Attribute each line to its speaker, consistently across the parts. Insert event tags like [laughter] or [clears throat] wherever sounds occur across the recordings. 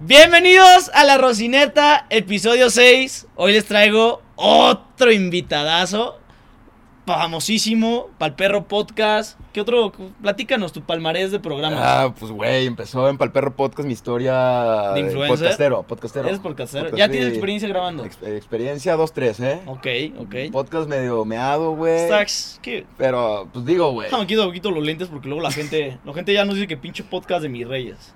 Speaker 1: Bienvenidos a La Rocineta, episodio 6. Hoy les traigo otro invitadazo. Famosísimo, Pal Perro Podcast. ¿Qué otro? Platícanos tu palmarés de programa.
Speaker 2: Ah, pues güey, empezó en Pal Perro Podcast mi historia
Speaker 1: ¿De influencer?
Speaker 2: podcastero, podcastero.
Speaker 1: Eres podcastero.
Speaker 2: Podcast,
Speaker 1: ya
Speaker 2: sí.
Speaker 1: tienes experiencia grabando.
Speaker 2: Ex- experiencia 2 3, ¿eh?
Speaker 1: Ok, ok.
Speaker 2: Podcast medio meado, güey.
Speaker 1: Stacks, ¿qué?
Speaker 2: Pero pues digo, güey.
Speaker 1: Déjame quito poquito los lentes porque luego la gente, la gente ya nos dice que pinche podcast de mis reyes.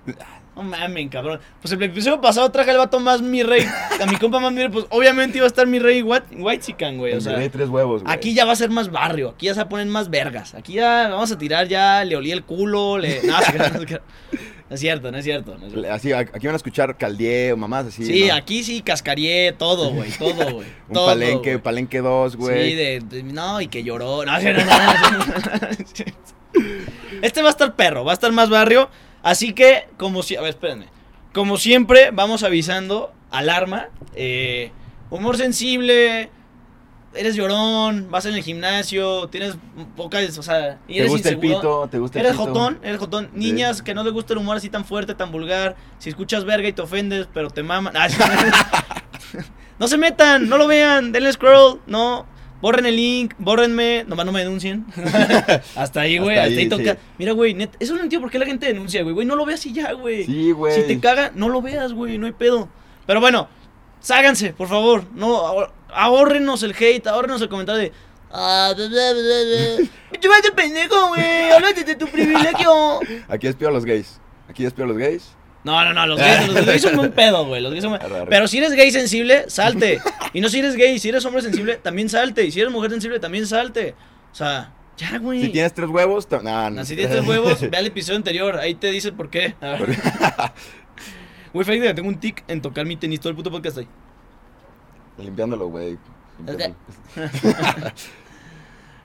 Speaker 1: No mamen, cabrón. Pues el episodio pasado traje al vato más mi rey, a mi compa más mi rey, pues obviamente iba a estar mi rey White Chican, güey. O sea,
Speaker 2: Encerré tres huevos, güey.
Speaker 1: Aquí ya va a ser más barrio, aquí ya se ponen más vergas. Aquí ya vamos a tirar, ya le olí el culo,
Speaker 2: [laughs]
Speaker 1: le. No, se crean, no se crean. No es cierto, no es cierto. no es cierto.
Speaker 2: Así, a- aquí van a escuchar caldié o mamás así.
Speaker 1: Sí,
Speaker 2: ¿no?
Speaker 1: aquí sí cascarié todo, güey, todo, güey.
Speaker 2: [laughs] Un
Speaker 1: todo,
Speaker 2: palenque,
Speaker 1: güey.
Speaker 2: palenque 2, güey.
Speaker 1: Sí, de, de- No, y que lloró. No, sí, no, no, no, sí. Este va a estar perro, va a estar más barrio. Así que, como si. A ver, espérenme. Como siempre, vamos avisando. Alarma. eh, humor sensible. Eres llorón. Vas en el gimnasio. Tienes pocas. O sea, y
Speaker 2: ¿Te
Speaker 1: eres
Speaker 2: gusta el
Speaker 1: inseguro.
Speaker 2: pito? ¿Te gusta el
Speaker 1: Eres
Speaker 2: pito?
Speaker 1: jotón, eres jotón. Niñas que no les gusta el humor así tan fuerte, tan vulgar. Si escuchas verga y te ofendes, pero te maman. Ah, sí. [laughs] no se metan, no lo vean, denle scroll, no. Borren el link, bórrenme, nomás no me
Speaker 2: [laughs]
Speaker 1: denuncien. hasta ahí, güey, hasta, ahí
Speaker 2: Hasta ahí,
Speaker 1: toca.
Speaker 2: sí.
Speaker 1: Mira, güey, neta, eso no entiendo por qué la gente denuncia, güey. Güey, no lo veas y ya, güey.
Speaker 2: Sí, güey.
Speaker 1: Si te caga, no lo veas, güey, no hay pedo. Pero bueno, ságganse, por favor. No, ahor- ahórrenos el hate, ahórrenos el comentario de. Ah, bla, bla, bla, bla". [laughs] Tú vas de pendejo, güey. Háblate de tu privilegio.
Speaker 2: Aquí es peor los gays. Aquí es peor los gays.
Speaker 1: No, no, no, los gays, los gays son un pedo, güey. Los gays [laughs] son un-
Speaker 2: Arre, arre.
Speaker 1: Pero si eres gay sensible, salte. Y no si eres gay, si eres hombre sensible, también salte. Y si eres mujer sensible, también salte. O sea, ya, güey.
Speaker 2: Si tienes tres huevos, ta- nah,
Speaker 1: No,
Speaker 2: no.
Speaker 1: Si tienes tres huevos, ve al episodio anterior. Ahí te dice por qué. A ver. Güey, Freddy, tengo un tic en tocar mi tenis todo el puto podcast ahí.
Speaker 2: [laughs] Limpiándolo, güey. Limpiándolo.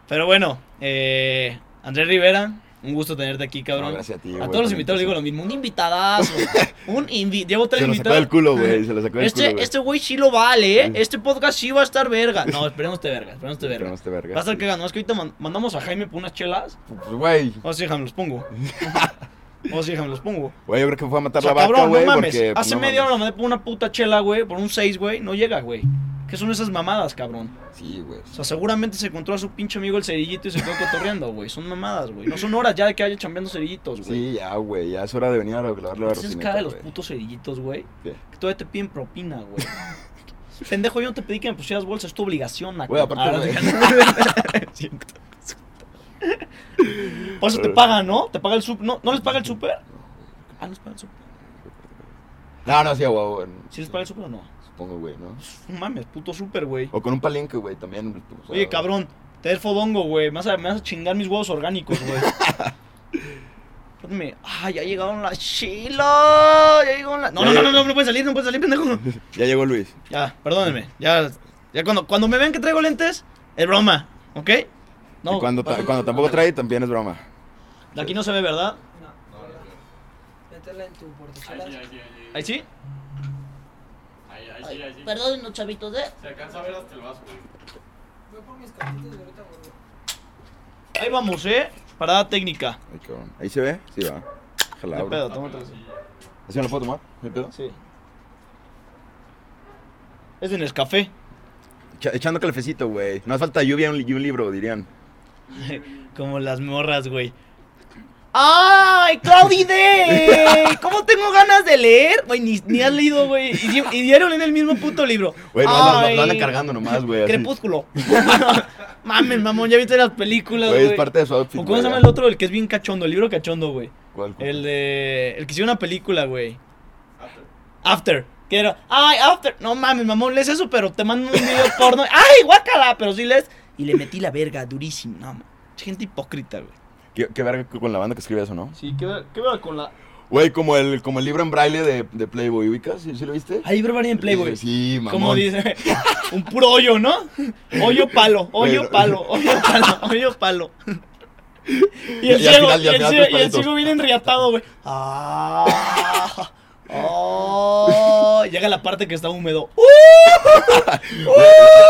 Speaker 1: Pero bueno, eh, Andrés Rivera, un gusto tenerte aquí, cabrón.
Speaker 2: No, gracias a ti,
Speaker 1: A
Speaker 2: güey,
Speaker 1: todos
Speaker 2: por
Speaker 1: los
Speaker 2: la
Speaker 1: invitados digo lo mismo, un
Speaker 2: [laughs]
Speaker 1: invitadazo. un invi Llevo tres
Speaker 2: Se lo sacó
Speaker 1: invitados.
Speaker 2: del culo, güey. Se lo sacó del culo,
Speaker 1: Este,
Speaker 2: güey.
Speaker 1: este güey sí lo vale, ¿eh?
Speaker 2: Sí.
Speaker 1: Este podcast sí va a estar verga. No, esperemos te verga, esperemos te verga.
Speaker 2: Esperemos te verga.
Speaker 1: Va a estar cagando. Es que ahorita man- mandamos a Jaime por unas chelas.
Speaker 2: Pues, güey.
Speaker 1: O sea, Jaime los
Speaker 2: [laughs]
Speaker 1: pongo. O sea, Jaime los pongo.
Speaker 2: Güey, yo creo que fue a matar
Speaker 1: O sea,
Speaker 2: la vaca,
Speaker 1: cabrón,
Speaker 2: güey.
Speaker 1: no mames.
Speaker 2: porque, pues,
Speaker 1: Hace
Speaker 2: no
Speaker 1: media hora
Speaker 2: mames.
Speaker 1: me mandé por una puta chela, güey, por un 6, güey. No llega, güey. ¿Qué son esas mamadas, cabrón?
Speaker 2: Sí, güey.
Speaker 1: O sea, seguramente se encontró a su pinche amigo el cerillito y se quedó cotorreando, güey. Son mamadas, güey. No son horas ya de que haya chambeando cerillitos, güey.
Speaker 2: Sí, ya, güey. Ya es hora de venir a clavarle la
Speaker 1: Entonces
Speaker 2: rocineta,
Speaker 1: cada de los
Speaker 2: güey.
Speaker 1: putos cerillitos, güey.
Speaker 2: ¿Qué?
Speaker 1: Que todavía te piden propina, güey. [laughs] Pendejo, yo no te pedí que me pusieras bolsa, es tu obligación, naco.
Speaker 2: Güey, aparte,
Speaker 1: Ah,
Speaker 2: güey.
Speaker 1: [laughs] Siento. Por eso te pagan, ¿no? ¿Te paga el super? ¿No, ¿No les paga el super? Ah, no les paga el super.
Speaker 2: No, no, sí, a huevo, güey.
Speaker 1: ¿Sí les paga el super o no?
Speaker 2: Supongo, güey, ¿no?
Speaker 1: No mames, puto super, güey.
Speaker 2: O con un palenque, güey, también. pues, o sea,
Speaker 1: Oye, cabrón, te des fodongo, güey. Me, vas a- me vas a chingar mis huevos orgánicos, güey. Espérame. Ah, ya llegaron las chilas. Ya llegaron las. No, no, no, no, no, no puedes salir, no puedes salir, pendejo.
Speaker 2: Ya llegó Luis.
Speaker 1: Ya, perdónenme. Ya, ya cuando, cuando me vean que traigo lentes, es broma, ¿ok?
Speaker 2: y cuando, ta-
Speaker 1: pasa-
Speaker 2: cuando tampoco trae, también es broma.
Speaker 1: De aquí no se ve, ¿verdad?
Speaker 3: Métela en tu portachelas.
Speaker 1: Ahí sí.
Speaker 4: Perdón, los chavitos, ¿eh?
Speaker 5: Se alcanza a ver hasta el vaso, güey.
Speaker 3: Voy por mis cartitas de ahorita, güey.
Speaker 1: Ahí vamos, ¿eh? Parada técnica.
Speaker 2: Ay, cabrón. Ahí se ve, sí va. Ojalá.
Speaker 1: De
Speaker 2: bro.
Speaker 1: pedo, toma otra.
Speaker 2: ¿Así no lo puedo tomar? ¿Me pedo?
Speaker 1: Sí. Es en el café.
Speaker 2: Echa- echando calefecito, güey. No hace falta lluvia y un, li- y un libro, dirían.
Speaker 1: Como las morras, güey. ¡Ay, Cloudy [laughs] Day! ¿Cómo tengo ganas de leer? Güey, ni, ni has leído, güey. Y, di- y dieron en el mismo puto libro.
Speaker 2: Güey, no, no, no,
Speaker 1: Ay.
Speaker 2: no andan cargando nomás, güey. así.
Speaker 1: Crepúsculo. [laughs] Mames, mamón, ya viste las películas,
Speaker 2: Güey,
Speaker 1: güey.
Speaker 2: es parte de su outfit.
Speaker 1: ¿O cómo
Speaker 2: güey,
Speaker 1: se llama
Speaker 2: ya.
Speaker 1: el otro? El que es bien cachondo, el libro cachondo, güey.
Speaker 2: ¿Cuál?
Speaker 1: El de. El que hicieron una película, güey. After. Que era. Ay, After. No mames, mamón, lees eso, pero te mando un
Speaker 2: [laughs]
Speaker 1: video porno. ¡Ay, guácala! Pero sí lees. Y le metí la verga durísimo. No, mames. Gente hipócrita, güey.
Speaker 2: ¿Qué, qué verga con la banda que escribe eso, ¿no?
Speaker 1: Sí, ¿qué ver con la.
Speaker 2: Güey, como el, como el libro en braille de, de Playboy, ¿ubicas? ¿Sí, sí lo viste?
Speaker 1: Ahí, barbarie en Playboy.
Speaker 2: Sí, mamón.
Speaker 1: Como dice, [laughs] un puro hoyo, ¿no? Hoyo palo, hoyo
Speaker 2: Pero-
Speaker 1: palo, hoyo palo, [laughs] hoyo palo. Y el
Speaker 2: Y al
Speaker 1: ciego,
Speaker 2: final-
Speaker 1: y
Speaker 2: y
Speaker 1: el
Speaker 2: al
Speaker 1: ciego,
Speaker 2: final tres
Speaker 1: y el
Speaker 2: palitos.
Speaker 1: ciego viene enriatado,
Speaker 2: [laughs]
Speaker 1: güey. Ah, oh, llega la parte que está húmedo. Uh,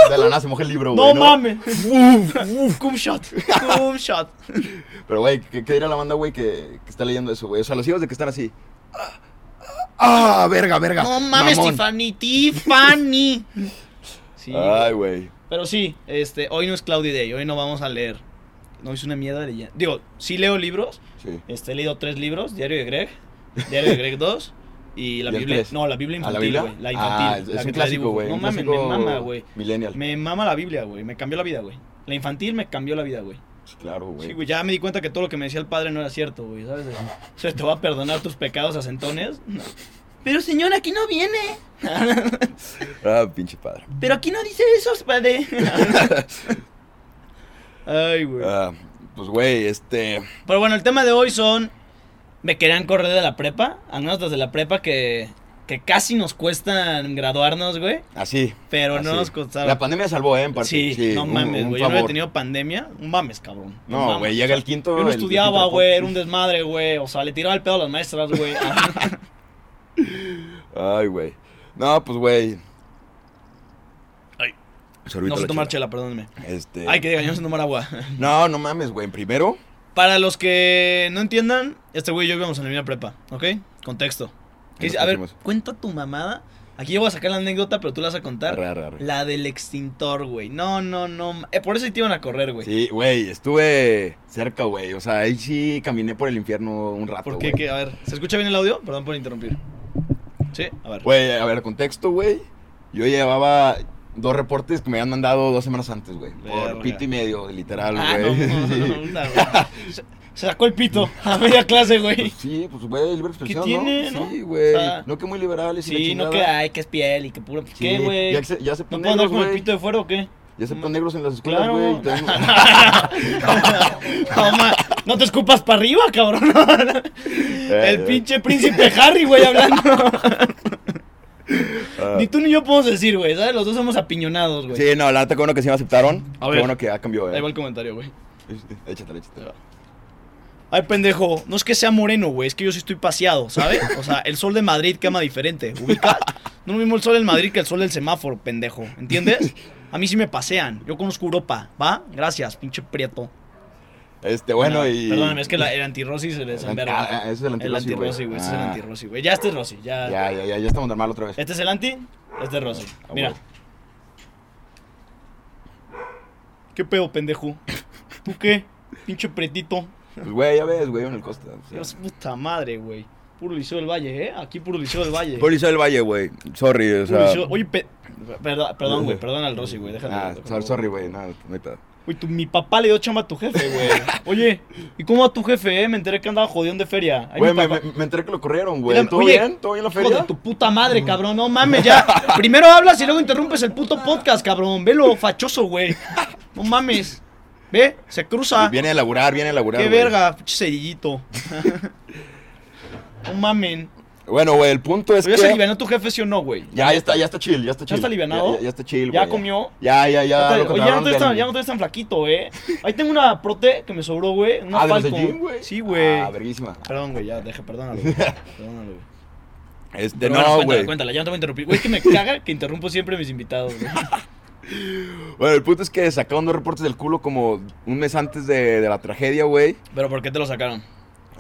Speaker 2: De, de la nada se moja el libro,
Speaker 1: No
Speaker 2: güey.
Speaker 1: mames.
Speaker 2: Uf, uf.
Speaker 1: [laughs] Cum shot, cum shot.
Speaker 2: Pero, güey, ¿qué, qué dirá la banda, güey, que, que está leyendo eso, güey? O sea, los hijos de que están así. ¡Ah, verga, verga!
Speaker 1: No mames,
Speaker 2: Mamón.
Speaker 1: Tiffany, Tiffany. Sí,
Speaker 2: Ay, güey.
Speaker 1: Pero sí, este, hoy no es Cloudy Day, hoy no vamos a leer. No es una mierda de leyenda. Digo, sí leo libros.
Speaker 2: Sí.
Speaker 1: Este, he leído tres libros, Diario de Greg, Diario de Greg 2
Speaker 2: [laughs]
Speaker 1: y la
Speaker 2: ¿Y el
Speaker 1: Biblia.
Speaker 2: tres?
Speaker 1: No, la Biblia
Speaker 2: ¿A la
Speaker 1: infantil,
Speaker 2: Biblia?
Speaker 1: güey. La
Speaker 2: Ah,
Speaker 1: infantil.
Speaker 2: es-
Speaker 1: la
Speaker 2: es
Speaker 1: que
Speaker 2: un
Speaker 1: trae
Speaker 2: clásico,
Speaker 1: dibujo.
Speaker 2: güey.
Speaker 1: No
Speaker 2: un
Speaker 1: mames, me
Speaker 2: clásico
Speaker 1: mama, güey.
Speaker 2: Millennial.
Speaker 1: Me mama la Biblia, güey. Me cambió la vida, güey. La infantil me cambió la vida, güey.
Speaker 2: Sí, Claro,
Speaker 1: Sí,
Speaker 2: güey.
Speaker 1: güey, ya me di cuenta que todo lo que me decía el padre no era cierto, güey, ¿sabes? O sea, te va a perdonar tus pecados a centones. Pero señor, aquí no viene.
Speaker 2: ah, pinche padre.
Speaker 1: Pero aquí no dice eso, padre.
Speaker 2: [laughs]
Speaker 1: Ay, güey.
Speaker 2: Ah, pues, güey, este.
Speaker 1: Pero bueno, el tema de hoy son. Me querían correr de la prepa. Al menos desde la prepa que. Que casi nos cuestan graduarnos, güey.
Speaker 2: Así.
Speaker 1: Pero no
Speaker 2: así.
Speaker 1: nos costaron.
Speaker 2: La pandemia salvó, ¿eh? En parte.
Speaker 1: sí, no
Speaker 2: un-
Speaker 1: mames,
Speaker 2: un
Speaker 1: güey. Yo no había
Speaker 2: favor.
Speaker 1: tenido pandemia. Un mames, cabrón.
Speaker 2: No,
Speaker 1: mames,
Speaker 2: güey,
Speaker 1: o
Speaker 2: llega
Speaker 1: sea,
Speaker 2: el quinto.
Speaker 1: Yo no
Speaker 2: el- el
Speaker 1: estudiaba,
Speaker 2: quinto
Speaker 1: güey. Era un desmadre, güey. O sea, le tiraba el pedo a las maestras,
Speaker 2: [laughs]
Speaker 1: güey. Ah,
Speaker 2: Ah, Ay, güey. No, pues, güey.
Speaker 1: Ay.
Speaker 2: Sorbito
Speaker 1: no sé
Speaker 2: la
Speaker 1: tomar
Speaker 2: chela.
Speaker 1: chela, perdónenme.
Speaker 2: Este.
Speaker 1: Ay, que diga, yo no sé tomar agua. [laughs]
Speaker 2: No, no mames, güey. Primero,
Speaker 1: Para los que no entiendan, este güey y yo íbamos en la misma prepa, ¿ok? Contexto.
Speaker 2: Y nos
Speaker 1: a ver,
Speaker 2: conocimos.
Speaker 1: cuenta tu mamada. Aquí yo voy a sacar la anécdota, pero tú la vas a contar.
Speaker 2: Arre, arre, arre.
Speaker 1: La del extintor, güey. No, no, no. ma- eh, por eso ahí te iban a correr, güey.
Speaker 2: Sí, güey, estuve cerca, güey. O sea, ahí sí caminé por el infierno un rato.
Speaker 1: Porque,
Speaker 2: güey.
Speaker 1: que, a ver, ¿se escucha bien el audio? Perdón por interrumpir. Sí, a ver.
Speaker 2: Güey, a ver, contexto, güey. Yo llevaba dos reportes que me habían mandado dos semanas antes, güey.
Speaker 1: Verga.
Speaker 2: Por pito y medio, literal,
Speaker 1: Ah, no,
Speaker 2: güey.
Speaker 1: no, no,
Speaker 2: [laughs] Sí.
Speaker 1: no, güey. Se- Se sacó el pito a media clase, güey.
Speaker 2: Pues sí, pues, güey, libre expresión,
Speaker 1: tiene,
Speaker 2: ¿no? Sí,
Speaker 1: no?
Speaker 2: güey.
Speaker 1: O sea,
Speaker 2: no que muy liberales pues,
Speaker 1: Sí,
Speaker 2: y la
Speaker 1: no que,
Speaker 2: chingada.
Speaker 1: ay, que es piel y que puro. pues,
Speaker 2: Sí,
Speaker 1: ¿Qué, güey?
Speaker 2: Ya, se- ya se
Speaker 1: ¿No
Speaker 2: ponen
Speaker 1: puedo andar
Speaker 2: negros,
Speaker 1: con el
Speaker 2: güey.
Speaker 1: pito de fuera o qué?
Speaker 2: Ya se ponen negros en las escuelas,
Speaker 1: Claro.
Speaker 2: güey. Ah.
Speaker 1: No, [laughs]
Speaker 2: Tengo-
Speaker 1: ma, no te escupas para arriba, cabrón. El
Speaker 2: eh.
Speaker 1: pinche príncipe Harry, güey,
Speaker 2: [laughs]
Speaker 1: hablando.
Speaker 2: Ah.
Speaker 1: Ni tú ni yo podemos decir, güey, ¿sabes? Los dos somos apiñonados, güey.
Speaker 2: Sí, no, la neta, qué bueno que sí me aceptaron.
Speaker 1: A
Speaker 2: qué
Speaker 1: ver.
Speaker 2: bueno que ya cambió,
Speaker 1: Ahí va
Speaker 2: eh. Este,
Speaker 1: el comentario, güey.
Speaker 2: Échatale, échatale.
Speaker 1: Ay, pendejo, no es que sea moreno, güey, es que yo sí estoy paseado,
Speaker 2: [laughs]
Speaker 1: ¿sabes? O sea, el sol de Madrid quema diferente, ¿ubicas? No es lo mismo el sol del Madrid que el sol del semáforo, pendejo, ¿entiendes? A mí sí me pasean, yo conozco Europa, ¿va? Gracias, pinche prieto.
Speaker 2: Este, bueno,
Speaker 1: No,
Speaker 2: y.
Speaker 1: Perdóname, es que la, el antirrosi se les
Speaker 2: Ah,
Speaker 1: enverga.
Speaker 2: ese es el
Speaker 1: El
Speaker 2: antirrosi,
Speaker 1: antirrosi, güey.
Speaker 2: güey.
Speaker 1: Este es el
Speaker 2: Ah.
Speaker 1: antirrosi, güey. Ya este es Rossi. Ya.
Speaker 2: Ya, ya, ya, ya estamos normal otra vez.
Speaker 1: Este es el anti, este es Rossi.
Speaker 2: Ah,
Speaker 1: Mira.
Speaker 2: güey.
Speaker 1: ¿Qué pedo, pendejo? ¿Tú qué? Pinche pretito.
Speaker 2: Pues, güey, ya ves, güey, en el Costa. o sea.
Speaker 1: Dios, puta madre, güey. Puro Liceo del Valle, ¿eh? Aquí puro Liceo del Valle.
Speaker 2: Por Isabel Valle, güey. Sorry, o
Speaker 1: Puro
Speaker 2: sea.
Speaker 1: Liceo- Oye, pe- perda- perdón,
Speaker 2: [laughs]
Speaker 1: güey. Perdón al Rossi, güey. Déjame.
Speaker 2: Ah,
Speaker 1: déjame-
Speaker 2: sorry, sorry, güey, no, no hay pedo.
Speaker 1: Güey, tu- mi papá le dio chamba a tu jefe, güey.
Speaker 2: [laughs]
Speaker 1: Oye, ¿y cómo a tu jefe, eh? Me enteré que andaba jodiendo de feria. Ahí
Speaker 2: Güey,
Speaker 1: mi
Speaker 2: me,
Speaker 1: papá-
Speaker 2: me- me enteré que lo corrieron,
Speaker 1: Mira,
Speaker 2: güey. ¿Todo
Speaker 1: oye,
Speaker 2: bien? ¿Todo bien la
Speaker 1: Hijo de
Speaker 2: feria? Mm.
Speaker 1: tu puta madre, cabrón. No mames,
Speaker 2: [laughs]
Speaker 1: ya. Primero hablas y luego interrumpes el puto podcast, cabrón. Velo, fachoso, güey. No mames. Ve, se cruza.
Speaker 2: Viene a laburar, viene a laburar.
Speaker 1: Qué
Speaker 2: güey.
Speaker 1: verga, pinche cerillito. [laughs] No mamen.
Speaker 2: Bueno, güey, el punto es
Speaker 1: Pero ya se
Speaker 2: que.
Speaker 1: alivianó tu jefe, sí o no, güey.
Speaker 2: Ya, ya está, ya está chill, ya está
Speaker 1: ¿Ya
Speaker 2: chill.
Speaker 1: está alivianado?
Speaker 2: Ya, ya está chill,
Speaker 1: Ya
Speaker 2: güey.
Speaker 1: comió.
Speaker 2: Ya, ya, ya.
Speaker 1: Ya
Speaker 2: lo
Speaker 1: te- oye, ya no
Speaker 2: contrataron
Speaker 1: te ves tan,
Speaker 2: del-
Speaker 1: ya no te ves tan flaquito, eh. Ahí tengo una prote que me sobró, güey. Una
Speaker 2: Ah, desde
Speaker 1: Falcon.
Speaker 2: gym, güey.
Speaker 1: Sí, güey.
Speaker 2: Ah, verguísima.
Speaker 1: Perdón, güey, ya, deja, perdónalo.
Speaker 2: [laughs]
Speaker 1: güey. Perdónalo, güey.
Speaker 2: Este,
Speaker 1: Pero bueno,
Speaker 2: no,
Speaker 1: cuéntala,
Speaker 2: güey.
Speaker 1: Cuéntala, ya no te voy a interrumpir. Güey, es que me caga que interrumpo siempre a mis invitados, güey.
Speaker 2: Bueno, el punto es que sacaron dos reportes del culo como un mes antes de, de la tragedia, güey.
Speaker 1: Pero ¿por qué te lo sacaron?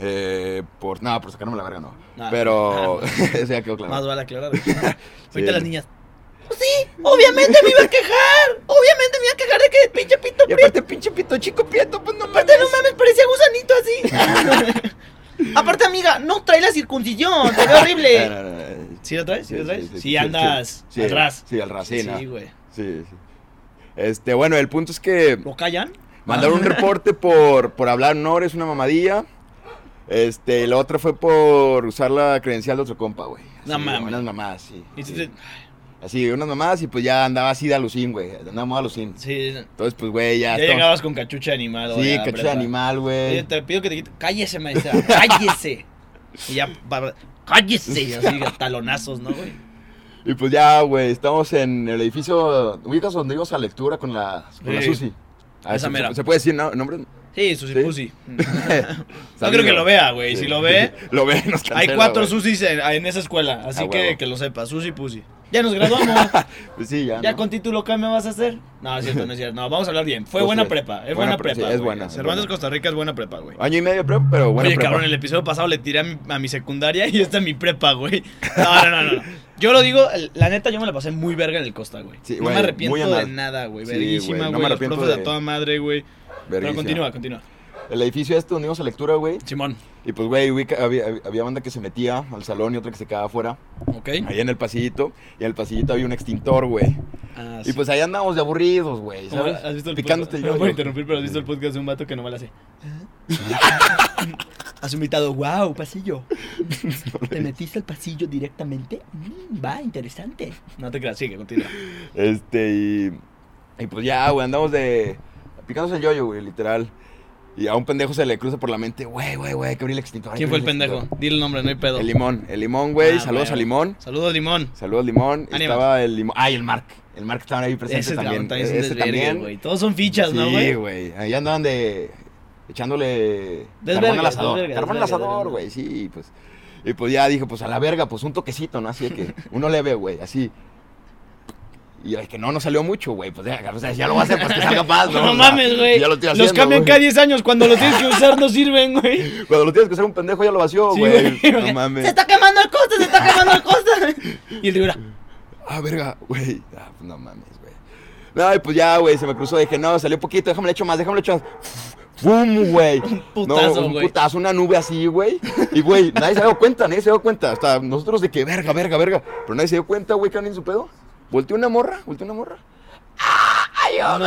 Speaker 2: Eh, por nada, por sacarme la verga, no.
Speaker 1: Ah.
Speaker 2: Pero. [laughs] Eso ya quedó claro.
Speaker 1: Más vale aclarar. güey. Ahorita
Speaker 2: [laughs] Sí.
Speaker 1: las niñas. "Pues sí, obviamente me iba a quejar. Obviamente me iba a quejar de que el pinche pito
Speaker 2: Y aparte, pinche pito chico prieto, pues no
Speaker 1: Aparte, no mames, parecía gusanito así.
Speaker 2: [laughs]
Speaker 1: Aparte, amiga, no trae la circuncisión, te ve
Speaker 2: Eh,
Speaker 1: horrible.
Speaker 2: no, no, no.
Speaker 1: ¿Sí la traes? ¿Sí la traes? Sí,
Speaker 2: sí,
Speaker 1: andas
Speaker 2: sí, sí,
Speaker 1: atrás.
Speaker 2: Sí, al ras, sí, no.
Speaker 1: Sí, güey.
Speaker 2: Sí, sí. Este, bueno, el punto es que
Speaker 1: ¿Lo callan?
Speaker 2: mandaron un
Speaker 1: Ah.
Speaker 2: reporte por, por hablar, no, eres una mamadilla. Este, la otra fue por usar la credencial de otro compa, güey.
Speaker 1: No
Speaker 2: Así,
Speaker 1: mames.
Speaker 2: Unas mamás, sí.
Speaker 1: Y tú
Speaker 2: sí.
Speaker 1: te-
Speaker 2: Así, unas mamás y pues ya andaba así de alucín, güey. Andábamos de alucín.
Speaker 1: Sí, ya,
Speaker 2: Entonces, pues, güey, ya. estamos-
Speaker 1: llegabas con cachucha de animal. güey, a
Speaker 2: Sí,
Speaker 1: la
Speaker 2: cachucha de
Speaker 1: prepa.
Speaker 2: animal,
Speaker 1: Oye,
Speaker 2: güey.
Speaker 1: te pido que te quites. Cállese, maestra. Cállese. Y ya, va- cállese. Y así, talonazos, ¿no, güey?
Speaker 2: Y pues ya, güey, estamos en el edificio. ¿Ubicas donde ibas a lectura con la, con la
Speaker 1: Sí.
Speaker 2: Susi? Ah,
Speaker 1: Esa
Speaker 2: ¿se-
Speaker 1: mera.
Speaker 2: ¿se, puede decir no,
Speaker 1: [laughs]
Speaker 2: nombre?
Speaker 1: Sí, Susi
Speaker 2: Sí.
Speaker 1: Pusi. No creo que lo vea, güey. Si lo ve,
Speaker 2: [laughs] lo ve, nos
Speaker 1: hay
Speaker 2: cancela,
Speaker 1: cuatro
Speaker 2: güey.
Speaker 1: Susis en, en esa escuela. Así
Speaker 2: A
Speaker 1: que
Speaker 2: huevo.
Speaker 1: que lo sepa. Susi Pusi. Ya nos
Speaker 2: [laughs]
Speaker 1: graduamos.
Speaker 2: Pues sí, ya.
Speaker 1: ya
Speaker 2: ¿no?
Speaker 1: con título, ¿qué me vas a hacer? No, es cierto, no es cierto. No, vamos a hablar bien. Fue
Speaker 2: Pues
Speaker 1: buena
Speaker 2: sí.
Speaker 1: prepa. Es buena,
Speaker 2: Buena pre-
Speaker 1: prepa.
Speaker 2: sí, es
Speaker 1: güey.
Speaker 2: buena, es
Speaker 1: Cervantes,
Speaker 2: buena.
Speaker 1: Costa Rica es buena prepa, güey.
Speaker 2: Año y medio de prepa, pero bueno.
Speaker 1: Oye, cabrón, el episodio pasado le tiré a mi, a mi secundaria y esta es mi prepa, güey. No, no, no, no. Yo lo digo, el- la neta, yo me la pasé muy verga en el Costa, güey.
Speaker 2: Sí,
Speaker 1: no me
Speaker 2: güey, muy a
Speaker 1: arrepiento de
Speaker 2: madre.
Speaker 1: nada, güey.
Speaker 2: Sí,
Speaker 1: Verguísima,
Speaker 2: güey,
Speaker 1: güey.
Speaker 2: no me
Speaker 1: Los
Speaker 2: arrepiento
Speaker 1: profes de...
Speaker 2: de-
Speaker 1: toda madre, güey. Pero continúa, continúa.
Speaker 2: El edificio este unimos a lectura, güey.
Speaker 1: Simón,
Speaker 2: Y pues, güey, ubica- había, había banda que se metía al salón y otra que se quedaba afuera.
Speaker 1: ¿ok?
Speaker 2: Ahí en el pasillito. Y en el pasillito había un extintor, güey.
Speaker 1: Ah,
Speaker 2: Y
Speaker 1: sí.
Speaker 2: pues ahí andábamos de aburridos, güey.
Speaker 1: ¿Cómo-
Speaker 2: ¿sabes?
Speaker 1: ¿Has visto el
Speaker 2: Picándote
Speaker 1: podcast?
Speaker 2: yo,
Speaker 1: No por
Speaker 2: yo.
Speaker 1: interrumpir, pero has visto el podcast de un vato que no me la
Speaker 2: [laughs]
Speaker 1: hace. [laughs] Has invitado, wow, pasillo.
Speaker 4: ¿Te metiste al pasillo directamente? Mm, va, interesante.
Speaker 1: No te creas, sigue, continúa.
Speaker 2: Este, y, y pues ya, güey, andamos de. Picándose el yoyo, güey, literal. Y a un pendejo se le cruza por la mente, güey, güey, güey, hay que abrir el extintor. hay
Speaker 1: ¿Quién
Speaker 2: que
Speaker 1: fue el
Speaker 2: abrir
Speaker 1: pendejo?
Speaker 2: extintor".
Speaker 1: Dile el nombre, no hay pedo.
Speaker 2: El limón, el limón, güey.
Speaker 1: Ah,
Speaker 2: Saludos
Speaker 1: güey.
Speaker 2: a Limón.
Speaker 1: Saludos, Limón.
Speaker 2: Saludos, Limón.
Speaker 1: Ánimo.
Speaker 2: Estaba el Limón. Ay, el Mark. El Mark estaba ahí presente
Speaker 1: Ese
Speaker 2: también.
Speaker 1: también, también es un
Speaker 2: Ese
Speaker 1: desvergue,
Speaker 2: también.
Speaker 1: güey. Todos son fichas, ¿no,
Speaker 2: Sí,
Speaker 1: güey?
Speaker 2: güey. Ahí andaban de. echándole.
Speaker 1: Desvergue,
Speaker 2: carbón al asador.
Speaker 1: desvergue,
Speaker 2: carbón al
Speaker 1: desvergue,
Speaker 2: asador,
Speaker 1: desvergue.
Speaker 2: güey. Sí, pues. Y pues ya dije, pues a la verga, pues un toquecito, ¿no? Así de
Speaker 1: [laughs]
Speaker 2: que uno le ve, güey, así. Y es que no, no salió mucho, güey. Pues ya, o sea, ya lo voy a hacer, pues
Speaker 1: [laughs]
Speaker 2: que salga paz,
Speaker 1: Ah, No,
Speaker 2: O sea,
Speaker 1: mames, güey.
Speaker 2: Ya lo estoy
Speaker 1: Los
Speaker 2: haciendo,
Speaker 1: cambian
Speaker 2: güey.
Speaker 1: cada 10 años. Cuando los tienes que
Speaker 2: [laughs]
Speaker 1: usar, no sirven, güey.
Speaker 2: Cuando lo tienes que hacer un pendejo, ya lo vació,
Speaker 1: Sí,
Speaker 2: güey.
Speaker 1: güey.
Speaker 2: no mames.
Speaker 4: ¡Se está quemando el coste! ¡Se está quemando el coste!
Speaker 1: Y el Rivera,
Speaker 2: Ah, verga, güey. Ah, pues no mames, güey. No, y pues ya, güey, se me cruzó. Dije, no, salió poquito, déjame le echo más, déjame le echo más.
Speaker 1: [laughs]
Speaker 2: ¡Fum, güey!
Speaker 1: putazo,
Speaker 2: no, un
Speaker 1: güey.
Speaker 2: putazo, una nube así, güey. Y, güey, nadie se dio cuenta, nadie se dio cuenta. Hasta nosotros de que, verga, verga, verga. Pero nadie se dio cuenta, güey, que andan en su pedo. Volteó una morra, volteó una morra.
Speaker 1: Ah, no.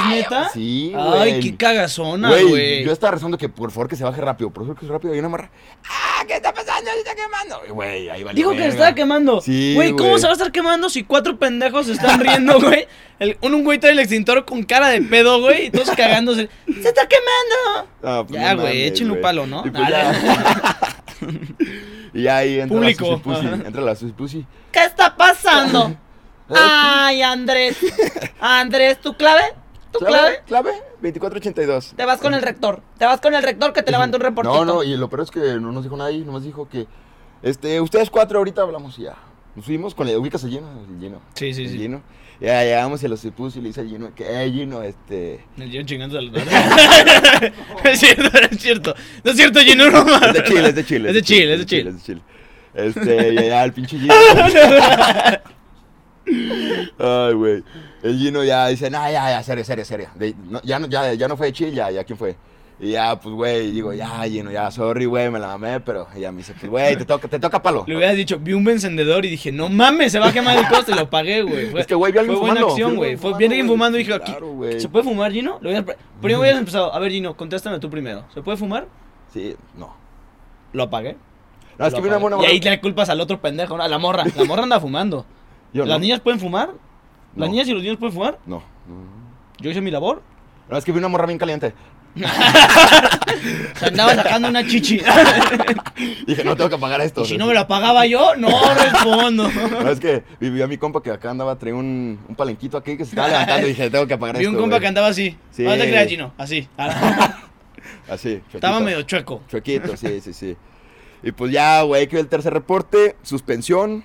Speaker 1: ¿Es neta?
Speaker 2: Sí,
Speaker 1: Ay,
Speaker 2: güey.
Speaker 1: qué cagazona,
Speaker 2: Güey,
Speaker 1: güey.
Speaker 2: yo estaba rezando que por favor que se baje rápido. Por eso que es rápido, y una morra. ¡Ah, qué está pasando! ¡Se está quemando! Y, Güey, ahí va
Speaker 1: Dijo que se estaba quemando.
Speaker 2: Sí,
Speaker 1: Güey, ¿cómo
Speaker 2: güey.
Speaker 1: se va a estar quemando si cuatro pendejos se están riendo, [laughs] güey? El- Un, un güey trae el extintor con cara de pedo, güey, y todos cagándose. ¡Se está quemando!
Speaker 2: Ah, pues
Speaker 1: Ya,
Speaker 2: no
Speaker 1: güey,
Speaker 2: mames,
Speaker 1: échenle un
Speaker 2: güey.
Speaker 1: palo, ¿no?
Speaker 2: Y,
Speaker 1: [laughs]
Speaker 2: pues ya. Y ahí entra
Speaker 1: Público.
Speaker 2: la Susi Pussy.
Speaker 1: Ajá.
Speaker 2: Entra la Susi Pussy.
Speaker 4: ¿Qué
Speaker 2: [laughs]
Speaker 4: está pasando? ¡Ay, Andrés! Andrés, ¿tu clave? ¿Tu clave?
Speaker 2: ¿Clave? 2482.
Speaker 4: Te vas con el rector. Te vas con el rector que te levanta un reportito.
Speaker 2: No, no, y lo peor es que no nos dijo nada ahí. Nomás dijo que. Este, ustedes cuatro ahorita hablamos y ya. Nos fuimos con el. Ubicas el lleno. El lleno.
Speaker 1: Sí, sí,
Speaker 2: el
Speaker 1: sí.
Speaker 2: lleno. Ya llegamos y la Susi Pussy le dice al lleno que, eh,
Speaker 1: [laughs]
Speaker 2: lleno, este.
Speaker 1: El Gino chingando a los [laughs] madres. Es cierto, es cierto. No es cierto, Gino, no mames.
Speaker 2: Es de Chile, es de Chile.
Speaker 1: Es de Chile, es de
Speaker 2: Es
Speaker 1: Chile.
Speaker 2: de Chile. Este, ya, ya, el
Speaker 1: [laughs]
Speaker 2: pinche Gino. Ay, güey. El Gino ya dice, no, ya, ya, serio, serio, serio. De- no, ya, no, ya, ya no fue de Chile, ya, ya, ¿quién fue? Y ya, pues, güey, digo, ya, Gino, ya, sorry, güey, me la mamé, pero ya me dice, pues, güey, te toca, te toca palo.
Speaker 1: Le hubieras dicho, vi un encendedor y dije, no mames, se va a quemar el coste, lo pagué, güey. Fue-
Speaker 2: Es que, güey, vi a alguien
Speaker 1: fue
Speaker 2: fumando,
Speaker 1: buena acción,
Speaker 2: vi a
Speaker 1: güey.
Speaker 2: alguien
Speaker 1: Fue
Speaker 2: fumando,
Speaker 1: bien alguien
Speaker 2: güey.
Speaker 1: fumando y dije,
Speaker 2: Claro,
Speaker 1: "¿Qui-
Speaker 2: güey.
Speaker 1: ¿se puede fumar, Gino? Lo hubieras...
Speaker 2: [laughs]
Speaker 1: Primero hubieras empezado, a ver, Gino, contéstame tú primero. ¿Se puede fumar?
Speaker 2: Sí, no.
Speaker 1: Lo apagué.
Speaker 2: No, es que
Speaker 1: Lo
Speaker 2: vi una
Speaker 1: apagué.
Speaker 2: buena
Speaker 1: y ahí le culpas al otro pendejo, ¿no? a la morra. La morra anda fumando.
Speaker 2: [laughs] Yo
Speaker 1: ¿Las
Speaker 2: no.
Speaker 1: niñas pueden fumar? ¿Las
Speaker 2: No.
Speaker 1: niñas y los niños pueden fumar?
Speaker 2: No. no.
Speaker 1: Yo hice mi labor.
Speaker 2: No, es que vi una morra bien caliente. [laughs]
Speaker 1: Se andaba sacando una chichi.
Speaker 2: Dije, no tengo que pagar
Speaker 1: [laughs]
Speaker 2: esto.
Speaker 1: y si no me la pagaba yo, no respondo.
Speaker 2: [laughs] No, es que vivía mi compa que acá andaba, traía un, un palenquito aquí que se
Speaker 1: [laughs]
Speaker 2: estaba levantando y dije, tengo que apagar
Speaker 1: Vi
Speaker 2: esto.
Speaker 1: un compa
Speaker 2: güey.
Speaker 1: que andaba así.
Speaker 2: Sí.
Speaker 1: No te creas, Gino,
Speaker 2: [laughs]
Speaker 1: así. Ah,
Speaker 2: Así, chuequito.
Speaker 1: Estaba medio chueco.
Speaker 2: Chuequito, sí, sí, sí. Y pues ya, güey, que el tercer reporte, suspensión.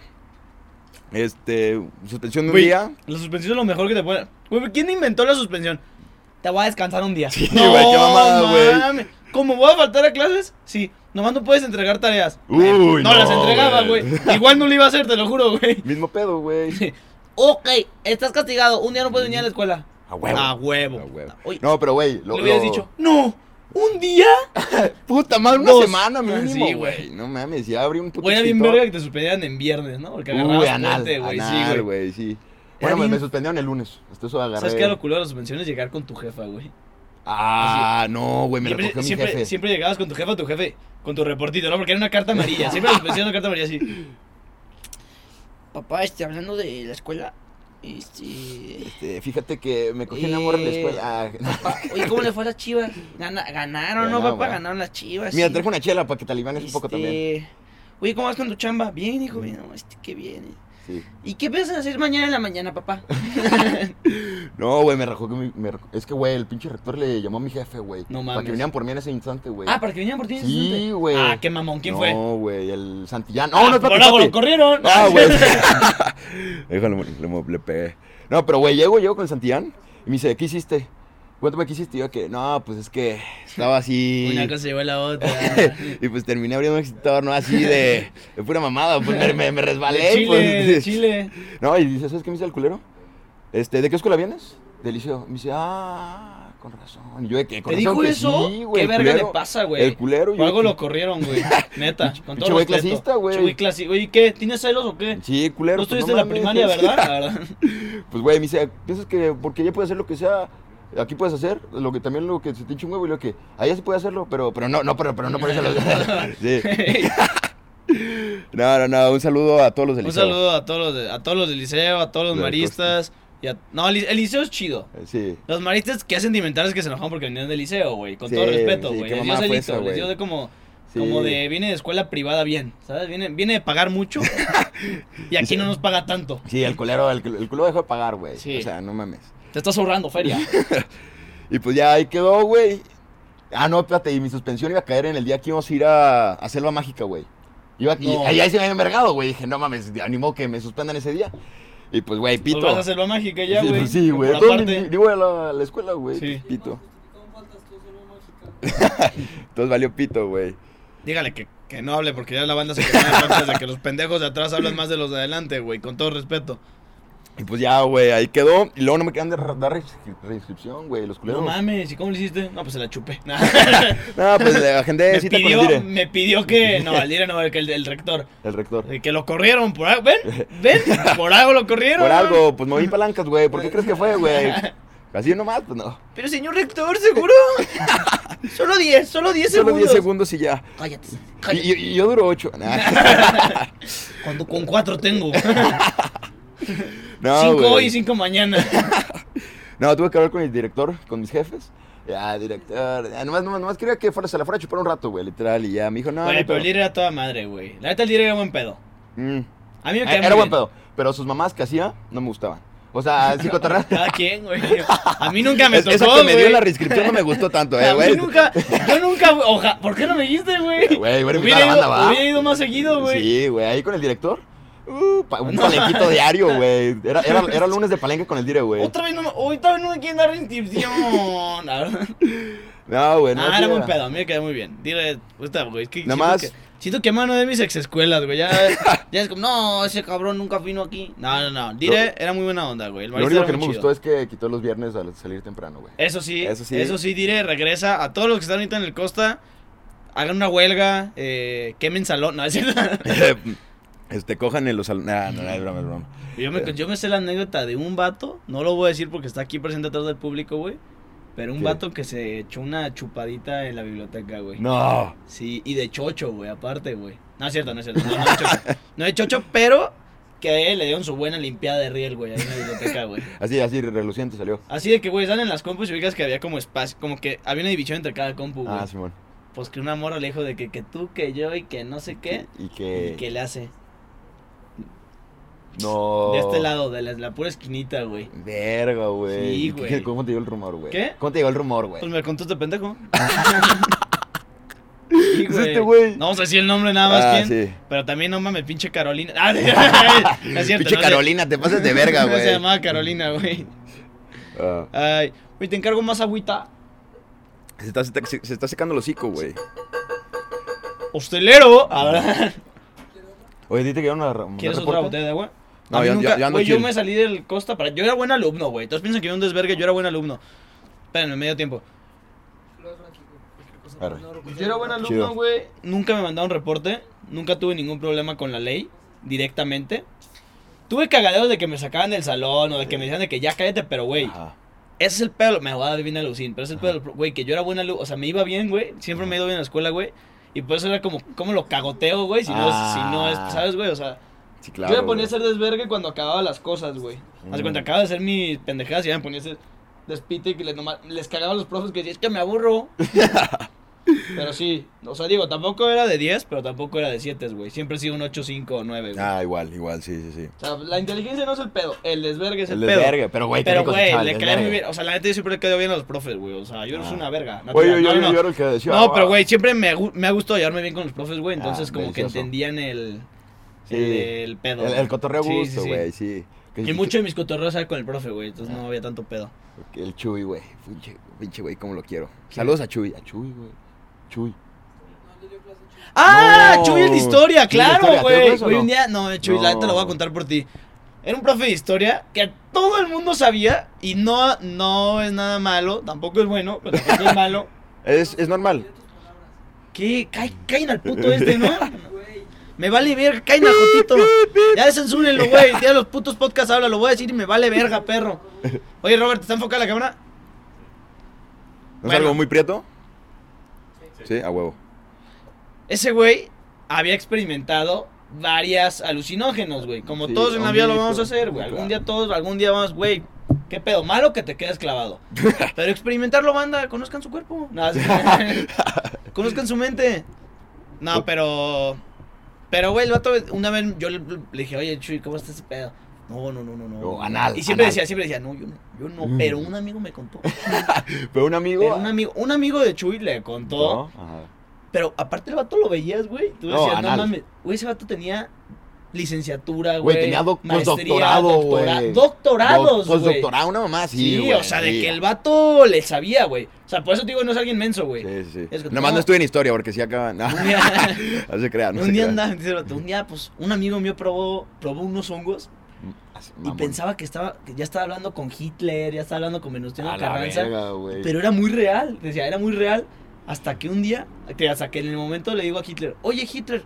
Speaker 2: Este, suspensión de un
Speaker 1: Güey,
Speaker 2: día.
Speaker 1: La suspensión es lo mejor que te pueden. Güey, ¿quién inventó la suspensión? Te voy a descansar un día.
Speaker 2: güey, qué mamada, güey.
Speaker 1: mames. ¿Cómo voy a faltar a clases? Sí. Nomás no puedes entregar tareas. no,
Speaker 2: Uy, no,
Speaker 1: las entregaba,
Speaker 2: güey.
Speaker 1: güey. Igual no lo iba a hacer, te lo juro, güey.
Speaker 2: Mismo pedo, güey.
Speaker 4: Ok, estás castigado. Un día no puedes venir a la escuela.
Speaker 2: A huevo.
Speaker 1: A
Speaker 2: A
Speaker 1: Ah, huevo.
Speaker 2: huevo.
Speaker 4: Oye,
Speaker 2: No, pero güey, lo
Speaker 1: Le hubieras
Speaker 2: lo-
Speaker 1: dicho, no, un día.
Speaker 2: Puta madre, una
Speaker 1: Dos.
Speaker 2: semana mínimo.
Speaker 1: Sí, güey.
Speaker 2: güey. No mames, ya abrí un puto.
Speaker 1: Güey, era bien
Speaker 2: escritor.
Speaker 1: verga que te suspendieran en viernes, ¿no? Porque agarrabas
Speaker 2: Uy, anal,
Speaker 1: puente, güey. Sí, güey.
Speaker 2: anal, güey, sí.
Speaker 1: Era
Speaker 2: Bueno, me,
Speaker 1: bien-
Speaker 2: me suspendieron el lunes. Hasta eso agarré.
Speaker 1: ¿Sabes qué era lo culo de las suspensiones? Llegar con tu jefa, güey.
Speaker 2: Ah, no, güey, me
Speaker 1: siempre,
Speaker 2: recogió mi
Speaker 1: siempre-
Speaker 2: jefe.
Speaker 1: siempre llegabas con tu jefa, tu jefe, con tu reportito, ¿no? Porque era una carta
Speaker 2: [laughs]
Speaker 1: amarilla. Siempre les decían una carta amarilla así.
Speaker 4: papá, este, hablando de la escuela. Este.
Speaker 2: Este, fíjate que me cogí una morra en la
Speaker 4: Eh,
Speaker 2: escuela. Ah,
Speaker 4: pa- oye, ¿cómo le fue a las chivas? Gana- ganaron, ¿no,
Speaker 2: Ganó,
Speaker 4: papá?
Speaker 2: güey.
Speaker 4: Ganaron las chivas.
Speaker 2: Mira,
Speaker 4: sí.
Speaker 2: traje una chela para que te alivianes un poco
Speaker 4: Este,
Speaker 2: también.
Speaker 4: Oye, ¿cómo vas con tu chamba? Bien, hijo, bien. no, este, qué bien.
Speaker 2: Sí.
Speaker 4: ¿Y qué piensas hacer mañana en la mañana, papá?
Speaker 2: No, güey, me rajó que mi- me rajó- Es que, güey, el pinche rector le llamó a mi jefe, güey.
Speaker 1: No
Speaker 2: Para
Speaker 1: mames.
Speaker 2: que venían por mí en ese instante, güey.
Speaker 1: Ah, para que vinieran por ti. en ese
Speaker 2: Sí,
Speaker 1: instante.
Speaker 2: güey.
Speaker 1: Ah, qué mamón, ¿quién
Speaker 2: no,
Speaker 1: fue?
Speaker 2: No, güey, el Santillán. No,
Speaker 1: Ah,
Speaker 2: no es
Speaker 1: pero
Speaker 2: para
Speaker 1: luego
Speaker 2: ti,
Speaker 1: lo corrieron.
Speaker 2: Ah, güey. [laughs] Déjalo, le, mo- le pegué. No, pero, güey, llego, llego con el Santillán y me dice, ¿qué hiciste? Cuéntame qué hiciste. Y yo que, no, pues es que estaba así.
Speaker 1: [laughs] Una cosa llevó a la
Speaker 2: [laughs]
Speaker 1: otra.
Speaker 2: y pues terminé abriendo un extintor, ¿no? Así de, de pura mamada, pues me, me- me resbalé.
Speaker 1: De Chile,
Speaker 2: pues.
Speaker 1: de Chile.
Speaker 2: No, y dice, ¿sabes qué me dice el culero? Este, ¿de qué escuela vienes? Del liceo. Me dice, ah, con razón. Y yo de qué, con
Speaker 1: ¿Te
Speaker 2: razón
Speaker 1: dijo
Speaker 2: que
Speaker 1: eso?
Speaker 2: sí, güey,
Speaker 1: ¿Qué
Speaker 2: el
Speaker 1: verga le
Speaker 2: culero.
Speaker 1: pasa, güey?
Speaker 2: El culero,
Speaker 1: Por algo
Speaker 2: de
Speaker 1: lo
Speaker 2: que-
Speaker 1: corrión,
Speaker 2: [laughs]
Speaker 1: güey. Neta, con todo
Speaker 2: pinche
Speaker 1: respeto.
Speaker 2: güey clasista, güey.
Speaker 1: Pinche güey clasi- Oye, ¿qué? ¿Tienes celos o qué?
Speaker 2: Sí, culero.
Speaker 1: No
Speaker 2: pues,
Speaker 1: estuviste en la
Speaker 2: mames.
Speaker 1: primaria,
Speaker 2: [laughs]
Speaker 1: ¿verdad? La verdad. [laughs]
Speaker 2: Pues, güey, me dice, ¿piensas que porque ella puede hacer lo que sea, aquí puedes hacer? Lo que también lo que se te hincha un huevo y lo que a ella sí puede hacerlo, pero, pero no, no, pero, pero no
Speaker 1: [laughs]
Speaker 2: por eso lo... [laughs] sí. No, no, no, un saludo a todos los del
Speaker 1: Un
Speaker 2: liceo.
Speaker 1: saludo a todos los de, a todos los del liceo, a todos los
Speaker 2: Del
Speaker 1: maristas. Y a- no, el, el liceo es chido.
Speaker 2: Eh, Sí.
Speaker 1: Los maristas que hacen dimentales que se enojaron porque venían del liceo, güey. Con
Speaker 2: Sí,
Speaker 1: todo respeto,
Speaker 2: sí,
Speaker 1: güey.
Speaker 2: qué
Speaker 1: les dio
Speaker 2: mamada fue
Speaker 1: celito,
Speaker 2: esa,
Speaker 1: les
Speaker 2: güey.
Speaker 1: dio de como,
Speaker 2: sí.
Speaker 1: como de viene de escuela privada bien, ¿sabes? Viene, viene de pagar
Speaker 2: [laughs]
Speaker 1: mucho y aquí
Speaker 2: Sí.
Speaker 1: no nos paga tanto.
Speaker 2: Sí, el culero, el, el culero dejó de pagar, güey.
Speaker 1: Sí.
Speaker 2: O sea, no mames.
Speaker 1: Te estás ahorrando, feria.
Speaker 2: Y pues ya ahí quedó, güey. Ah, no, espérate, y mi suspensión iba a caer en el día que íbamos a ir a, a Selva Mágica, güey. Iba, y,
Speaker 1: No.
Speaker 2: ahí, ahí se me había envergado, güey. Dije, no mames, animó que me suspendan ese día. Y pues, güey, pito.
Speaker 1: Pues vas a selva mágica ya,
Speaker 2: Sí,
Speaker 1: güey.
Speaker 2: pues sí, güey.
Speaker 1: Por
Speaker 2: Todo
Speaker 1: aparte.
Speaker 2: ni- ni voy a la, a la escuela, güey. pues,
Speaker 1: Sí.
Speaker 2: Pito.
Speaker 3: ¿Cómo faltas tú, solo mágica?
Speaker 2: [laughs] Entonces valió pito, güey.
Speaker 1: Dígale que, que no hable porque ya la banda se quedó en la parte de que los pendejos de atrás hablan más de los de adelante, güey. Con todo respeto.
Speaker 2: Y pues ya, güey, ahí quedó. Y luego no me quedan de re- dar reinscri- reinscripción, güey, los
Speaker 1: No
Speaker 2: culeros.
Speaker 1: mames, ¿y cómo lo hiciste? No, pues se la chupé. [laughs]
Speaker 2: No, pues le agendé
Speaker 1: me,
Speaker 2: cita con el
Speaker 1: pidió,
Speaker 2: dire,
Speaker 1: me pidió que. No, al dire no, que el, el rector.
Speaker 2: el rector.
Speaker 1: Que lo corrieron por algo. ¿Ven? ¿Ven? Por algo lo corrieron.
Speaker 2: Por algo, pues moví palancas, güey. ¿Por qué crees que
Speaker 1: [laughs]
Speaker 2: fue, güey? Así nomás, pues no.
Speaker 1: Pero señor rector,
Speaker 4: [laughs]
Speaker 1: ¿seguro? solo 10, solo 10
Speaker 2: Solo
Speaker 1: segundos.
Speaker 2: 10 segundos y ya.
Speaker 4: Cállate.
Speaker 2: Y,
Speaker 4: cállate.
Speaker 2: y- y yo duro 8.
Speaker 1: [laughs] Cuando con 4 tengo. 5
Speaker 2: [laughs] No,
Speaker 1: hoy y
Speaker 2: güey.
Speaker 1: 5
Speaker 2: [laughs]
Speaker 1: mañana.
Speaker 2: No, tuve que hablar con el director, con mis jefes. Ya, director. Ya, nomás, nomás, nomás quería que fuera, se la fuera a chupar un rato, güey, literal. Y ya me dijo, no.
Speaker 1: Güey,
Speaker 2: no,
Speaker 1: pero el líder era toda madre, güey. La neta, el líder era buen pedo.
Speaker 2: Mm.
Speaker 1: A mí me caía
Speaker 2: Eh,
Speaker 1: muy
Speaker 2: Era buen
Speaker 1: bien.
Speaker 2: pedo, pero sus mamás que hacía no me gustaban.
Speaker 1: [laughs]
Speaker 2: O sea, psicoterror.
Speaker 1: Cada quien,
Speaker 2: [laughs]
Speaker 1: güey. A mí nunca me
Speaker 2: Es-
Speaker 1: tocó,
Speaker 2: Esa que me dio
Speaker 1: güey.
Speaker 2: en la reinscripción no me gustó tanto, eh,
Speaker 1: A mí
Speaker 2: güey.
Speaker 1: nunca, yo nunca, güey, oja, ¿por qué no me dijiste, güey?
Speaker 2: Güey, hubiera
Speaker 1: Hubiera
Speaker 2: invitado a la
Speaker 1: ido-
Speaker 2: banda, va.
Speaker 1: Hubiera ido más seguido, güey.
Speaker 2: Sí, güey, ahí con el director. uh, pa- un
Speaker 1: [laughs]
Speaker 2: palenquito diario, güey. Era, era, era lunes de palenque con el director, güey.
Speaker 1: Otra vez no me, hoy otra vez no me quieren dar
Speaker 2: [laughs]
Speaker 1: inscripción. La verdad.
Speaker 2: No, güey, no.
Speaker 1: ah,
Speaker 2: sí
Speaker 1: era buen pedo, a mí me quedó muy bien. Dile, puta, güey, es que
Speaker 2: Nada
Speaker 1: siento
Speaker 2: más.
Speaker 1: que- Siento que mano de mis exescuelas, güey, ya, ya es como, no, ese cabrón nunca vino aquí. No, no, no, Dile, era muy buena onda, güey. El
Speaker 2: Lo
Speaker 1: barista
Speaker 2: único
Speaker 1: era
Speaker 2: que no
Speaker 1: muy
Speaker 2: me
Speaker 1: chido.
Speaker 2: gustó es que quitó los viernes al salir temprano, güey.
Speaker 1: Eso sí, eso
Speaker 2: Eso
Speaker 1: sí,
Speaker 2: sí.
Speaker 1: Dire, regresa a todos los que están ahorita en el Costa, hagan una huelga, eh, quemen salón, no, es cierto.
Speaker 2: [laughs] [laughs] Este, cojan en los salones. Nah, no, no, es broma, es broma.
Speaker 1: yo, me, yo me sé la anécdota de un vato, no lo voy a decir porque está aquí presente atrás del público, güey, pero un
Speaker 2: ¿Qué?
Speaker 1: vato que se echó una chupadita en la biblioteca, güey.
Speaker 2: No.
Speaker 1: Sí, y de chocho, güey, aparte, güey. No es cierto, no es cierto, no, no de chocho, no de chocho, pero que le dieron su buena limpiada de riel, güey, ahí en la biblioteca, güey.
Speaker 2: Así, así, reluciente salió.
Speaker 1: Así de que, güey, salen las compus y ubicas que había como espacio, como que había una división entre cada compu, Uh, güey.
Speaker 2: Ah, Simón.
Speaker 1: Pues que una morra le dijo de que, que tú, que yo y que no sé qué.
Speaker 2: Y que.
Speaker 1: Y que le hace.
Speaker 2: No.
Speaker 1: De este lado, de la, la pura esquinita, güey.
Speaker 2: Verga, güey.
Speaker 1: Sí,
Speaker 2: ¿Y qué-
Speaker 1: güey.
Speaker 2: ¿Cómo te llegó el rumor, güey?
Speaker 1: ¿Qué?
Speaker 2: ¿Cómo te llegó el rumor, güey?
Speaker 1: Pues me contó este
Speaker 2: [laughs]
Speaker 1: pendejo. Sí,
Speaker 2: Es este güey.
Speaker 1: No vamos a decir el nombre nada más
Speaker 2: Ah,
Speaker 1: quién.
Speaker 2: sí.
Speaker 1: Pero también no mames, pinche Carolina.
Speaker 2: [laughs]
Speaker 1: Ah, sí, [laughs] no es cierto,
Speaker 2: Pinche
Speaker 1: no se-
Speaker 2: Carolina, te
Speaker 1: [laughs]
Speaker 2: pasas de verga,
Speaker 1: No se
Speaker 2: güey.
Speaker 1: llamaba Carolina, güey.
Speaker 2: Ah.
Speaker 1: Ay, güey, te encargo más agüita.
Speaker 2: se, está, se está- se está secando el hocico, güey.
Speaker 1: Hostelero. A
Speaker 2: [laughs]
Speaker 1: ver,
Speaker 2: Oye, dite que ya una ra-
Speaker 1: ¿Quieres
Speaker 2: una
Speaker 1: otra
Speaker 2: reporta?
Speaker 1: botella de agua?
Speaker 2: No,
Speaker 1: A mí
Speaker 2: yo- yo-
Speaker 1: nunca-
Speaker 2: yo ando
Speaker 1: güey, yo
Speaker 2: chill.
Speaker 1: me salí del Costa para. Yo era buen alumno, güey. Entonces piensan que yo era un desvergue, yo era buen alumno. Espérenme, medio tiempo.
Speaker 3: Lo tranquilo, cualquier cosa,
Speaker 2: Arre.
Speaker 3: no lo
Speaker 1: Pues Yo era buen
Speaker 2: Chido.
Speaker 1: alumno, güey. Nunca me mandaron reporte. Nunca tuve ningún problema con la ley directamente. Tuve cagadeos de que me sacaban del salón o de que me decían de que ya cállate, pero güey,
Speaker 2: Ajá.
Speaker 1: ese es el pedo. Me voy a adivinar Lucín, pero ese es el pedo, güey, que yo era buena alumno. O sea, me iba bien, güey. Siempre me he ido bien en la escuela, güey. Y por eso era como, ¿cómo lo cagoteo, güey? Si no, es- si no
Speaker 2: Ah.
Speaker 1: es, ¿sabes, güey? O sea,
Speaker 2: Sí, claro.
Speaker 1: yo me ponía a
Speaker 2: güey.
Speaker 1: hacer desvergue cuando acababa las cosas, güey. Haz de
Speaker 2: Mm.
Speaker 1: cuenta, acababa de hacer mis
Speaker 2: [laughs]
Speaker 1: pendejadas y ya me ponía a hacer despite y que les, nomás- les cagaba a los profes que decían, es que me aburro. Pero sí, o sea, digo, tampoco era de 10, pero tampoco era de 7, güey. Siempre ha sido un 8, 5 o 9, güey.
Speaker 2: Ah, igual, igual, sí, sí, sí.
Speaker 1: O sea, la inteligencia no es el pedo, el desvergue es el,
Speaker 2: El
Speaker 1: pedo.
Speaker 2: desvergue, pero güey, qué
Speaker 1: Pero,
Speaker 2: rico se
Speaker 1: güey,
Speaker 2: echaba el
Speaker 1: le caía muy
Speaker 2: desvergue.
Speaker 1: bien. O sea, la neta yo siempre le quedo bien a los profes, güey. O sea, yo no soy
Speaker 2: Ah.
Speaker 1: una verga. no te
Speaker 2: Oye,
Speaker 1: creas.
Speaker 2: yo,
Speaker 1: No,
Speaker 2: yo,
Speaker 1: no,
Speaker 2: yo era el que decía.
Speaker 1: No,
Speaker 2: "Ah,
Speaker 1: pero güey, siempre me, gu- me ha gustado llevarme bien con los profes, güey. Entonces,
Speaker 2: Ah,
Speaker 1: como que
Speaker 2: delicioso.
Speaker 1: entendían el,
Speaker 2: Sí.
Speaker 1: el, el pedo.
Speaker 2: El, el cotorreo
Speaker 1: Sí, sí,
Speaker 2: gusto,
Speaker 1: sí.
Speaker 2: güey, sí. Ah. Que-
Speaker 1: Y
Speaker 2: que-
Speaker 1: mucho de mis cotorreos era con el profe, güey. Entonces no había tanto pedo.
Speaker 2: que El Chuy, güey. Pinche, pinche, güey, cómo lo quiero. Saludos a Chuy. A Chuy, güey. Chuy.
Speaker 3: No le dio clase a Chuy.
Speaker 1: ¡Ah!
Speaker 2: No.
Speaker 1: Chuy es de historia,
Speaker 2: Chuy de historia,
Speaker 1: claro,
Speaker 2: ¿te
Speaker 1: güey.
Speaker 2: acuerdas o
Speaker 1: Hoy
Speaker 2: no?
Speaker 1: un día, no, Chuy, la neta lo voy a
Speaker 2: No.
Speaker 1: contar por ti. Era un profe de historia que todo el mundo sabía y no, no es nada malo, tampoco es bueno, pero tampoco es malo.
Speaker 2: Es, es normal.
Speaker 3: Mira tus palabras.
Speaker 1: ¿Qué? Caen, caen al puto este, ¿no?
Speaker 3: Güey,
Speaker 1: Me vale verga, caen al jotito. Ya censúrenlo, güey. Ya los putos podcasts habla, lo voy a decir y me vale verga, perro. Oye, Robert, ¿está enfocada la cámara?
Speaker 2: ¿No
Speaker 1: Bueno.
Speaker 2: es algo muy prieto? Sí, a huevo.
Speaker 1: Ese güey había experimentado varias alucinógenos, güey. Como
Speaker 2: Sí,
Speaker 1: todos en la vida lo
Speaker 2: honguito.
Speaker 1: vamos a hacer, güey. Algún
Speaker 2: Claro.
Speaker 1: día todos, algún día vamos, güey. ¿Qué pedo? Malo que te quedes
Speaker 2: [laughs]
Speaker 1: clavado. Pero experimentarlo, banda, conozcan su cuerpo. No, sí.
Speaker 2: [laughs]
Speaker 1: conozcan su mente. No, pero. Pero, güey, el vato, una vez yo le, le dije, oye, Chuy, ¿cómo está ese pedo? No, no, no, no, no.
Speaker 2: No, anal,
Speaker 1: Y siempre
Speaker 2: anal.
Speaker 1: decía, siempre decía, no, yo no, yo no,
Speaker 2: Mm.
Speaker 1: pero un amigo me contó.
Speaker 2: Pero un amigo.
Speaker 1: Pero un amigo, un amigo de Chuy le contó.
Speaker 2: ¿No? Ajá.
Speaker 1: Pero aparte el vato lo veías, güey. Tú
Speaker 2: No,
Speaker 1: decías, no,
Speaker 2: anal.
Speaker 1: mames. Güey, ese vato tenía licenciatura, güey.
Speaker 2: Güey, tenía doc-
Speaker 1: maestría,
Speaker 2: postdoctorado,
Speaker 1: doctora-
Speaker 2: güey.
Speaker 1: Doctorados,
Speaker 2: Pues
Speaker 1: güey.
Speaker 2: doctorado, una mamá, sí.
Speaker 1: Sí,
Speaker 2: güey,
Speaker 1: o sea, de
Speaker 2: sí.
Speaker 1: que el vato le sabía, güey. O sea, por eso te digo, no es alguien menso, güey.
Speaker 2: Sí, sí,
Speaker 1: Es
Speaker 2: sí.
Speaker 1: que
Speaker 2: Nomás
Speaker 1: no.
Speaker 2: no estuve en historia porque sí acaban.
Speaker 1: [laughs]
Speaker 2: No,
Speaker 1: Un día,
Speaker 2: [laughs] no se crean. No
Speaker 1: un
Speaker 2: se
Speaker 1: día
Speaker 2: crean.
Speaker 1: andaba, dice el vato, un día, pues, un amigo mío probó, probó unos hongos
Speaker 2: Así,
Speaker 1: y
Speaker 2: mamón.
Speaker 1: pensaba que estaba, que ya estaba hablando con Hitler, ya estaba hablando con Venustiano
Speaker 2: A la
Speaker 1: Carranza.
Speaker 2: verga, güey.
Speaker 1: Pero era muy real, decía, era muy real. Hasta que un día, que- hasta que en el momento le digo a Hitler, oye Hitler,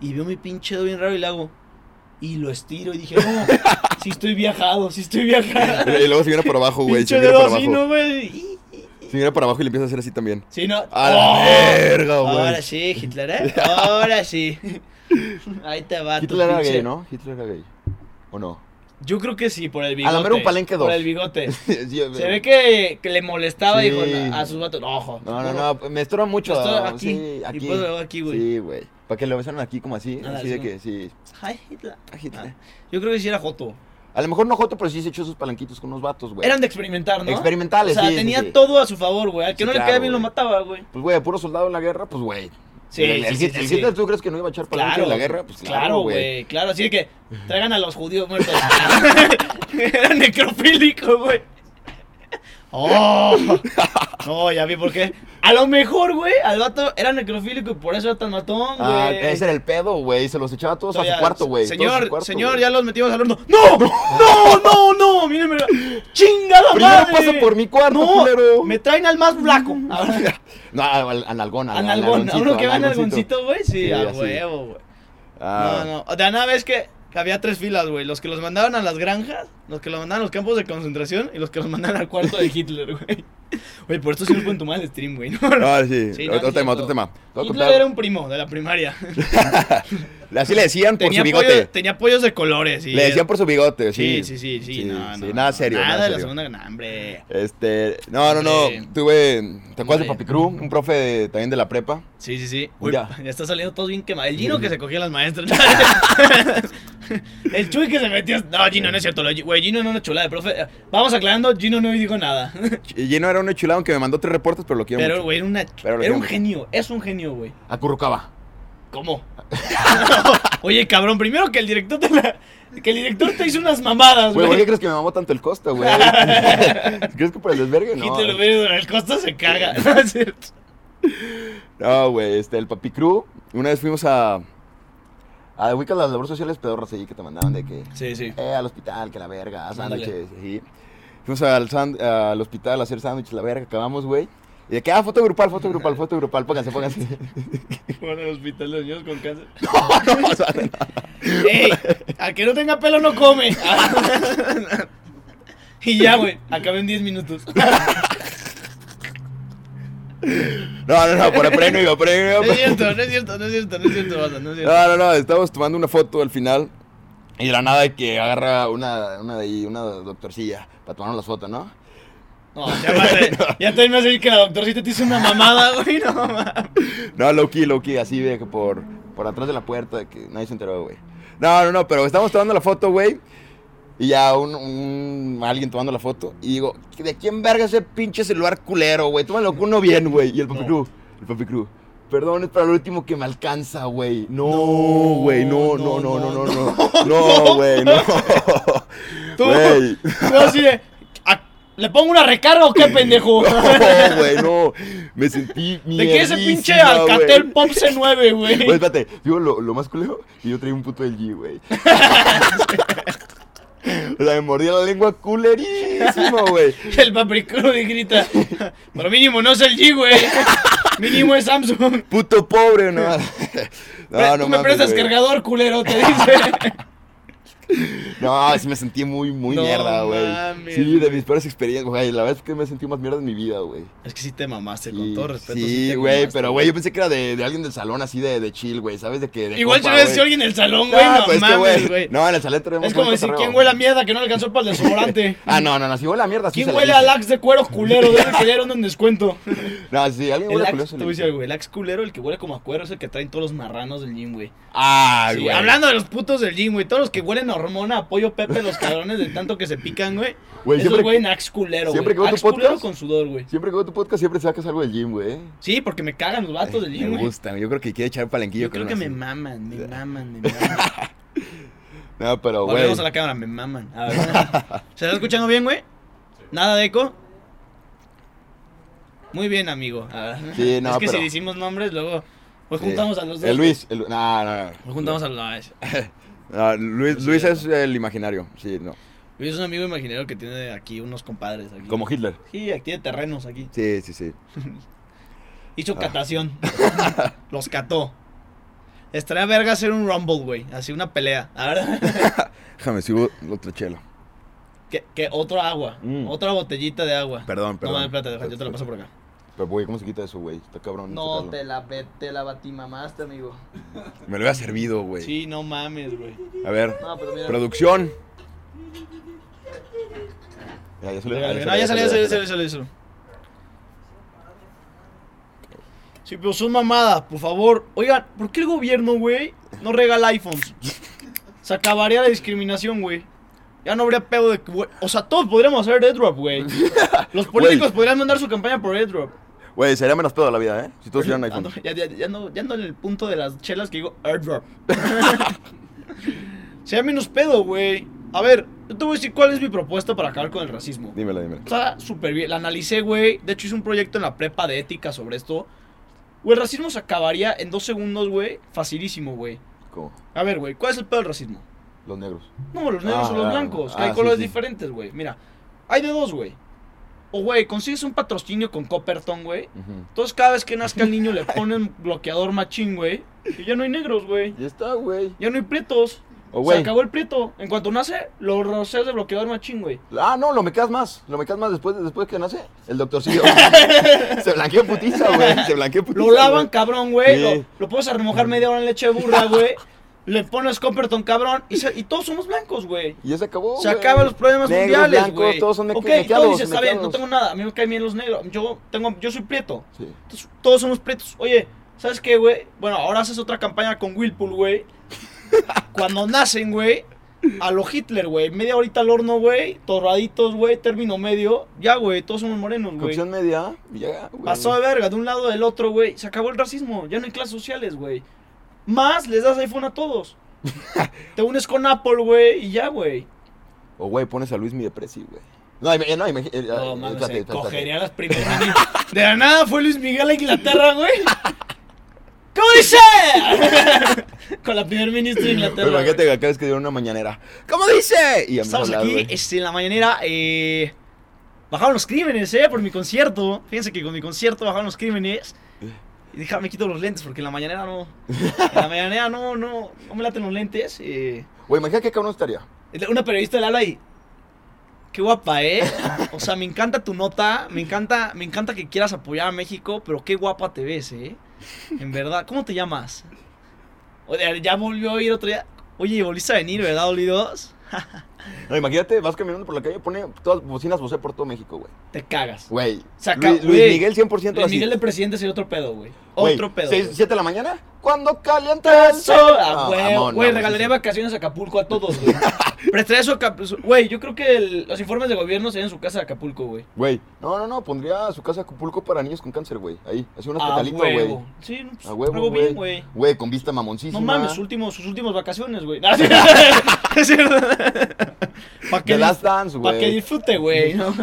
Speaker 1: y veo mi pinche dedo bien raro y le hago, y lo estiro y dije,
Speaker 2: [laughs]
Speaker 1: no, si estoy viajado, si estoy viajado.
Speaker 2: [laughs] Y luego se viene por abajo, güey. Se
Speaker 1: pinche
Speaker 2: viene por
Speaker 1: dedo así, ¿no,
Speaker 2: abajo.
Speaker 1: güey? Y- y- y-
Speaker 2: Se viene por abajo y le empieza a hacer así también.
Speaker 1: Sí, ¿no?
Speaker 2: A la
Speaker 1: ¡Oh!
Speaker 2: verga, güey.
Speaker 1: Ahora sí, Hitler, ¿eh? Ahora
Speaker 2: [laughs]
Speaker 1: sí. Ahí te va Ah, tu
Speaker 2: Hitler era
Speaker 1: pinche-
Speaker 2: gay, ¿no? Hitler era gay. ¿O no? [laughs]
Speaker 1: Yo creo que sí, por el
Speaker 2: A
Speaker 1: bigote.
Speaker 2: la mera un palenque
Speaker 1: Por
Speaker 2: dos.
Speaker 1: el
Speaker 2: [laughs]
Speaker 1: bigote.
Speaker 2: Sí, yo-
Speaker 1: Se ve que, que le molestaba,
Speaker 2: Sí.
Speaker 1: dijo, a sus vatos, no, ojo.
Speaker 2: No, no, no, me estorba mucho.
Speaker 1: Me estorba
Speaker 2: ah,
Speaker 1: aquí,
Speaker 2: sí,
Speaker 1: y
Speaker 2: aquí.
Speaker 1: puedo grabar aquí, güey.
Speaker 2: Sí, güey. Para que lo besaran aquí como así.
Speaker 1: Nada,
Speaker 2: así de
Speaker 1: sí.
Speaker 2: que sí.
Speaker 1: Ay, Hitler.
Speaker 2: Ah, Hitler.
Speaker 1: Yo creo que sí era Joto.
Speaker 2: A lo mejor no Joto, pero sí se echó sus palanquitos con unos vatos, güey.
Speaker 1: Eran de experimentar, ¿no?
Speaker 2: Experimentales,
Speaker 1: O sea,
Speaker 2: Pues, sí, sí,
Speaker 1: tenía
Speaker 2: sí.
Speaker 1: todo a su favor, güey. Al que
Speaker 2: Sí,
Speaker 1: no le
Speaker 2: claro,
Speaker 1: caía bien lo
Speaker 2: güey.
Speaker 1: mataba, güey.
Speaker 2: Pues, güey, puro soldado en la guerra, pues, güey.
Speaker 1: Sí,
Speaker 2: el, el,
Speaker 1: sí,
Speaker 2: Hit-
Speaker 1: sí,
Speaker 2: el
Speaker 1: sí.
Speaker 2: Hitler, ¿tú crees que no iba a echar palanca
Speaker 1: Claro.
Speaker 2: en la guerra? Pues
Speaker 1: claro, güey. Claro, así de que traigan a los judíos
Speaker 2: [laughs]
Speaker 1: muertos. [laughs] era necrofílico, güey. Oh, no, ya vi por qué. A lo mejor, güey, al vato era necrofílico y por eso era tan matón, güey.
Speaker 2: Ah, ese era el pedo, güey. Se los echaba todos a
Speaker 1: Ya,
Speaker 2: su cuarto, güey. todos a su
Speaker 1: Señor,
Speaker 2: cuarto,
Speaker 1: señor,
Speaker 2: güey.
Speaker 1: ya los metimos al
Speaker 2: [laughs]
Speaker 1: horno. ¡No! ¡No, no, no! Mírenme. ¡Chingada
Speaker 2: Primero
Speaker 1: madre!
Speaker 2: pasa por mi cuarto,
Speaker 1: no,
Speaker 2: culero.
Speaker 1: Me traen al más
Speaker 2: [laughs]
Speaker 1: blanco. Ahora,
Speaker 2: No, al- analgón, al-
Speaker 1: Analgón, a uno que va en
Speaker 2: analgoncito.
Speaker 1: algoncito, güey. Sí,
Speaker 2: Sí,
Speaker 1: a
Speaker 2: así.
Speaker 1: huevo, güey.
Speaker 2: Ah,
Speaker 1: No, no. De una vez que que había tres filas, güey. Los que los mandaban a las granjas, los que los mandaban a los campos de concentración y los que los mandaban al cuarto de Hitler,
Speaker 2: [laughs]
Speaker 1: güey. Güey, por esto sí nos pueden tomar el stream, güey. No, no.
Speaker 2: Ah, sí.
Speaker 1: Sí, no,
Speaker 2: otro,
Speaker 1: no es
Speaker 2: tema,
Speaker 1: cierto.
Speaker 2: otro tema. Te voy a
Speaker 1: Hitler
Speaker 2: contar-
Speaker 1: era un primo de la
Speaker 2: [laughs]
Speaker 1: primaria.
Speaker 2: Así le decían por
Speaker 1: Tenía,
Speaker 2: su
Speaker 1: pollo-
Speaker 2: bigote.
Speaker 1: tenía pollos de colores. Y
Speaker 2: Le decían por su bigote,
Speaker 1: Sí,
Speaker 2: sí.
Speaker 1: sí, sí, sí,
Speaker 2: Sí,
Speaker 1: no,
Speaker 2: sí,
Speaker 1: no,
Speaker 2: nada
Speaker 1: no,
Speaker 2: serio,
Speaker 1: Nada,
Speaker 2: nada
Speaker 1: de la
Speaker 2: serio.
Speaker 1: segunda, no, hombre.
Speaker 2: Este, no, no, no,
Speaker 1: Hombre.
Speaker 2: tuve, ¿te acuerdas de
Speaker 1: Hombre.
Speaker 2: Papi Cruz? Un profe de- también de la prepa.
Speaker 1: Sí, sí, sí. Uy, ya.
Speaker 2: Ya.
Speaker 1: está saliendo todo bien quemado. El Gino que se cogía a las maestras. [laughs] el Chuy que se metió. No, Gino, no es cierto. lo- Güey, Gino no es una chulada de profe. Vamos aclarando, Gino no dijo nada.
Speaker 2: Y Gino era un chulado que me mandó tres reportes, pero lo quiero
Speaker 1: Pero,
Speaker 2: mucho.
Speaker 1: güey, era, una...
Speaker 2: Pero lo
Speaker 1: era un
Speaker 2: quiero.
Speaker 1: genio. Es un genio, güey.
Speaker 2: Acurrucaba.
Speaker 1: ¿Cómo? [laughs] Oye, cabrón, primero que el director te la- que el director te hizo unas mamadas, Pues,
Speaker 2: Güey,
Speaker 1: güey.
Speaker 2: ¿por qué crees que me mamó tanto el costo,
Speaker 1: [laughs]
Speaker 2: güey? [laughs] ¿Crees que por el desvergue? No.
Speaker 1: Hitler hubiera ido al costo se caga.
Speaker 2: [laughs]
Speaker 1: [laughs] No es cierto.
Speaker 2: No, güey, este, el Papi Cruz, una vez fuimos a, a ubicas las labores sociales pedorras ahí que te mandaban de que,
Speaker 1: Sí, sí.
Speaker 2: eh, al hospital, que la verga, haz
Speaker 1: Ándale.
Speaker 2: sándwiches, sí. Fuimos al, sánd- al hospital a hacer sándwiches, la verga, acabamos, güey. Y de que, ah, foto grupal, foto grupal, foto grupal, pónganse, pónganse.
Speaker 1: [laughs] Bueno, al hospital de los niños con cáncer.
Speaker 2: no, no, o sea, no.
Speaker 1: Ey, al que no tenga pelo no [laughs] come. y ya, güey, acabé en 10 minutos.
Speaker 2: No, no, no, por apremio, iba, por ahí no
Speaker 1: No
Speaker 2: iba,
Speaker 1: es cierto, no es cierto, no es cierto, no es cierto, banda, no es cierto.
Speaker 2: No, no, no, estábamos tomando una foto al final y de la nada que agarra una, una de ahí, una doctorcilla para tomarnos las fotos, ¿no?
Speaker 1: No, ya madre. Ya también me hace que la doctorcita te hizo una mamada, güey. No mames.
Speaker 2: No, Loki, Loki, así de que por, por atrás de la puerta, de que nadie se enteró, güey. No, no, no, pero estamos tomando la foto, güey. Y ya un, un- alguien tomando la foto. Y digo, ¿de quién verga ese pinche celular culero, güey? Tómalo con uno bien, güey. Y el papi
Speaker 1: No.
Speaker 2: Cruz, el papi Cruz. Perdón, es para lo último que me alcanza, güey. No,
Speaker 1: No,
Speaker 2: güey, no, no, no, no,
Speaker 1: [laughs]
Speaker 2: no, no. No, güey, no. [laughs]
Speaker 1: Tú.
Speaker 2: Güey.
Speaker 1: Yo así de. "¿A- ¿Le pongo una recarga o qué,
Speaker 2: [laughs]
Speaker 1: pendejo?
Speaker 2: No, güey, no. Me sentí
Speaker 1: ¿De qué ese pinche
Speaker 2: mierdísima,
Speaker 1: Alcatel
Speaker 2: güey.
Speaker 1: Pop C9,
Speaker 2: Güey,
Speaker 1: güey?
Speaker 2: espérate, digo lo, lo más culero y yo traía un puto LG,
Speaker 1: [laughs]
Speaker 2: güey. o sea, me mordía la lengua culerísimo, güey.
Speaker 1: El papricrudo y grita. Pero mínimo no es el G, güey. Mínimo es Samsung.
Speaker 2: Puto pobre,
Speaker 1: [laughs]
Speaker 2: no. No,
Speaker 1: Pre-
Speaker 2: no
Speaker 1: me
Speaker 2: mames,
Speaker 1: prestas
Speaker 2: güey.
Speaker 1: cargador, culero, te dice.
Speaker 2: No, sí me sentí muy, muy
Speaker 1: No
Speaker 2: mierda, güey.
Speaker 1: mames,
Speaker 2: Sí, de
Speaker 1: güey.
Speaker 2: mis peores experiencias, güey. La verdad es que me sentí más mierda en mi vida, güey.
Speaker 1: Es que sí te mamaste,
Speaker 2: Sí,
Speaker 1: con todo respeto.
Speaker 2: Sí,
Speaker 1: te
Speaker 2: güey,
Speaker 1: mamaste.
Speaker 2: pero güey, pues, yo pensé que era de, de alguien del salón así de, de chill, güey, ¿sabes? De que. de
Speaker 1: Igual si
Speaker 2: compa,
Speaker 1: lo hubiera
Speaker 2: güey.
Speaker 1: sido alguien en el salón, güey. No,
Speaker 2: Ah, pues, es que,
Speaker 1: mames, güey.
Speaker 2: No, en el salón tenemos
Speaker 1: es como decir, ¿quién huele a mierda que no alcanzó para
Speaker 2: [laughs]
Speaker 1: el desodorante?
Speaker 2: Ah, no, no, no, si huele a mierda, sí
Speaker 1: ¿Quién
Speaker 2: se le
Speaker 1: huele a
Speaker 2: dice.
Speaker 1: lax de cuero culero? Debe que dieron un
Speaker 2: [laughs]
Speaker 1: descuento.
Speaker 2: No, si alguien
Speaker 1: El
Speaker 2: huele
Speaker 1: lax,
Speaker 2: a culero, se
Speaker 1: te
Speaker 2: le
Speaker 1: voy a
Speaker 2: dice.
Speaker 1: decir algo, el lax culero, el que huele como a cuero, es el que traen todos los marranos del gym, güey.
Speaker 2: Ah,
Speaker 1: Sí,
Speaker 2: güey.
Speaker 1: hablando de los putos del gym, güey, todos los que huelen a hormona, apoyo Pepe, los cabrones de tanto que se pican, güey.
Speaker 2: Güey,
Speaker 1: Esos
Speaker 2: siempre
Speaker 1: güey,
Speaker 2: que-
Speaker 1: lax culero, güey.
Speaker 2: siempre que veo tu
Speaker 1: Lax culero
Speaker 2: podcast-
Speaker 1: con sudor, güey.
Speaker 2: Siempre que veo tu podcast, siempre sacas algo del gym, güey.
Speaker 1: Sí, porque me cagan los vatos del gym,
Speaker 2: Me
Speaker 1: güey.
Speaker 2: gusta, yo creo que quiere echar palenquillo.
Speaker 1: Yo creo
Speaker 2: con
Speaker 1: que me
Speaker 2: unas-
Speaker 1: maman, me maman,
Speaker 2: [laughs]
Speaker 1: me maman.
Speaker 2: No, pero, güey.
Speaker 1: Volvemos a la cámara, me maman. A ver.
Speaker 2: [laughs]
Speaker 1: ¿Se está escuchando bien, güey? ¿Nada de eco? Muy bien, amigo. A ver.
Speaker 2: Sí, no,
Speaker 1: es que
Speaker 2: pero-
Speaker 1: si decimos nombres, luego. Pues
Speaker 2: Sí.
Speaker 1: juntamos a los dos.
Speaker 2: Eh, El Luis. El... No, no, no.
Speaker 1: Pues juntamos a los dos.
Speaker 2: No, Luis, Luis es el imaginario. Sí, no.
Speaker 1: Luis es un amigo imaginario que tiene aquí unos compadres. Aquí.
Speaker 2: Como Hitler.
Speaker 1: Sí, aquí tiene terrenos aquí.
Speaker 2: Sí, sí, sí. Ah.
Speaker 1: Hizo
Speaker 2: [laughs]
Speaker 1: catación. los cató. Estaría verga hacer un rumble, güey. Así una pelea. A ver. [laughs]
Speaker 2: Déjame, sigo otro chelo.
Speaker 1: que, que otro agua.
Speaker 2: Mm.
Speaker 1: Otra botellita de agua.
Speaker 2: Perdón, perdón.
Speaker 1: No, no, plata, yo te la paso por acá.
Speaker 2: Pero, güey, ¿cómo se quita eso, güey? Está cabrón.
Speaker 4: No,
Speaker 2: sacarlo.
Speaker 4: te la, ve- te la batimamaste, amigo.
Speaker 2: Me lo había servido, güey.
Speaker 1: Sí, no mames, güey.
Speaker 2: A ver.
Speaker 4: No, pero mira.
Speaker 2: Producción. Ya, ya salió.
Speaker 1: No, ya salió, ya salió, ya salió, ya salió, ya salió. Sí, pero son mamadas, por favor. Oigan, ¿por qué el gobierno, güey, no regala iPhones? Se acabaría la discriminación, güey. Ya no habría pedo de... que, güey, O sea, todos podríamos hacer airdrop, güey. Los políticos podrían mandar su campaña por airdrop.
Speaker 2: Güey, sería menos pedo la vida, ¿eh? Si todos tuvieran iPhone.
Speaker 1: Ando- Ya, ya, ya no, ya ando en el punto de las chelas que digo airdrop.
Speaker 2: [laughs]
Speaker 1: Sería menos pedo, güey. A ver, yo te voy a decir cuál es mi propuesta para acabar con el racismo.
Speaker 2: Dímelo, dímelo.
Speaker 1: Está súper bien. La analicé, güey. De hecho, hice un proyecto en la prepa de ética sobre esto. Güey, el racismo se acabaría en dos segundos, güey. Facilísimo, güey.
Speaker 2: ¿Cómo?
Speaker 1: A ver, güey, ¿cuál es el pedo del racismo?
Speaker 2: Los negros.
Speaker 1: No, los negros
Speaker 2: Ah,
Speaker 1: o los
Speaker 2: ah,
Speaker 1: blancos. que
Speaker 2: ah,
Speaker 1: hay
Speaker 2: sí,
Speaker 1: colores
Speaker 2: sí.
Speaker 1: diferentes, güey. Mira, hay de dos, güey. O, güey, consigues un patrocinio con Copperton, güey.
Speaker 2: Ujú.
Speaker 1: Entonces, cada vez que nazca el niño,
Speaker 2: [laughs]
Speaker 1: le ponen bloqueador machín, güey. Y ya no hay negros, güey.
Speaker 2: Ya está, güey.
Speaker 1: Ya no hay prietos. se
Speaker 2: O, Oh, güey.
Speaker 1: acabó el prieto. En cuanto nace, lo roceas de bloqueador machín, güey.
Speaker 2: Ah, no, lo me quedas más. Lo me quedas más después, después que nace el doctorcillo.
Speaker 1: [laughs]
Speaker 2: se blanquea putiza, güey. Se blanquea putiza.
Speaker 1: Lo lavan,
Speaker 2: güey.
Speaker 1: cabrón, güey.
Speaker 2: Sí.
Speaker 1: Lo, lo pones a remojar media hora en leche de burra,
Speaker 2: [laughs]
Speaker 1: güey. Le pones Comperton, cabrón. Y, se- y todos somos blancos, güey.
Speaker 2: Y ya se acabó.
Speaker 1: Se
Speaker 2: Oh, güey.
Speaker 1: acaban los problemas
Speaker 2: Negros,
Speaker 1: mundiales,
Speaker 2: blancos,
Speaker 1: güey.
Speaker 2: todos son
Speaker 1: Ok,
Speaker 2: meque-
Speaker 1: todos
Speaker 2: mequeados,
Speaker 1: dices, está bien, no
Speaker 2: mequeados".
Speaker 1: tengo nada. A mí me caen bien los negros. Yo, tengo, yo soy prieto.
Speaker 2: Sí.
Speaker 1: Entonces, todos somos prietos. Oye, ¿sabes qué, güey? Bueno, ahora haces otra campaña con Whirlpool, güey. Cuando nacen, güey. A lo Hitler, güey. Media horita al horno, güey. Torraditos, güey. Término medio. Ya, güey. Todos somos morenos, güey.
Speaker 2: Cocción media. y Ya, güey.
Speaker 1: Pasó de verga, de un lado del otro, güey. Se acabó el racismo, ya no hay clases sociales, güey. Más les das iPhone a todos. Te unes con Apple, güey, y ya, güey.
Speaker 2: O, güey, pones a Luis mi depresi, güey. No, ime- no, eh, imagínate.
Speaker 1: No mames, se cogería las primeras. De la nada fue Luis Miguel a Inglaterra, güey. ¿Cómo dice?
Speaker 2: [laughs]
Speaker 1: con la primer ministra de Inglaterra. güey.
Speaker 2: Imagínate que acá es que dieron una mañanera. ¿Cómo dice?
Speaker 1: Estamos
Speaker 2: Y empezó a hablar,
Speaker 1: aquí
Speaker 2: güey.
Speaker 1: este, en la mañanera. eh, bajaron los crímenes, ¿eh? Por mi concierto. Fíjense que con mi concierto bajaron los crímenes. Y déjame quito los lentes porque en la mañanera no. En la mañanera no, no, no me laten los lentes. eh.
Speaker 2: Güey, imagínate qué cabrón estaría.
Speaker 1: Una periodista le habla y. Qué guapa,
Speaker 2: [laughs]
Speaker 1: ¿eh? O sea, me encanta tu nota. Me encanta, me encanta que quieras apoyar a México, pero qué guapa te ves, ¿eh? En verdad. ¿Cómo te llamas? Oye, ya volvió a ir otro día. Oye, volviste a venir, ¿verdad, Olidos?
Speaker 2: No, imagínate, vas caminando por la calle, pone todas bocinas Bosé por todo México, güey.
Speaker 1: Te cagas.
Speaker 2: Güey.
Speaker 1: Saca-
Speaker 2: Luis, Luis
Speaker 1: güey,
Speaker 2: Miguel 100%
Speaker 1: Luis
Speaker 2: así.
Speaker 1: Miguel de presidente sería otro pedo, güey.
Speaker 2: Güey,
Speaker 1: Otro pedo.
Speaker 2: seis-
Speaker 1: güey.
Speaker 2: ¿Siete de la mañana? Cuando calienta el sol.
Speaker 1: Ah,
Speaker 2: No,
Speaker 1: güey,
Speaker 2: mamón,
Speaker 1: güey,
Speaker 2: no,
Speaker 1: regalaría
Speaker 2: sí, sí.
Speaker 1: vacaciones a Acapulco a todos,
Speaker 2: [laughs]
Speaker 1: güey. Prestaría su Acap- su- Güey, yo creo que el- los informes de gobierno serían su casa de Acapulco, güey.
Speaker 2: Güey, no, no, no, pondría su casa Acapulco para niños con cáncer, güey. Ahí, así unos
Speaker 1: A
Speaker 2: petalitos, güey.
Speaker 1: huevo. Sí, no, pues,
Speaker 2: A huevo,
Speaker 1: algo bien,
Speaker 2: güey.
Speaker 1: güey.
Speaker 2: Güey, con vista mamoncísima.
Speaker 1: No mames, sus últimos, sus últimas vacaciones,
Speaker 2: [laughs]
Speaker 1: güey. [laughs] No, sí, es cierto. Pa'
Speaker 2: The
Speaker 1: que,
Speaker 2: Last
Speaker 1: dis-
Speaker 2: Dance,
Speaker 1: pa' que
Speaker 2: güey.
Speaker 1: disfrute,
Speaker 2: [laughs]
Speaker 1: güey. ¿no?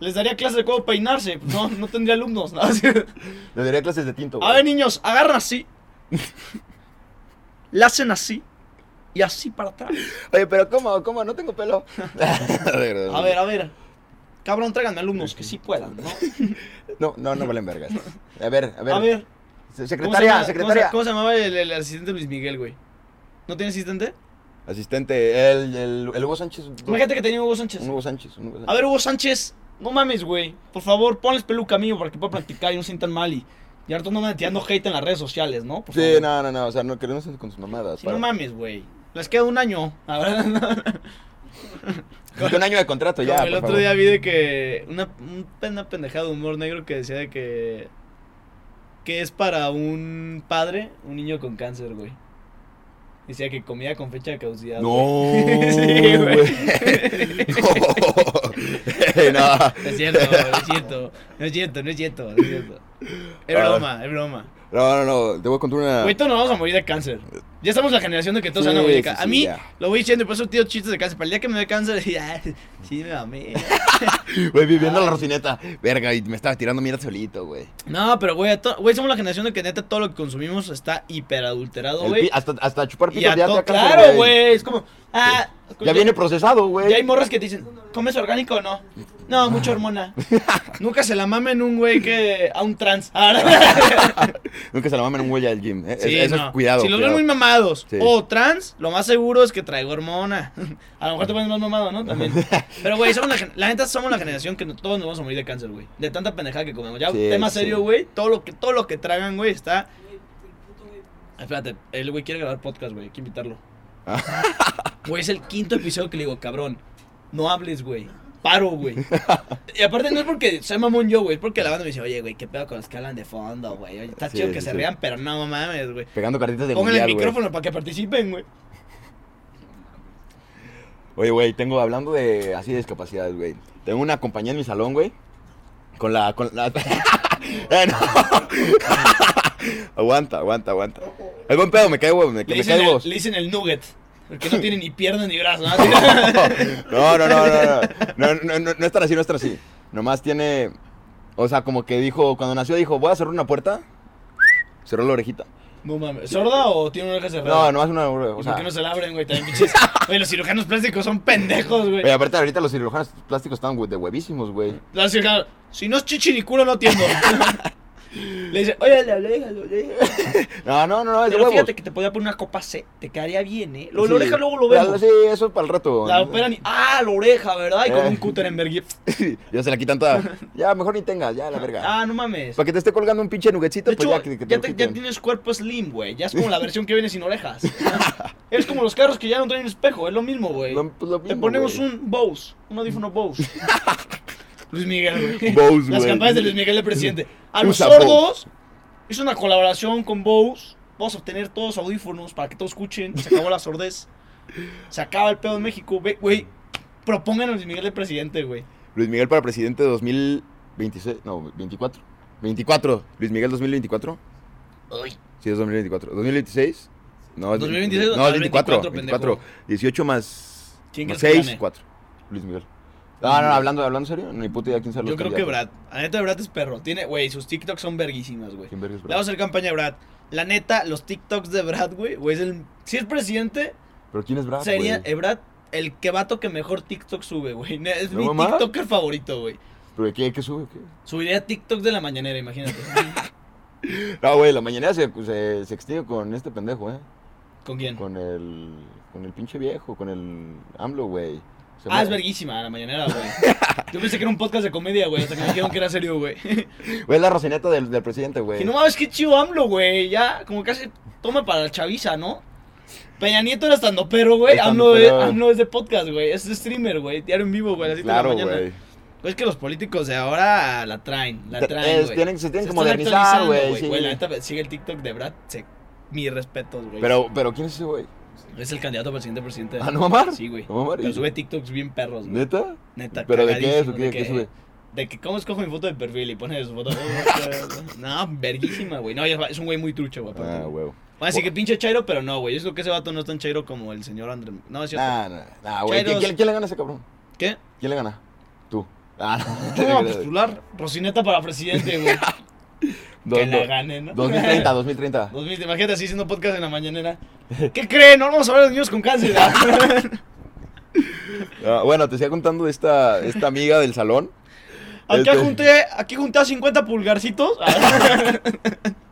Speaker 1: Les daría clases de cómo peinarse. pues, No, no tendría alumnos. ¿no? Sí.
Speaker 2: Le daría clases de
Speaker 1: [laughs]
Speaker 2: tinto,
Speaker 1: A ver,
Speaker 2: güey.
Speaker 1: niños, agarran
Speaker 2: [laughs]
Speaker 1: así. La hacen así. Y así para atrás.
Speaker 2: Oye, pero ¿cómo? ¿Cómo? No tengo
Speaker 1: [laughs]
Speaker 2: pelo. [laughs] Pues,
Speaker 1: A ver, a ver. Cabrón, tráiganme alumnos que sí puedan, ¿no?
Speaker 2: No, no, no valen vergas. A ver, a ver.
Speaker 1: A ver.
Speaker 2: Se-
Speaker 1: ¿cómo se llama-
Speaker 2: Secretaria, secretaria.
Speaker 1: ¿Cómo se, cómo se llamaba el, el asistente Luis Miguel, güey? ¿No tiene asistente?
Speaker 2: Asistente, el, el, el Hugo Sánchez.
Speaker 1: Imagínate que tenía Hugo Sánchez.
Speaker 2: Un Hugo Sánchez, un Hugo Sánchez.
Speaker 1: A ver, Hugo Sánchez, no mames, güey. Por favor, ponles peluca mío para que pueda practicar y no se sientan mal. Y, y ahorita no me tirando hate en las redes sociales, ¿no? Por
Speaker 2: Sí,
Speaker 1: favor.
Speaker 2: no, no, no, o sea, no queremos eso con sus mamadas.
Speaker 1: Sí,
Speaker 2: para.
Speaker 1: no mames, güey. Les queda un año. [laughs] La verdad.
Speaker 2: [laughs] Con un año de contrato ya.
Speaker 1: Como el
Speaker 2: por
Speaker 1: otro
Speaker 2: favor.
Speaker 1: día vi de que. Una, un- una pendejada de humor negro que decía de que. Que es para un padre, un niño con cáncer, güey. Decía que comida con fecha de caducidad. güey. [laughs]
Speaker 2: No,
Speaker 1: Sí, güey.
Speaker 2: güey. [laughs] No.
Speaker 1: No [laughs] es cierto, no es cierto. No es cierto, no es cierto. No es, cierto.
Speaker 2: [laughs]
Speaker 1: es
Speaker 2: Ah.
Speaker 1: broma, es broma.
Speaker 2: no, no, no, te voy a contar una.
Speaker 1: Güey, todos nos vamos a morir de cáncer. Ya estamos la generación de que todos se van a
Speaker 2: Sí,
Speaker 1: morir de cáncer.
Speaker 2: sí,
Speaker 1: A
Speaker 2: sí,
Speaker 1: mí
Speaker 2: ya.
Speaker 1: lo voy diciendo y por eso tiro chistes de cáncer. Para el día que me dé cáncer, [laughs] ya, sí me mamé.
Speaker 2: Güey, viviendo la rocineta. Verga, y me estaba tirando mierda solito, güey.
Speaker 1: No, pero güey, a to- güey, somos la generación de que neta todo lo que consumimos está hiperadulterado,
Speaker 2: El
Speaker 1: güey.
Speaker 2: pi- Hasta, hasta chupar
Speaker 1: Y
Speaker 2: pito
Speaker 1: a
Speaker 2: ya te
Speaker 1: to-
Speaker 2: da cáncer,
Speaker 1: claro, güey, es como, ah,
Speaker 2: Ya viene procesado, güey.
Speaker 1: Ya hay morras que te dicen, ¿comes orgánico o no? No, mucha
Speaker 2: [laughs]
Speaker 1: hormona. Nunca se la mamen un güey que a un trans.
Speaker 2: Nunca se la mamen un güey al gym. eh.
Speaker 1: Sí,
Speaker 2: Es- eso
Speaker 1: no.
Speaker 2: es cuidado.
Speaker 1: Si los ven
Speaker 2: cuidado.
Speaker 1: muy mamados
Speaker 2: Sí.
Speaker 1: o trans, lo más seguro es que traigo hormona. [laughs] A lo mejor te pones más mamado, ¿no?
Speaker 2: [laughs]
Speaker 1: También. Pero, güey, somos la, gen- la neta somos la generación que no- todos nos vamos a morir de cáncer, güey. De tanta pendejada que comemos. Ya,
Speaker 2: Sí,
Speaker 1: tema
Speaker 2: sí.
Speaker 1: serio, güey. Todo lo que todo lo que tragan, güey, está.
Speaker 3: Güey, el puto güey.
Speaker 1: Espérate, el güey quiere grabar podcast, güey. Hay que invitarlo.
Speaker 2: Ah.
Speaker 1: Güey, es el quinto episodio que le digo, cabrón, no hables, güey. Paro, güey. Y aparte no es porque sea mamón yo, güey. Es porque la banda me dice, oye, güey, qué pedo con los que hablan de fondo, güey. Oye, Está
Speaker 2: Sí,
Speaker 1: chido que
Speaker 2: sí,
Speaker 1: se
Speaker 2: sí.
Speaker 1: rean, pero no mames, güey.
Speaker 2: Pegando cartitas de
Speaker 1: Pónganle el
Speaker 2: mundial, güey.
Speaker 1: micrófono para que participen, güey.
Speaker 2: Oye, güey, tengo, hablando de así de discapacidades, güey. Tengo una compañía en mi salón, güey. Con la. Con la... [laughs] Eh, no. [laughs] aguanta, aguanta, aguanta. Es buen pedo, me caigo, me,
Speaker 1: Le
Speaker 2: me
Speaker 1: dicen,
Speaker 2: caigo.
Speaker 1: el, le dicen el nugget. Porque
Speaker 2: [laughs]
Speaker 1: no tiene ni pierna ni brazo. ¿no?
Speaker 2: No, no, no, no, no. No, no, no, no es tan así, no es tan así. Nomás tiene. O sea, como que dijo, cuando nació dijo, voy a cerrar una puerta. Cerró la orejita.
Speaker 1: No mames. ¿Sorda o tiene una oreja cerrada?
Speaker 2: No, nomás una.
Speaker 1: ¿Y
Speaker 2: O sea,
Speaker 1: ¿Por qué no se la abren, güey? También
Speaker 2: [laughs]
Speaker 1: pinches. Oye, los cirujanos plásticos son pendejos, güey.
Speaker 2: oye, aparte, ahorita los cirujanos plásticos están de huevísimos, güey.
Speaker 1: Los cirujanos, si no es chichi ni culo, no
Speaker 2: [laughs]
Speaker 1: atiendo. le dice, oye, la oreja, la oreja.
Speaker 2: No, no, no, no, es de
Speaker 1: Pero
Speaker 2: huevos.
Speaker 1: fíjate que te podía poner una copa C. Te quedaría bien, ¿eh? Lo,
Speaker 2: Sí.
Speaker 1: La oreja luego lo
Speaker 2: La-
Speaker 1: vemos.
Speaker 2: sí, eso es para el rato.
Speaker 1: La
Speaker 2: [laughs]
Speaker 1: operan y. ¡Ah, la oreja, verdad? Y con
Speaker 2: Eh.
Speaker 1: un cúter en
Speaker 2: [laughs]
Speaker 1: vergüenza.
Speaker 2: Ya se la
Speaker 1: [laughs]
Speaker 2: quitan toda. Ya, mejor ni tengas, ya, la verga.
Speaker 1: Ah, no mames.
Speaker 2: Para que te esté colgando un pinche nuggetsito,
Speaker 1: De
Speaker 2: pues
Speaker 1: hecho,
Speaker 2: ya
Speaker 1: ya,
Speaker 2: que,
Speaker 1: te-
Speaker 2: que te lo
Speaker 1: ya
Speaker 2: quiten.
Speaker 1: tienes cuerpo slim, güey. Ya es como la versión que viene sin
Speaker 2: [laughs]
Speaker 1: orejas. es como los carros que ya no traen espejo, es lo mismo, güey.
Speaker 2: Lo- pues lo
Speaker 1: Te
Speaker 2: mismo,
Speaker 1: ponemos
Speaker 2: güey.
Speaker 1: un Bose, un audífono Bose.
Speaker 2: [laughs]
Speaker 1: Luis Miguel, güey.
Speaker 2: Bose,
Speaker 1: Las
Speaker 2: güey.
Speaker 1: campañas de Luis Miguel de presidente. A los
Speaker 2: Usa
Speaker 1: sordos, hizo una colaboración con Bose. Vamos a obtener todos audífonos para que todos escuchen. Se acabó la sordez. Se acaba el pedo en México, Ve- güey. Propongan a Luis Miguel de presidente, güey.
Speaker 2: Luis Miguel para presidente 2026. No, 24. 24. Luis Miguel 2024. Sí, es 2024. ¿2026? No, es
Speaker 1: 2026,
Speaker 2: No, es
Speaker 1: al
Speaker 2: 24.
Speaker 1: 24,
Speaker 2: 24. 18 más,
Speaker 1: ¿Quién
Speaker 2: más
Speaker 1: crees que
Speaker 2: 6,
Speaker 1: gane?
Speaker 2: 4. Luis Miguel. Ah, no, no, hablando, hablando serio, ni puta idea quién sabe
Speaker 1: Yo creo que Brad. La neta de Brad es perro. Tiene, güey, sus TikToks son verguísimas, güey.
Speaker 2: ¿Quién verga es
Speaker 1: Le vamos
Speaker 2: Brad?
Speaker 1: a hacer campaña a Brad. La neta, los TikToks de Brad, güey, güey, es el. Si es presidente,
Speaker 2: ¿Pero quién es Brad?
Speaker 1: sería
Speaker 2: güey?
Speaker 1: eh, Brad el que vato que mejor TikTok sube, güey. Ne- Es
Speaker 2: ¿No,
Speaker 1: mi
Speaker 2: mamá?
Speaker 1: TikToker favorito, güey.
Speaker 2: ¿Pero qué, qué sube? o qué?
Speaker 1: Subiría TikToks de la mañanera,
Speaker 2: [laughs]
Speaker 1: imagínate.
Speaker 2: No, güey, la mañana se, se, se extingue con este pendejo, ¿eh?
Speaker 1: ¿Con quién?
Speaker 2: Con el. Con el pinche viejo, con el AMLO, güey.
Speaker 1: Ah,
Speaker 2: Se
Speaker 1: es
Speaker 2: muere.
Speaker 1: verguísima la mañanera, güey.
Speaker 2: [laughs]
Speaker 1: Yo pensé que era un podcast de comedia, güey. Hasta que me dijeron que era serio, güey.
Speaker 2: Güey, es la rocineta del, del presidente, güey.
Speaker 1: Que no mames, qué chido AMLO, güey. Ya, como que hace toma para la chaviza, ¿no? Peña Nieto era estando pero, güey.
Speaker 2: Estando
Speaker 1: AMLO, es-
Speaker 2: pero.
Speaker 1: AMLO es de podcast, güey. Es streamer, güey. Diario en vivo, güey. a las siete de la
Speaker 2: Claro,
Speaker 1: mañana.
Speaker 2: güey.
Speaker 1: Pues es que los políticos de ahora la traen, la
Speaker 2: Te-
Speaker 1: traen,
Speaker 2: es-
Speaker 1: güey.
Speaker 2: tienen- se tienen que
Speaker 1: están
Speaker 2: modernizar,
Speaker 1: actualizando,
Speaker 2: güey, sí.
Speaker 1: Güey, la neta, sigue el TikTok de Brad. Se... Mis respetos, güey.
Speaker 2: Pero, pero, ¿quién es ese güey?
Speaker 1: Es el candidato para el siguiente presidente.
Speaker 2: ¿Ah, no Omar?
Speaker 1: Sí, güey.
Speaker 2: ¿No Omar?
Speaker 1: Pero sube TikToks bien perros, güey.
Speaker 2: ¿Neta?
Speaker 1: Neta,
Speaker 2: ¿Pero de qué es?
Speaker 1: cagadísimo,
Speaker 2: ¿O qué, qué sube?
Speaker 1: De que, ¿cómo escojo mi foto de perfil y pone su
Speaker 2: [laughs]
Speaker 1: foto? [laughs] no, verguísima, güey. No, es un güey muy trucho, güey. aparte,
Speaker 2: Ah,
Speaker 1: güey.
Speaker 2: huevo.
Speaker 1: Bueno, así que pinche chairo, pero no, güey. Yo creo que ese vato no es tan chairo como el señor Andrés. No, es cierto.
Speaker 2: Nah, nah, nah, güey.
Speaker 1: Chairos.
Speaker 2: ¿Quién, quién, quién le gana a ese cabrón?
Speaker 1: ¿Qué?
Speaker 2: ¿Quién le gana? Tú. Ah,
Speaker 1: [laughs]
Speaker 2: no.
Speaker 1: ¿Cómo va a postular? Rocineta para presidente, güey.
Speaker 2: Dos-
Speaker 1: que la
Speaker 2: dos-
Speaker 1: gane, ¿no?
Speaker 2: 2030,
Speaker 1: [laughs]
Speaker 2: 2030.
Speaker 1: 2000, imagínate así haciendo podcast en la mañanera. ¿Qué creen? No vamos a hablar de niños con cáncer.
Speaker 2: [laughs]
Speaker 1: ¿verdad?
Speaker 2: Ah, bueno, te estoy contando de esta, esta amiga del salón.
Speaker 1: Aquí
Speaker 2: Este-
Speaker 1: junté, aquí junté a 50 pulgarcitos. Ah.
Speaker 2: [laughs]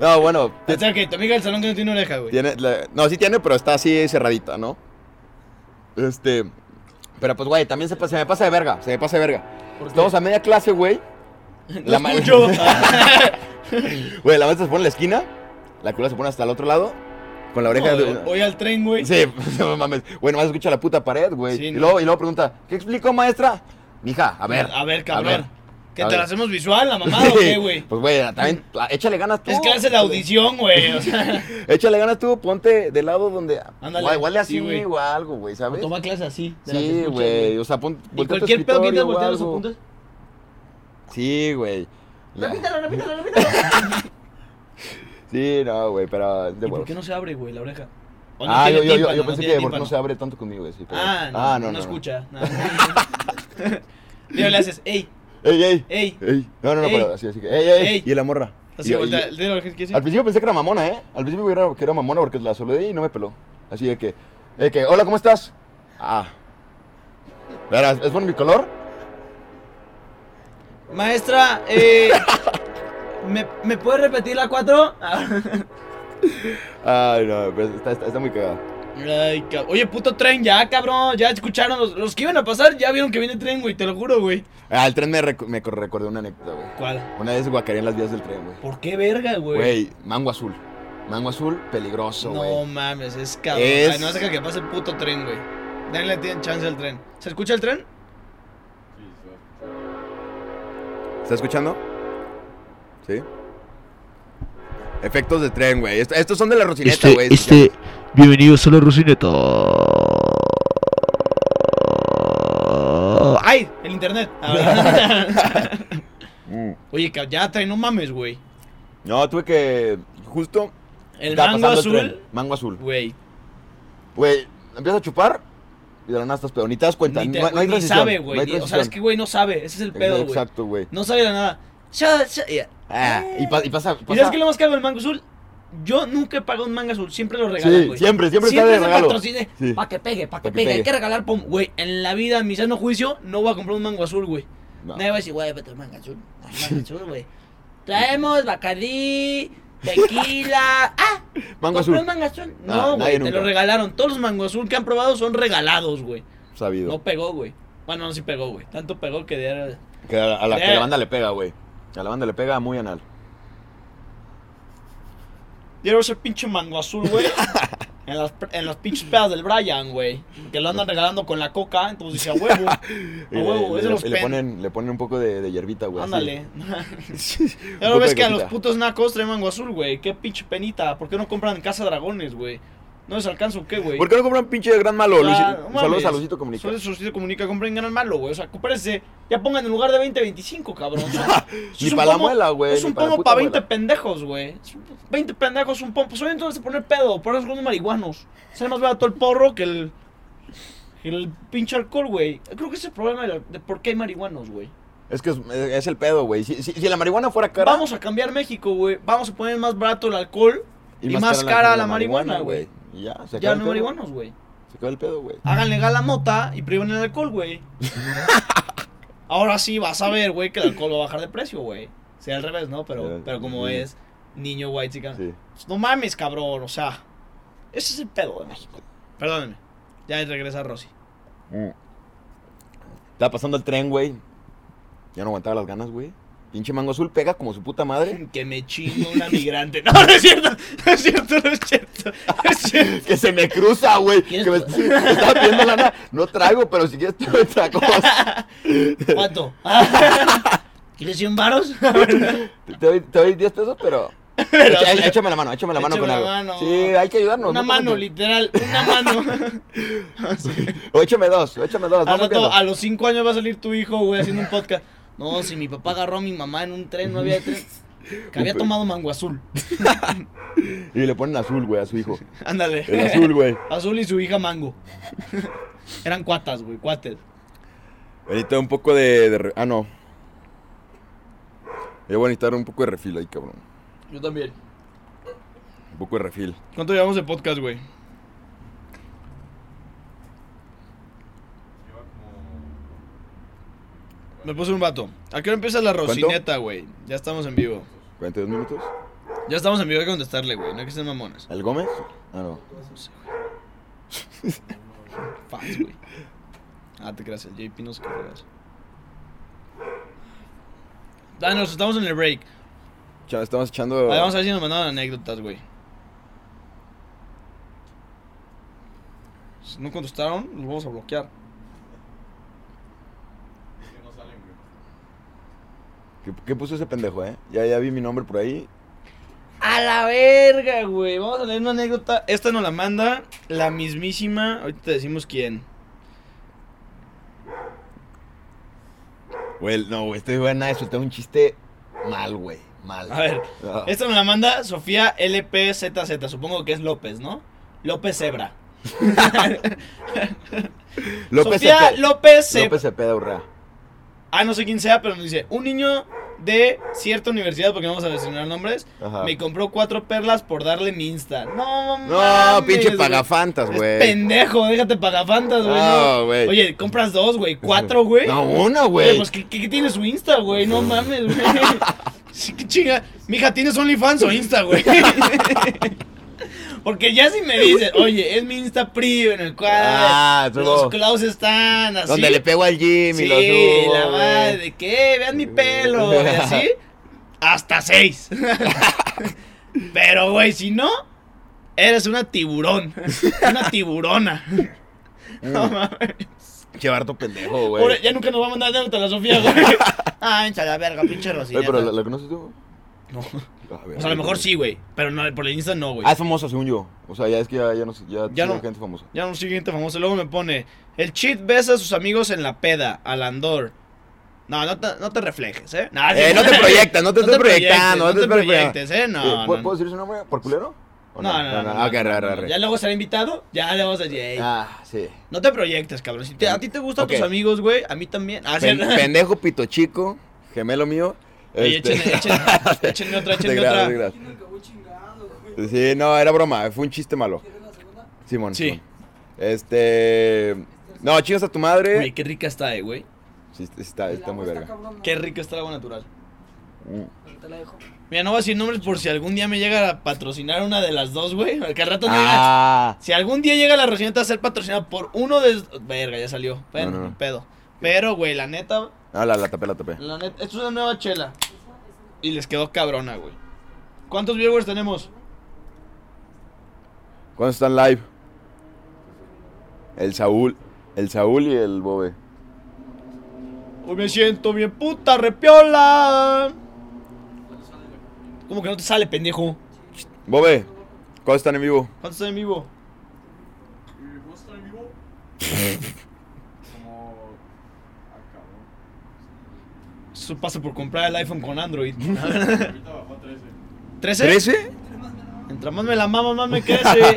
Speaker 2: No, bueno,
Speaker 1: o sea que tu amiga del salón que no tiene oreja, güey.
Speaker 2: Tiene la- no, sí tiene, pero está así cerradita, ¿no? Este. Pero pues, güey, también se, pa- se me pasa de verga. Se me pasa de verga. Estamos a media
Speaker 1: [laughs]
Speaker 2: clase, güey.
Speaker 1: La
Speaker 2: ma-
Speaker 1: escucho.
Speaker 2: [laughs]
Speaker 1: Ah.
Speaker 2: Güey, la maestra se pone en la esquina. La cula se pone hasta el otro lado. Con la oreja. de-
Speaker 1: Voy al tren, güey.
Speaker 2: Sí, [laughs] no mames. Güey, nomás escucha la puta pared, güey.
Speaker 1: Sí,
Speaker 2: y,
Speaker 1: no.
Speaker 2: luego, y luego pregunta, ¿qué explicó, maestra? Mija, a ver.
Speaker 1: A ver,
Speaker 2: a
Speaker 1: cabrón.
Speaker 2: [laughs] ver.
Speaker 1: ¿Que
Speaker 2: A
Speaker 1: te
Speaker 2: ver.
Speaker 1: la hacemos visual, la mamada o qué, güey?
Speaker 2: Pues, güey, también, échale ganas tú.
Speaker 1: Es clase de audición, güey. O sea,
Speaker 2: Échale ganas tú, ponte del lado donde.
Speaker 1: Ándale.
Speaker 2: Ándale. Igual
Speaker 1: Sí,
Speaker 2: así,
Speaker 1: güey.
Speaker 2: güey, o algo, güey, ¿sabes?
Speaker 1: toma clase así. de la que
Speaker 2: Sí,
Speaker 1: escuchas,
Speaker 2: güey. O sea, pon,
Speaker 1: Y
Speaker 2: voltea tu
Speaker 1: cualquier pedo que
Speaker 2: escritorio
Speaker 1: quieras
Speaker 2: o
Speaker 1: voltear los
Speaker 2: algo.
Speaker 1: apuntes.
Speaker 2: Sí, güey. La-
Speaker 4: Repítelo, repítelo, repítelo.
Speaker 2: [laughs] Sí, no, güey, pero.
Speaker 1: ¿Y
Speaker 2: De
Speaker 1: por
Speaker 2: huevos.
Speaker 1: qué no se abre, güey, la oreja? O no
Speaker 2: Ah,
Speaker 1: tiene
Speaker 2: yo, yo, yo,
Speaker 1: tímpano,
Speaker 2: yo pensé
Speaker 1: tiene
Speaker 2: que porque no
Speaker 1: tímpano.
Speaker 2: se abre tanto conmigo, güey, sí. pero-
Speaker 1: Ah, no, no,
Speaker 2: [laughs]
Speaker 1: escucha. No, Digo, le haces, ey,
Speaker 2: Ey, ey.
Speaker 1: ey.
Speaker 2: Ey. No, no, no,
Speaker 1: Ey.
Speaker 2: pero así, así que. Ey, ey.
Speaker 1: Ey.
Speaker 2: Y la morra.
Speaker 1: Así,
Speaker 2: Y- y-
Speaker 1: voltea, el dedo, ¿qué quieres
Speaker 2: Al
Speaker 1: decir?
Speaker 2: principio pensé que era mamona, ¿eh? Al principio era- que era mamona porque la saludé y no me peló. Así de que, de que, hola, ¿cómo estás? Ah. Verás, ¿es por mi color?
Speaker 1: Maestra, eh. [laughs] ¿me, ¿Me puede repetir la 4?
Speaker 2: Ay, no, pero está, está, está muy cagado.
Speaker 1: [laughs] Ay, cab- Oye, puto tren, ya, cabrón. Ya escucharon. Los, los que iban a pasar ya vieron que viene tren, güey. Te lo juro, güey.
Speaker 2: Ah, el tren me, recu- me cor- recordó una anécdota, güey.
Speaker 1: ¿Cuál?
Speaker 2: Una vez guacaré en las vías del tren, güey.
Speaker 1: ¿Por qué verga, güey?
Speaker 2: Güey, mango azul. Mango azul, peligroso, güey.
Speaker 1: No mames, es cabrón.
Speaker 2: Es-
Speaker 1: Ay, no deja que pase el puto tren, güey. Denle tienen chance al tren. ¿Se escucha el tren?
Speaker 2: ¿Está escuchando? ¿Sí? Efectos de tren, güey. Est- estos son de la rocineta, güey.
Speaker 5: este, bienvenido solo Rusineta.
Speaker 1: ¡Ay! El internet.
Speaker 2: [laughs]
Speaker 1: Ah,
Speaker 2: Mm.
Speaker 1: Oye, cab- ya traen, no mames, güey.
Speaker 2: No, tuve que. Justo.
Speaker 1: El
Speaker 2: estaba
Speaker 1: mango
Speaker 2: pasando el
Speaker 1: azul,
Speaker 2: tren. Mango azul.
Speaker 1: güey.
Speaker 2: Güey, empiezas a chupar y de la nada estás pedo. Ni te das cuenta.
Speaker 1: Ni, te-
Speaker 2: Pues, no, hay- no hay
Speaker 1: ni
Speaker 2: transición.
Speaker 1: sabe, güey.
Speaker 2: no hay
Speaker 1: ni- o sea,
Speaker 2: transición.
Speaker 1: es que, güey, no sabe. Ese es el pedo, güey.
Speaker 2: Exacto, güey.
Speaker 1: No sabe de nada. Ya, ya, ya.
Speaker 2: Ah, y, pa- y pasa.
Speaker 1: ¿Y
Speaker 2: pasa-
Speaker 1: sabes qué es lo más caro del mango azul? Yo nunca he pagado un manga azul, siempre lo regalan,
Speaker 2: Sí,
Speaker 1: güey.
Speaker 2: siempre, siempre, está de
Speaker 1: se
Speaker 2: regalo.
Speaker 1: patrocina,
Speaker 2: Sí.
Speaker 1: Pa' que pegue, pa' que,
Speaker 2: que
Speaker 1: pegue. Hay
Speaker 2: pegue.
Speaker 1: que regalar pom. Güey, en la vida, en mi sano juicio, no voy a comprar un mango azul, güey.
Speaker 2: No.
Speaker 1: Nadie va a decir, güey, vete un manga azul.
Speaker 4: Manga azul, güey. Traemos Bacardí, tequila. Ah,
Speaker 2: Mango
Speaker 4: compré
Speaker 2: azul.
Speaker 4: un manga azul.
Speaker 2: Ah,
Speaker 1: No, güey,
Speaker 2: nadie
Speaker 1: te
Speaker 2: nunca.
Speaker 1: lo regalaron. Todos los mango azul que han probado son regalados, güey.
Speaker 2: Sabido.
Speaker 1: No pegó, güey. Bueno, no, sí pegó, güey. Tanto pegó que de...
Speaker 2: Que a, a la, que
Speaker 1: Eh.
Speaker 2: la banda le pega, güey. A la banda le pega muy anal.
Speaker 1: Dieron ese pinche mango azul,
Speaker 2: [laughs]
Speaker 1: güey. En las, en las pinches pedas del Brian, güey. Que lo andan regalando con la coca. Entonces dice, a huevo.
Speaker 2: [laughs]
Speaker 1: A
Speaker 2: Y le-
Speaker 1: huevo,
Speaker 2: Eh, le,
Speaker 1: es de los
Speaker 2: le
Speaker 1: pen-
Speaker 2: ponen, le ponen un poco de, de hierbita, güey. así.
Speaker 1: Ándale.
Speaker 2: Un
Speaker 1: [laughs] Ya
Speaker 2: poco
Speaker 1: lo ves
Speaker 2: de
Speaker 1: que a los
Speaker 2: coquita.
Speaker 1: putos nacos traen mango azul, güey. Qué pinche penita. ¿Por qué no compran en Casa Dragones, güey? ¿No les alcanza o qué, güey?
Speaker 2: ¿Por qué no compran pinche gran malo?
Speaker 1: O sea,
Speaker 2: Luis-
Speaker 1: Ah, no
Speaker 2: Saludos
Speaker 1: mames.
Speaker 2: a Luisito Comunica.
Speaker 1: Saludos a Luisito Comunica, compren gran malo, güey. O sea, cómprense. Ya pongan en lugar de 20, 25, cabrón. O
Speaker 2: [laughs]
Speaker 1: sea,
Speaker 2: Ni
Speaker 1: es un
Speaker 2: pa' la
Speaker 1: pomo-
Speaker 2: muela, güey,
Speaker 1: Es
Speaker 2: ni
Speaker 1: un
Speaker 2: pa' la
Speaker 1: pomo
Speaker 2: puta
Speaker 1: para 20
Speaker 2: muela.
Speaker 1: pendejos, güey. Es un- 20 pendejos, un pomo. Pues obviamente vas a poner pedo, por eso son unos marihuanos. Sale más barato el porro que el. que El pinche alcohol, güey. Creo que ese es el problema de, la- de por qué hay marihuanos, güey.
Speaker 2: Es que es, es el pedo, güey. Si, si- si la marihuana fuera cara.
Speaker 1: Vamos a cambiar México, güey. Vamos a poner más barato el alcohol y, más, cara, la, marihuana, güey.
Speaker 2: Y Ya,
Speaker 1: Ya
Speaker 2: se acaba el
Speaker 1: no
Speaker 2: pedo.
Speaker 1: marihuanos, güey.
Speaker 2: Se acaba el pedo, güey.
Speaker 1: Hagan legal la mota y priven el alcohol, güey. Ahora sí vas a ver, güey, que el alcohol va a bajar de precio, güey. Sea al revés, ¿no? Pero,
Speaker 2: Ya,
Speaker 1: pero como
Speaker 2: sí.
Speaker 1: es niño white chica.
Speaker 2: Sí.
Speaker 1: pues, No mames, cabrón, o sea. Ese es el pedo de México. Perdónenme. Ya regresa Rosy.
Speaker 2: Mm. Estaba pasando el tren, güey. Ya no aguantaba las ganas, güey. Pinche mango azul pega como su puta madre.
Speaker 1: Que me chingo una migrante. No, no es cierto. No es cierto, no es cierto. No es cierto.
Speaker 2: [laughs] Que se me cruza, güey. Que me, me [laughs] estaba pidiendo lana. No traigo, pero si quieres traigo
Speaker 1: [laughs]
Speaker 2: otra cosa.
Speaker 4: ¿Cuánto? ¿Quieres 100 varos?
Speaker 2: Te te doy, te doy 10 pesos, pero.
Speaker 1: Pero,
Speaker 2: Echa-
Speaker 1: o sea,
Speaker 2: échame la mano, échame la mano
Speaker 1: échame
Speaker 2: con
Speaker 1: la
Speaker 2: algo.
Speaker 1: mano.
Speaker 2: Sí, hay que ayudarnos.
Speaker 1: Una
Speaker 2: ¿no?
Speaker 1: mano, literal. Una mano. [laughs]
Speaker 2: O échame dos, o échame dos.
Speaker 1: Al
Speaker 2: vamos
Speaker 1: rato,
Speaker 2: viendo.
Speaker 1: a los cinco años va a salir tu hijo, güey, haciendo un podcast. No, si mi papá agarró a mi mamá en un tren, no había de tren. Que había tomado mango azul. [laughs]
Speaker 2: Y le ponen azul, güey, a su hijo.
Speaker 1: Ándale.
Speaker 2: El azul, güey.
Speaker 1: Azul y su hija mango. [laughs] Eran cuatas, güey, cuates.
Speaker 2: Ahorita un poco de. de re- Ah, no. Yo voy a necesitar un poco de refil ahí, cabrón.
Speaker 1: Yo también.
Speaker 2: Un poco de refil.
Speaker 1: ¿Cuánto llevamos de podcast, güey? Me puso un vato. ¿A qué hora empieza la
Speaker 2: ¿Cuánto?
Speaker 1: rocineta, güey? Ya estamos en vivo.
Speaker 2: ¿42 minutos?
Speaker 1: Ya estamos en vivo, hay que contestarle, güey. No hay que ser mamonas.
Speaker 2: ¿El Gómez? Ah, no.
Speaker 1: Fans, güey. Ah, te creas, el JP nos cargas. Danos, Ah, estamos en el break.
Speaker 2: Cha- Estamos
Speaker 1: A
Speaker 2: echando.
Speaker 1: ver, vamos a ver si nos mandaron anécdotas, güey. Si no contestaron, los vamos a bloquear.
Speaker 2: ¿Qué, qué puso ese pendejo, eh? Ya, ya vi mi nombre por ahí.
Speaker 1: A la verga, güey. Vamos a leer una anécdota. Esta nos la manda la mismísima. Ahorita te decimos quién.
Speaker 2: Güey, no, güey, estoy buena de soltar un chiste mal, güey. Mal.
Speaker 1: A ver,
Speaker 2: Ah.
Speaker 1: esta nos la manda Sofía LPZZ. Supongo que es López, ¿no? López Zebra.
Speaker 2: López
Speaker 1: Sofía
Speaker 2: Cepe-
Speaker 1: López Zebra.
Speaker 2: López Cepeda Urrea.
Speaker 1: Ah, no sé quién sea, pero nos dice, un niño de cierta universidad, porque no vamos a mencionar nombres,
Speaker 2: Ajá.
Speaker 1: me compró cuatro perlas por darle mi Insta. No,
Speaker 2: No,
Speaker 1: mames,
Speaker 2: pinche
Speaker 1: güey.
Speaker 2: pagafantas,
Speaker 1: Es
Speaker 2: güey.
Speaker 1: pendejo, déjate pagafantas, güey.
Speaker 2: No,
Speaker 1: no.
Speaker 2: güey.
Speaker 1: Oye, compras dos, güey, cuatro, güey.
Speaker 2: No, una,
Speaker 1: Oye,
Speaker 2: güey.
Speaker 1: Pues, ¿qué, qué, qué tiene su Insta, güey? No mames, güey. [laughs] Sí, qué chinga. Mija, ¿tienes OnlyFans o Insta, güey? [laughs] Porque ya si me dices, oye, es mi Insta privo en el cual
Speaker 2: Ah,
Speaker 1: los
Speaker 2: luego-
Speaker 1: claus están así.
Speaker 2: Donde le pego al gym y
Speaker 1: Sí,
Speaker 2: lo subo,
Speaker 1: la
Speaker 2: güey.
Speaker 1: madre, ¿de qué? Vean mi pelo,
Speaker 2: [laughs]
Speaker 1: y así. Hasta seis. Pero, güey, si no, eres una tiburón. Una tiburona. No mames.
Speaker 2: Che, Barto pendejo, Mm. güey.
Speaker 1: Pobre, ya nunca nos va a mandar anécdota la Sofía,
Speaker 2: [laughs]
Speaker 1: güey. Ah, hincha la verga, pinche Rosita.
Speaker 2: Oye, pero ¿la, la conoces tú?
Speaker 1: No.
Speaker 2: Ah,
Speaker 1: O sea, a lo mejor sí, güey. Pero no, por el Insta no, güey.
Speaker 2: Ah, es famoso, según yo. O sea, ya es que ya, ya no sé, ya,
Speaker 1: Ya
Speaker 2: sigo
Speaker 1: no.
Speaker 2: gente famosa.
Speaker 1: Ya un siguiente famoso. Luego me pone: El cheat besa a sus amigos en la peda, al andor. No, no te, no te reflejes, ¿eh? No,
Speaker 2: Eh,
Speaker 1: sí.
Speaker 2: no te
Speaker 1: [laughs]
Speaker 2: proyectas, no te estoy proyectando,
Speaker 1: No te
Speaker 2: estoy
Speaker 1: proyectes, ¿eh?
Speaker 2: Eh,
Speaker 1: No,
Speaker 2: ¿puedo,
Speaker 1: no.
Speaker 2: puedo decir su nombre por culero? ¿O
Speaker 1: No, no, no, no,
Speaker 2: Ah,
Speaker 1: no,
Speaker 2: ok, arre, arre,
Speaker 1: no,
Speaker 2: arre.
Speaker 1: Ya luego será invitado, ya le vamos a decir, "Ey,
Speaker 2: Ah, sí.
Speaker 1: no te proyectes, cabrón. Si te- a ti te gustan
Speaker 2: Ok.
Speaker 1: tus amigos, güey, a mí también. Ah, sí.
Speaker 2: Pen- pendejo pito chico, gemelo mío.
Speaker 1: Ey,
Speaker 2: este-
Speaker 1: échenle, échenle,
Speaker 2: [laughs]
Speaker 1: échenle otra,
Speaker 2: Te
Speaker 1: échenle
Speaker 2: creas,
Speaker 1: otra.
Speaker 2: te creas.
Speaker 3: Aquí no acabó chingado, güey.
Speaker 2: Sí, no, era broma, fue un chiste malo.
Speaker 3: ¿Quieres la segunda?
Speaker 2: Simón.
Speaker 1: Sí.
Speaker 2: Simón. Este. No, chingas a tu madre.
Speaker 1: Güey, qué rica está, eh, güey.
Speaker 2: Sí, sí, está,
Speaker 3: El
Speaker 2: está
Speaker 3: agua
Speaker 2: muy verga.
Speaker 3: cabrona.
Speaker 1: Qué rica está el agua natural.
Speaker 2: Mm.
Speaker 3: Ahorita la dejo.
Speaker 1: Mira, no voy a decir nombres por si algún día me llega a patrocinar una de las dos, güey. Que al rato no diga,
Speaker 2: Ah,
Speaker 1: Si algún día llega la Rocineta a ser patrocinada por uno de. Verga, ya salió. Bueno,
Speaker 2: No, no, no.
Speaker 1: ni pedo. Pero, güey, la neta.
Speaker 2: ah, la, la tapé, la tapé.
Speaker 1: La neta. Esto es una nueva chela. Y les quedó cabrona, güey. ¿Cuántos viewers tenemos?
Speaker 2: ¿Cuándo están live? El Saúl. El Saúl y el Bobe.
Speaker 1: Hoy me siento bien puta repiola. ¿Cómo que no te sale, pendejo?
Speaker 2: Bobe, ¿cuándo están en vivo?
Speaker 1: ¿Cuántos están en vivo? Eso pasa por comprar el iPhone con Android. ¿13?
Speaker 2: ¿Trece?
Speaker 1: Entre más me la mama, más me crece.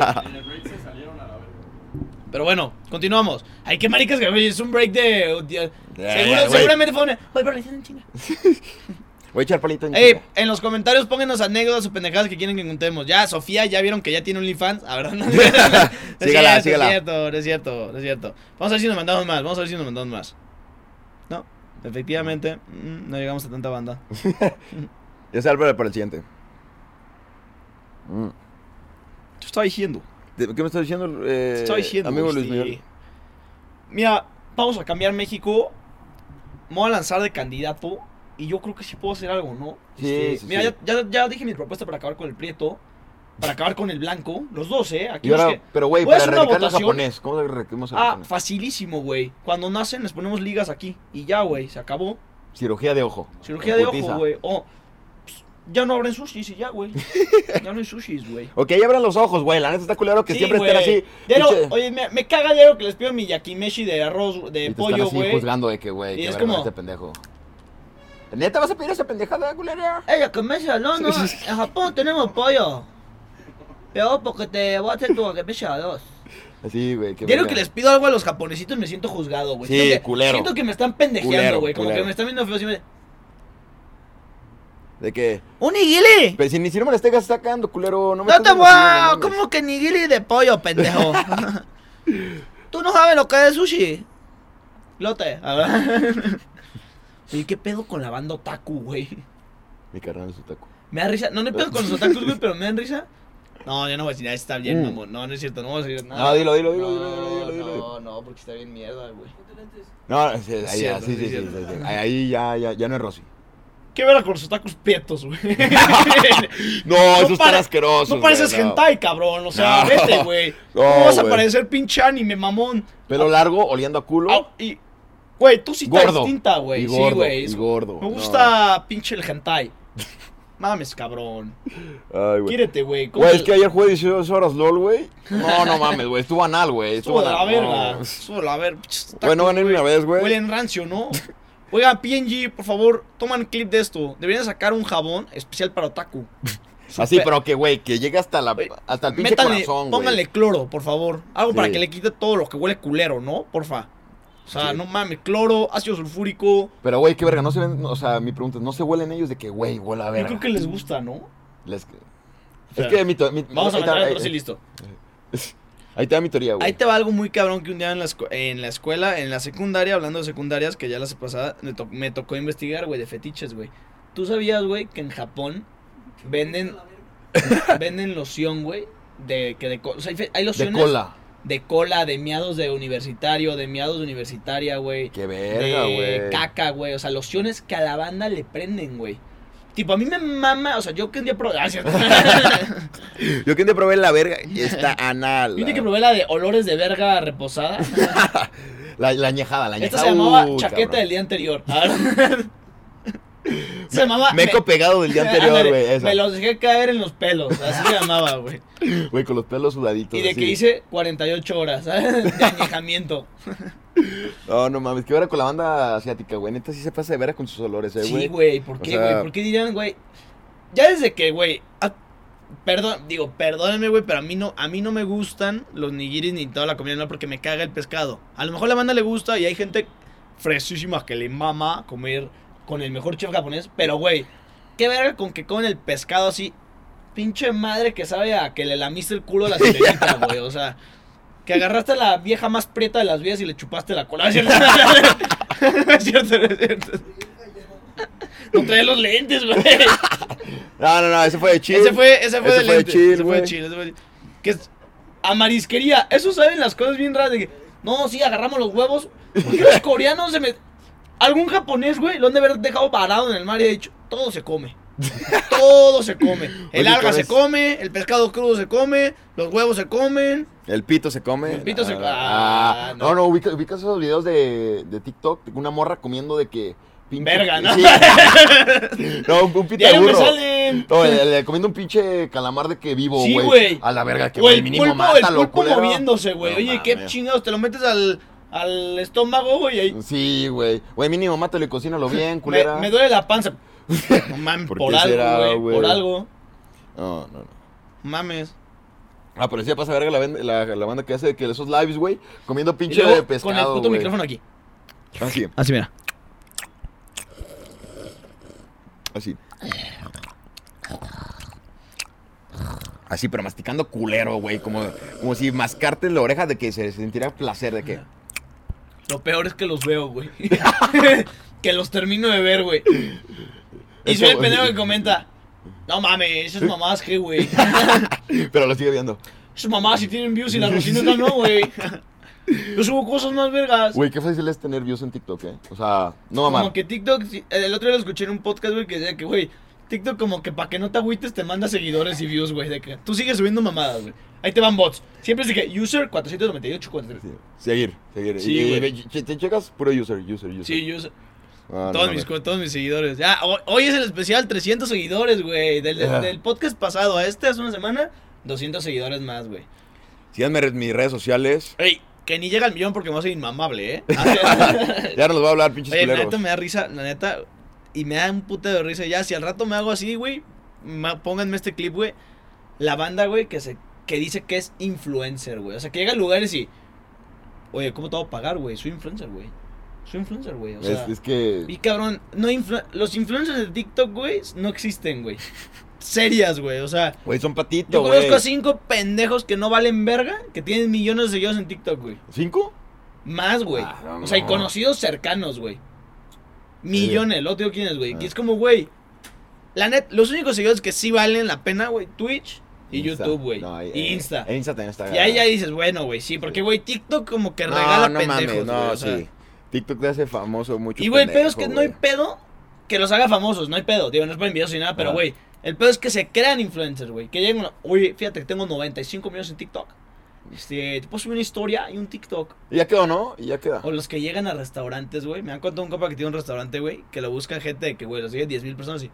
Speaker 1: Pero bueno, continuamos. Ay, qué maricas que güey, es un break de. de-
Speaker 2: Ya,
Speaker 1: seguro-
Speaker 2: ya, güey.
Speaker 1: seguramente fue una. Oye, pero le hicieron chinga.
Speaker 2: Voy a echar palito en
Speaker 1: Ey,
Speaker 2: chinga.
Speaker 1: en los comentarios pónganos anécdotas o pendejadas que quieren que contemos. Ya, Sofía, ya vieron que ya tiene un OnlyFans. A ver,
Speaker 2: [laughs]
Speaker 1: no, no, no, no, no, es cierto,
Speaker 2: Sígala, sígala.
Speaker 1: Es cierto, no es cierto, no es cierto. Vamos a ver si nos mandamos más, vamos a ver si nos mandamos más. No, efectivamente, mm, no llegamos a tanta banda.
Speaker 2: Ya se Álvaro para el siguiente. Mm.
Speaker 1: Te estaba diciendo.
Speaker 2: ¿De- ¿Qué me estás diciendo,
Speaker 1: Te
Speaker 2: eh,
Speaker 1: estaba diciendo. este,
Speaker 2: amigo Luis
Speaker 1: sí.
Speaker 2: Miguel?
Speaker 1: Mira, vamos a cambiar México. Me voy a lanzar de candidato y yo creo que sí puedo hacer algo, ¿no?
Speaker 2: Sí,
Speaker 1: Este,
Speaker 2: sí,
Speaker 1: Mira,
Speaker 2: sí.
Speaker 1: Ya, ya, ya dije mi propuesta para acabar con el prieto, para acabar con el blanco, los dos, ¿eh? Aquí
Speaker 2: Y ahora-
Speaker 1: los que-
Speaker 2: pero güey,
Speaker 1: Voy a
Speaker 2: para
Speaker 1: hacer una
Speaker 2: erradicar el
Speaker 1: votación.
Speaker 2: japonés, ¿cómo erradicamos el
Speaker 1: Ah,
Speaker 2: japonés?
Speaker 1: facilísimo, güey. Cuando nacen les ponemos ligas aquí y ya, güey, se acabó.
Speaker 2: Cirugía de ojo.
Speaker 1: Cirugía de
Speaker 2: Putiza.
Speaker 1: ojo, güey. Oh, pues, ya no abren sushis y ya,
Speaker 2: [laughs]
Speaker 1: güey. Ya no hay sushis, güey.
Speaker 2: Ok, ahí abran los ojos, güey. La neta está culero que
Speaker 1: Sí,
Speaker 2: siempre
Speaker 1: güey.
Speaker 2: estén así.
Speaker 1: Diario-
Speaker 2: pinche-
Speaker 1: oye, me, me caga diario que les pido mi yakimeshi de arroz, de
Speaker 2: y te
Speaker 1: pollo,
Speaker 2: están así
Speaker 1: güey.
Speaker 2: juzgando de que, güey,
Speaker 1: Y
Speaker 2: que
Speaker 1: es
Speaker 2: verga
Speaker 1: como-
Speaker 2: este pendejo. ¿Neta vas a pedir esa pendejada, culera?
Speaker 4: Es la comida, no, no. En Japón tenemos pollo. Peor porque te voy a hacer tu comida a dos.
Speaker 2: Así, güey. qué
Speaker 1: Diario
Speaker 2: verga.
Speaker 1: que les pido algo a los japonesitos me siento juzgado, güey.
Speaker 2: Sí,
Speaker 1: Siento que-
Speaker 2: culero.
Speaker 1: Siento que me están
Speaker 2: Culero,
Speaker 1: pendejeando, güey. Como que
Speaker 2: culero.
Speaker 1: me están viendo feo. así me-
Speaker 2: De que.
Speaker 4: ¡Un nigiri!
Speaker 2: Pero si ni siquiera me la estés sacando, culero. No me
Speaker 4: ¡No
Speaker 2: estés
Speaker 4: te voy a...
Speaker 2: emocionando, no mames.
Speaker 4: ¿Cómo que nigiri de pollo,
Speaker 2: [laughs]
Speaker 4: pendejo? ¿Tú no sabes lo que es sushi?
Speaker 1: Lote. a ver. [laughs] Oye, ¿qué pedo con la banda otaku, güey?
Speaker 2: Mi carnal es otaku.
Speaker 1: Me da risa. No, no hay pedo con los otakus, güey, pero me dan risa. No, ya no voy a decir nada, está bien,
Speaker 2: Mm.
Speaker 1: mamón. No, no es cierto, no vamos a decir nada.
Speaker 2: No, dilo, dilo, dilo,
Speaker 1: No,
Speaker 2: dilo, dilo, dilo,
Speaker 1: No,
Speaker 2: dilo.
Speaker 1: no, porque está bien mierda, güey.
Speaker 3: Ponte lentes.
Speaker 2: No, sí, ahí, ya,
Speaker 1: cierto,
Speaker 2: sí,
Speaker 1: sí,
Speaker 2: sí, sí,
Speaker 1: cierto.
Speaker 2: sí, sí. Ahí, ahí ya, ya, ya no es Rosy.
Speaker 1: ¿Qué ver con los otakus prietos, [laughs] güey?
Speaker 2: No, esos están
Speaker 1: pare-
Speaker 2: asquerosos,
Speaker 1: No pareces
Speaker 2: güey, no.
Speaker 1: hentai, cabrón. O sea,
Speaker 2: No.
Speaker 1: vete, güey.
Speaker 2: [laughs] No,
Speaker 1: ¿Cómo vas a
Speaker 2: güey.
Speaker 1: parecer pinche anime, mamón?
Speaker 2: Pelo largo, oliendo a culo.
Speaker 1: Au, Ah, y, güey, tú sí estás
Speaker 2: gordo.
Speaker 1: distinta,
Speaker 2: Y
Speaker 1: güey. Sí,
Speaker 2: gordo,
Speaker 1: güey.
Speaker 2: y
Speaker 1: es-
Speaker 2: gordo.
Speaker 1: Me
Speaker 2: No.
Speaker 1: gusta pinche el hentai. [laughs] Mames, cabrón.
Speaker 2: Ay, güey.
Speaker 1: Quírete, güey. ¿Cómo
Speaker 2: Güey,
Speaker 1: te-
Speaker 2: es que ayer jugué 18 horas LOL, güey. No, no mames, güey. Estuvo anal, güey.
Speaker 1: Estuvo de la
Speaker 2: anal,
Speaker 1: verga.
Speaker 2: no. [laughs]
Speaker 1: Estuvo de la verga. Pinches
Speaker 2: Güey, no
Speaker 1: tacos,
Speaker 2: gané ni
Speaker 1: güey.
Speaker 2: una vez, güey.
Speaker 1: Huelen rancio, ¿no? Oiga, PNG, por favor, toman clip de esto. Deberían sacar un jabón especial para otaku.
Speaker 2: [laughs] Así,
Speaker 1: Súper-
Speaker 2: pero que, güey, que llegue hasta, la,
Speaker 1: Güey,
Speaker 2: hasta el pinche
Speaker 1: Métanle,
Speaker 2: corazón, güey.
Speaker 1: pónganle cloro, por favor. Algo para
Speaker 2: Sí.
Speaker 1: que le quite todo lo que huele culero, ¿no? Porfa. O sea,
Speaker 2: Sí.
Speaker 1: no mames, cloro, ácido sulfúrico.
Speaker 2: Pero, güey, qué verga, no se ven, o sea, mi pregunta es, ¿no se huelen ellos de que, güey, huele a
Speaker 1: Yo
Speaker 2: verga?
Speaker 1: creo que les gusta, ¿no?
Speaker 2: Les-
Speaker 1: sea,
Speaker 2: es que mi, to- mi-
Speaker 1: Vamos a
Speaker 2: ahí te va-
Speaker 1: meter
Speaker 2: ahí-
Speaker 1: otro y listo.
Speaker 2: Ahí te da mi teoría, güey.
Speaker 1: Ahí te va algo muy cabrón que un día en la, escu- en la escuela, en la secundaria, hablando de secundarias, que ya la pasada me, to- me tocó investigar, güey, de fetiches, güey. ¿Tú sabías, güey, que en Japón venden, [laughs]
Speaker 3: A la verga.
Speaker 1: venden loción, güey? De, que de, co- o sea, hay fe- hay
Speaker 2: De
Speaker 1: lociones
Speaker 2: cola.
Speaker 1: de cola, de miados de universitario, de miados de universitaria, güey.
Speaker 2: Qué verga,
Speaker 1: de
Speaker 2: güey.
Speaker 1: caca, güey. O sea, lociones que a la banda le prenden, güey. Tipo, a mí me mama, o sea, yo que un día probé. [laughs] Ah,
Speaker 2: [laughs]
Speaker 1: cierto.
Speaker 2: [clears throat] Yo que te probé la verga
Speaker 1: [laughs]
Speaker 2: y está anal.
Speaker 1: Yo un día que probé la de olores de verga reposada.
Speaker 2: La, la añejada, la
Speaker 1: Esta
Speaker 2: añejada.
Speaker 1: se llamaba
Speaker 2: Uy,
Speaker 1: chaqueta
Speaker 2: cabrón.
Speaker 1: del día anterior. Ah, [laughs] se llamaba.
Speaker 2: Meco
Speaker 1: [laughs]
Speaker 2: pegado del día anterior,
Speaker 1: Ándale,
Speaker 2: güey. esa.
Speaker 1: Me los dejé caer en los pelos. Así se llamaba,
Speaker 2: [laughs]
Speaker 1: güey.
Speaker 2: Güey, con los pelos sudaditos.
Speaker 1: Y de
Speaker 2: así.
Speaker 1: que hice 48 horas [laughs] ¿sabes? de añejamiento.
Speaker 2: Oh, No, no mames, que ahora con la banda asiática, güey. Neta sí se pasa de veras con sus olores, eh, güey.
Speaker 1: Sí, güey, ¿por
Speaker 2: O
Speaker 1: qué,
Speaker 2: sea-
Speaker 1: güey? ¿Por qué dirían, güey? Ya desde que, güey, ah, perdón, digo, perdónenme, güey, pero a mí no a mí no me gustan los nigiris ni toda la comida, no, porque me caga el pescado. A lo mejor la banda le gusta y hay gente fresísima que le mama comer con el mejor chef japonés, pero güey, qué verga con que comen el pescado así, pinche madre que sabe a que le lamiste el culo a la sirenita,
Speaker 2: [laughs]
Speaker 1: güey, o sea, que agarraste a la vieja más prieta de las vías y le chupaste la cola. [laughs] ¿Es cierto? ¿Es cierto? ¿Es cierto? No traía los lentes,
Speaker 2: [laughs]
Speaker 1: güey.
Speaker 2: No, no, no, ese fue de chill.
Speaker 1: Ese fue, ese fue de
Speaker 2: Ese fue de
Speaker 1: lentes.
Speaker 2: chill,
Speaker 1: ese fue
Speaker 2: güey.
Speaker 1: de chill, ese fue de chill. Que es a marisquería. Eso saben las cosas bien raras de que, no, sí, agarramos los huevos. ¿Por qué los coreanos se me... Algún japonés, güey, lo han de haber dejado parado en el mar y ha dicho, todo se come. Todo se
Speaker 2: [laughs]
Speaker 1: come. El
Speaker 2: Oye,
Speaker 1: alga se
Speaker 2: ¿sabes?
Speaker 1: come, el pescado crudo se come, los huevos se comen.
Speaker 2: El pito se come.
Speaker 1: El pito se-
Speaker 2: Ah,
Speaker 1: ah,
Speaker 2: no,
Speaker 1: no.
Speaker 2: no, ubicas, ubicas esos videos de, de TikTok. de Una morra comiendo de que. pinche-
Speaker 1: Verga, ¿no? [laughs]
Speaker 2: Sí. [laughs] no, un, un pito de
Speaker 1: Diario me
Speaker 2: burro.
Speaker 1: salen.
Speaker 2: No, le, le comiendo un pinche calamar de que vivo,
Speaker 1: Sí,
Speaker 2: güey.
Speaker 1: güey.
Speaker 2: A la verga, que
Speaker 1: O
Speaker 2: güey,
Speaker 1: el
Speaker 2: mínimo
Speaker 1: pulpo,
Speaker 2: mata
Speaker 1: el pulpo moviéndose, güey.
Speaker 2: No
Speaker 1: Oye, qué
Speaker 2: mames.
Speaker 1: chingados, te lo metes al, al estómago, güey. y ahí-
Speaker 2: Sí, güey. Güey, mínimo mátalo y cocínalo
Speaker 1: [laughs]
Speaker 2: bien,
Speaker 1: Me,
Speaker 2: culera.
Speaker 1: me duele la
Speaker 2: [laughs]
Speaker 1: panza. No mames,
Speaker 2: ¿Por
Speaker 1: por,
Speaker 2: qué
Speaker 1: algo,
Speaker 2: será, güey?
Speaker 1: güey. Por algo.
Speaker 2: No, no, no.
Speaker 1: Mames.
Speaker 2: Ah, pero sí pasa verga la, ben- la, la banda que hace de que esos lives, güey, comiendo
Speaker 1: Y
Speaker 2: pinche
Speaker 1: luego,
Speaker 2: de pescado.
Speaker 1: con el puto
Speaker 2: güey.
Speaker 1: micrófono aquí.
Speaker 2: Así,
Speaker 1: Así, mira.
Speaker 2: así. Así, pero masticando culero, güey. Como, como si mascarte la oreja de que se sintiera placer, de que.
Speaker 1: Lo peor es que los veo, güey. [laughs] que los termino de ver, güey. Y
Speaker 2: Eso,
Speaker 1: soy el
Speaker 2: güey.
Speaker 1: pendejo que comenta. No mames,
Speaker 2: [laughs]
Speaker 1: esas mamás, ¿qué, güey?
Speaker 2: Pero lo sigue viendo. [laughs]
Speaker 1: Esas mamás si tienen views y las rositas no, güey. Yo subo cosas más vergas.
Speaker 2: Güey, qué fácil es tener views en TikTok, ¿eh? O sea, no mamá.
Speaker 1: Como que TikTok, sí, el otro día lo escuché en un podcast, güey, que decía que, güey, TikTok como que para que no te agüites te manda seguidores y views, güey, de que tú sigues subiendo mamadas, güey. Ahí te van bots. Siempre dice que user 498, 493.
Speaker 2: Seguir, seguir.
Speaker 1: Sí,
Speaker 2: Y- y-
Speaker 1: güey.
Speaker 2: ve- che- te checas puro user, user, user.
Speaker 1: Sí, user.
Speaker 2: Ah, no
Speaker 1: todos,
Speaker 2: mames.
Speaker 1: mis, co- todos mis seguidores. Ya, ho- hoy, es el especial 300 seguidores, güey. Del,
Speaker 2: Ajá.
Speaker 1: del podcast pasado a este hace una semana, 200 seguidores más, güey.
Speaker 2: Síganme en mis
Speaker 1: [coughs]
Speaker 2: redes sociales.
Speaker 1: Ey, que ni llega al millón porque me hace
Speaker 2: [laughs]
Speaker 1: inmamable, ¿eh?
Speaker 2: Ya no los voy a hablar, pinches
Speaker 1: Oye, la
Speaker 2: culeros.
Speaker 1: neta me da risa, la neta. Y me da un puto de risa. Ya, si al rato me hago así, güey, ma- pónganme este clip, güey. La banda, güey, que, se, que dice que es influencer, güey. O sea, que llega a lugares y. Oye, ¿cómo te voy a pagar, güey? Soy influencer, güey. Soy influencer, güey. O sea,
Speaker 2: es, es que.
Speaker 1: y cabrón, no influ- los influencers de TikTok, güey, no existen, güey. Serias, güey. O sea,
Speaker 2: Güey, son patitos,
Speaker 1: yo
Speaker 2: güey.
Speaker 1: conozco a cinco pendejos que no valen verga, que tienen millones de seguidores en TikTok, güey.
Speaker 2: ¿Cinco?
Speaker 1: Más, güey.
Speaker 2: Ah, no,
Speaker 1: o sea, y
Speaker 2: no.
Speaker 1: conocidos cercanos, güey. Millones, lo digo quién es,
Speaker 2: Ah.
Speaker 1: güey. Que es como, güey. La net, los únicos seguidores que sí valen la pena, güey, Twitch y
Speaker 2: Insta.
Speaker 1: YouTube, güey.
Speaker 2: No,
Speaker 1: y
Speaker 2: ahí-
Speaker 1: Insta.
Speaker 2: eh, Insta también está
Speaker 1: y ahí ya
Speaker 2: ganando.
Speaker 1: dices, bueno, güey, sí, porque, güey, TikTok como que
Speaker 2: No,
Speaker 1: regala
Speaker 2: no mames,
Speaker 1: pendejos.
Speaker 2: no,
Speaker 1: güey, o sea.
Speaker 2: sí. TikTok te hace famoso mucho.
Speaker 1: Y, güey, el pedo es que
Speaker 2: pendejo,
Speaker 1: no hay
Speaker 2: güey.
Speaker 1: pedo que los haga famosos, no hay pedo. Digo, no es por videos ni nada, pero,
Speaker 2: Ah.
Speaker 1: güey, el pedo es que se crean influencers, güey. Que lleguen, oye, fíjate que tengo 95 millones en TikTok.
Speaker 2: Mm.
Speaker 1: Este, te puedo subir una historia y un TikTok.
Speaker 2: Y ya quedó, ¿no? Y ya queda.
Speaker 1: O los que llegan a restaurantes, güey. Me han contado un compa que tiene un restaurante, güey, que lo busca gente de que, güey, lo siguen 10 mil personas y...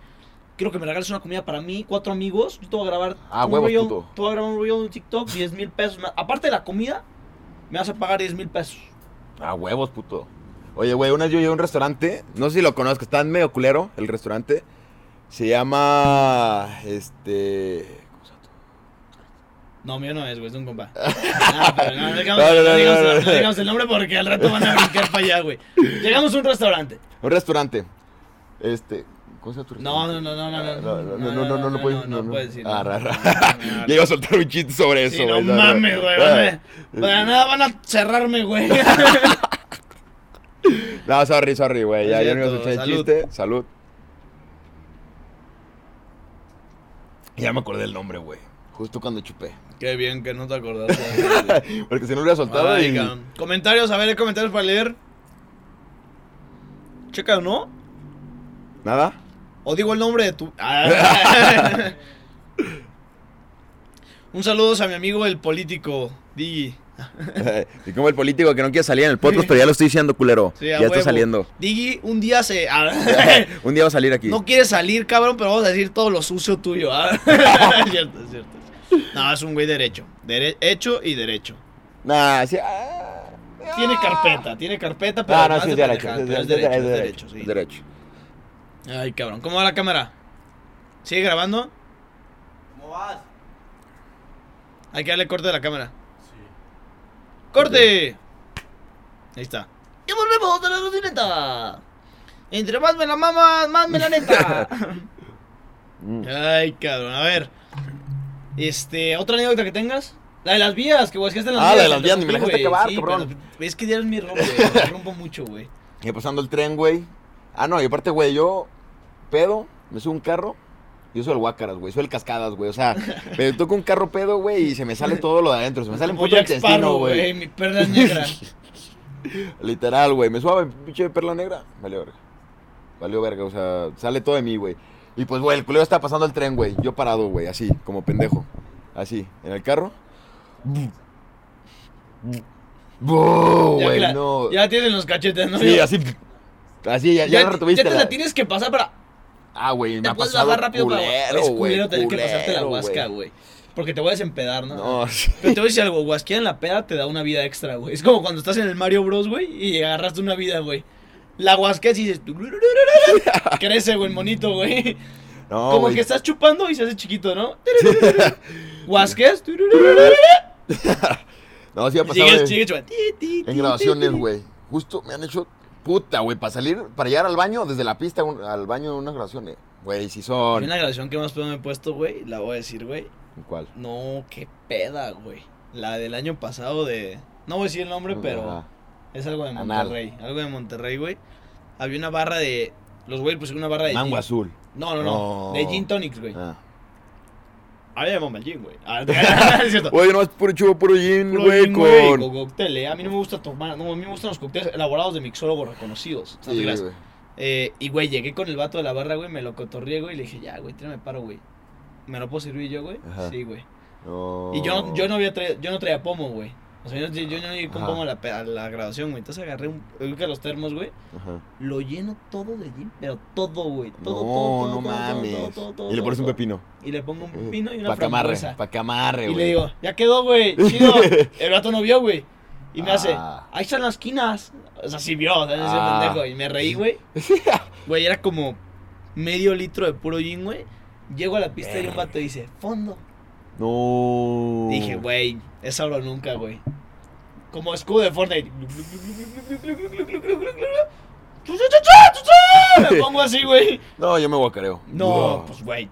Speaker 1: Quiero que me regales una comida para mí, cuatro amigos. Yo te voy a grabar
Speaker 2: Ah,
Speaker 1: un
Speaker 2: huevos,
Speaker 1: reel,
Speaker 2: puto.
Speaker 1: Te voy a grabar un reel de un TikTok, 10 mil pesos. Me- Aparte de la comida, me vas a pagar 10 mil pesos.
Speaker 2: Ah, huevos, puto. Oye, güey, una vez yo llegué a un restaurante, no sé si lo conozco, está en medio culero el restaurante. Se llama. Este. ¿cómo se llama?
Speaker 1: No, mío no es, güey, es de un compa. Ah, pero no, no digamos,
Speaker 2: No, no,
Speaker 1: no
Speaker 2: no,
Speaker 1: digamos-
Speaker 2: no, no.
Speaker 1: no digamos el nombre porque al rato van a brincar para allá, güey. Llegamos a un restaurante.
Speaker 2: Un restaurante. Este. ¿Cómo se llama tu
Speaker 1: No, no,
Speaker 2: restaurante?
Speaker 1: no, no, no.
Speaker 2: Ah, No, no, no, no, no, no, puedes-
Speaker 1: no, puedes decir.
Speaker 2: Ah, ra, ra.
Speaker 1: no, no, no,
Speaker 2: [laughs]
Speaker 1: no.
Speaker 2: Ya iba a soltar un chiste sobre eso,
Speaker 1: Sí, no
Speaker 2: güey.
Speaker 1: mames, güey.
Speaker 2: Ah,
Speaker 1: van a- Para nada van a cerrarme, güey.
Speaker 2: [laughs] No, sorry, sorry, güey. Ya,
Speaker 1: Es
Speaker 2: ya no iba a
Speaker 1: cierto,
Speaker 2: soltar el
Speaker 1: salud.
Speaker 2: chiste. Salud. Ya me acordé el nombre, güey. Justo cuando chupé.
Speaker 1: Qué bien que no te acordaste.
Speaker 2: Porque si no lo hubiera soltado
Speaker 1: Ay,
Speaker 2: y...
Speaker 1: cabrón. Comentarios, a ver, hay comentarios para leer. Checa, ¿no?
Speaker 2: ¿Nada? [laughs]
Speaker 1: O digo el nombre de tu. Ah. Un saludo a mi amigo el político, Digi.
Speaker 2: y como el político que no quiere salir en el podcast, pero ya lo estoy diciendo, culero.
Speaker 1: Sí, a
Speaker 2: ya
Speaker 1: huevo.
Speaker 2: está saliendo. Eh,
Speaker 1: Digi, un día se.
Speaker 2: [laughs]
Speaker 1: ah.
Speaker 2: Un día va a salir aquí.
Speaker 1: no quiere salir, cabrón, pero vamos a decir todo lo sucio tuyo. ah. [laughs] es cierto, es cierto. No, es un güey derecho. Dere- hecho y derecho.
Speaker 2: Nah, sí. ah, ah.
Speaker 1: Tiene carpeta, tiene carpeta, pero.
Speaker 2: No, Ah, no,
Speaker 1: además
Speaker 2: sí, es
Speaker 1: de
Speaker 2: derecho.
Speaker 1: pendejadas,
Speaker 2: Es
Speaker 1: pero es
Speaker 2: derecho,
Speaker 1: derecho,
Speaker 2: es
Speaker 1: es
Speaker 2: derecho.
Speaker 1: derecho, sí.
Speaker 2: es derecho.
Speaker 1: Ay, cabrón. ¿Cómo va la cámara? ¿Sigue grabando?
Speaker 3: ¿Cómo vas?
Speaker 1: Hay que darle corte a la cámara.
Speaker 3: Sí.
Speaker 1: ¡Corte! Ahí está. Y volvemos a la rutineta. Entre más me la mamas, más me la
Speaker 2: [laughs]
Speaker 1: neta.
Speaker 2: Mm.
Speaker 1: Ay, cabrón. A ver. Este, ¿otra anécdota que tengas? La de las vías, que buscaste en las
Speaker 2: Ah,
Speaker 1: vías.
Speaker 2: la de las vías,
Speaker 1: interrumpí,
Speaker 2: ni me la dejaste
Speaker 1: güey.
Speaker 2: acabar,
Speaker 1: Sí,
Speaker 2: cabrón.
Speaker 1: pero pues, es que ya es mi rompe, güey, [laughs] me rompo mucho, güey.
Speaker 2: Y pasando el tren, güey. Ah, no, y aparte, güey, yo pedo, me subo a un carro. Yo soy el Huácaras, güey, soy el Cascadas, güey.
Speaker 1: [laughs]
Speaker 2: O sea, me toco un carro pedo, güey, y se me sale todo lo de adentro. Se me sale un
Speaker 1: Como
Speaker 2: puto
Speaker 1: Jack Sparrow,
Speaker 2: intestino, güey.
Speaker 1: Mi perla
Speaker 2: [laughs]
Speaker 1: negra.
Speaker 2: Literal, güey. Me suave, pinche perla negra. Valió verga. Valió verga, o sea, sale todo de mí, güey. Y pues, güey, el culero está pasando el tren, güey. Yo parado, güey, así, como pendejo. Así, en el carro. ¡Buu!
Speaker 1: Ya que
Speaker 2: Güey,
Speaker 1: la-
Speaker 2: no.
Speaker 1: Ya la tienes en los cachetes, ¿no?
Speaker 2: sí,
Speaker 1: Ya-
Speaker 2: así. Así, ya, ya,
Speaker 1: ya,
Speaker 2: la
Speaker 1: te-
Speaker 2: retuviste.
Speaker 1: ya te la
Speaker 2: la-
Speaker 1: tienes que pasar para
Speaker 2: Ah, güey, me
Speaker 1: Te
Speaker 2: ha
Speaker 1: puedes
Speaker 2: pasado
Speaker 1: bajar rápido para
Speaker 2: culero,
Speaker 1: Es
Speaker 2: güey,
Speaker 1: culero tener que pasarte la
Speaker 2: culero,
Speaker 1: huasca, güey. Porque te voy a desempedar, ¿no? [laughs]
Speaker 2: No, sí.
Speaker 1: Pero te voy a decir algo, guasquear en la peda te da una vida extra, güey. Es como cuando estás en el Mario Bros, güey, y agarraste una vida, güey. La guasqueas y
Speaker 2: [laughs]
Speaker 1: dices... Crece, güey, el monito, güey.
Speaker 2: no,
Speaker 1: Como
Speaker 2: güey.
Speaker 1: que estás chupando y se hace chiquito,
Speaker 2: [laughs]
Speaker 1: ¿no? Guasqueas...
Speaker 2: No, sí ha
Speaker 1: Y sigues,
Speaker 2: pasado güey,
Speaker 1: sigues chupando. Ti, ti, ti,
Speaker 2: en grabaciones,
Speaker 1: ti, ti.
Speaker 2: güey. Justo me han hecho puta, güey, para salir, para llegar al baño desde la pista un- al baño de unas grabaciones. Güey, sí
Speaker 1: Hay
Speaker 2: son.
Speaker 1: una grabación que más pedo me he puesto, güey, la voy a decir, güey.
Speaker 2: ¿Cuál?
Speaker 1: No, qué peda, güey. La del año pasado de... No voy a decir el nombre, pero...
Speaker 2: Ajá.
Speaker 1: Es algo de
Speaker 2: Anal.
Speaker 1: Monterrey. Algo de Monterrey, güey. Había una barra de. Los güeyes pusieron una barra de.
Speaker 2: Mango Ah.
Speaker 1: gin-
Speaker 2: azul.
Speaker 1: No, no, no,
Speaker 2: No.
Speaker 1: De gin tonics, güey.
Speaker 2: Ah.
Speaker 1: A mí me mama el gin, güey. Ah, [laughs] es cierto.
Speaker 2: Oye, no, es puro chubo, puro gin,
Speaker 1: Puro
Speaker 2: güey,
Speaker 1: gin, güey, con...
Speaker 2: con...
Speaker 1: cóctel, eh. A mí no me gusta tomar, no, a mí me gustan los cócteles elaborados de mixólogos reconocidos. no te
Speaker 2: Sí,
Speaker 1: creas.
Speaker 2: güey.
Speaker 1: Eh, y, güey, llegué con el vato de la barra, güey, me lo cotorrié, güey, y le dije, ya, güey, tráeme paro, güey. ¿Me lo puedo servir yo, güey?
Speaker 2: Ajá.
Speaker 1: Sí, güey.
Speaker 2: No.
Speaker 1: Y yo, yo no había traído, yo no traía pomo, güey. O sea, yo, no- yo no llegué con
Speaker 2: Ajá.
Speaker 1: pomo a la, pe- a la graduación, güey. Entonces agarré un, creo que los termos, güey.
Speaker 2: Ajá.
Speaker 1: Lo lleno todo de gin, pero todo, güey. Todo,
Speaker 2: no,
Speaker 1: todo, todo,
Speaker 2: no
Speaker 1: todo, todo,
Speaker 2: mames.
Speaker 1: todo, todo, todo,
Speaker 2: y le pones un
Speaker 1: todo.
Speaker 2: pepino. Uh,
Speaker 1: Y le pongo un pino y una
Speaker 2: Pa' que amarre,
Speaker 1: frambuesa.
Speaker 2: pa' que amarre,
Speaker 1: Y
Speaker 2: güey.
Speaker 1: le digo, ya quedó, güey,
Speaker 2: [laughs]
Speaker 1: chido. El vato no vio, güey. Y me hace,
Speaker 2: Ah.
Speaker 1: ahí están las esquinas. O sea, sí vio, o sea, ese
Speaker 2: Ah.
Speaker 1: pendejo. Y me reí, güey. Güey, era como medio litro de puro gin, güey. Llego a la pista y un vato dice, fondo.
Speaker 2: [laughs] No.
Speaker 1: Dije, güey, es ahora o nunca, güey. Como escudo de Fortnite.
Speaker 2: [laughs]
Speaker 1: Me pongo así, güey.
Speaker 2: No, yo me guacareo.
Speaker 1: No,
Speaker 2: Wow.
Speaker 1: pues, güey.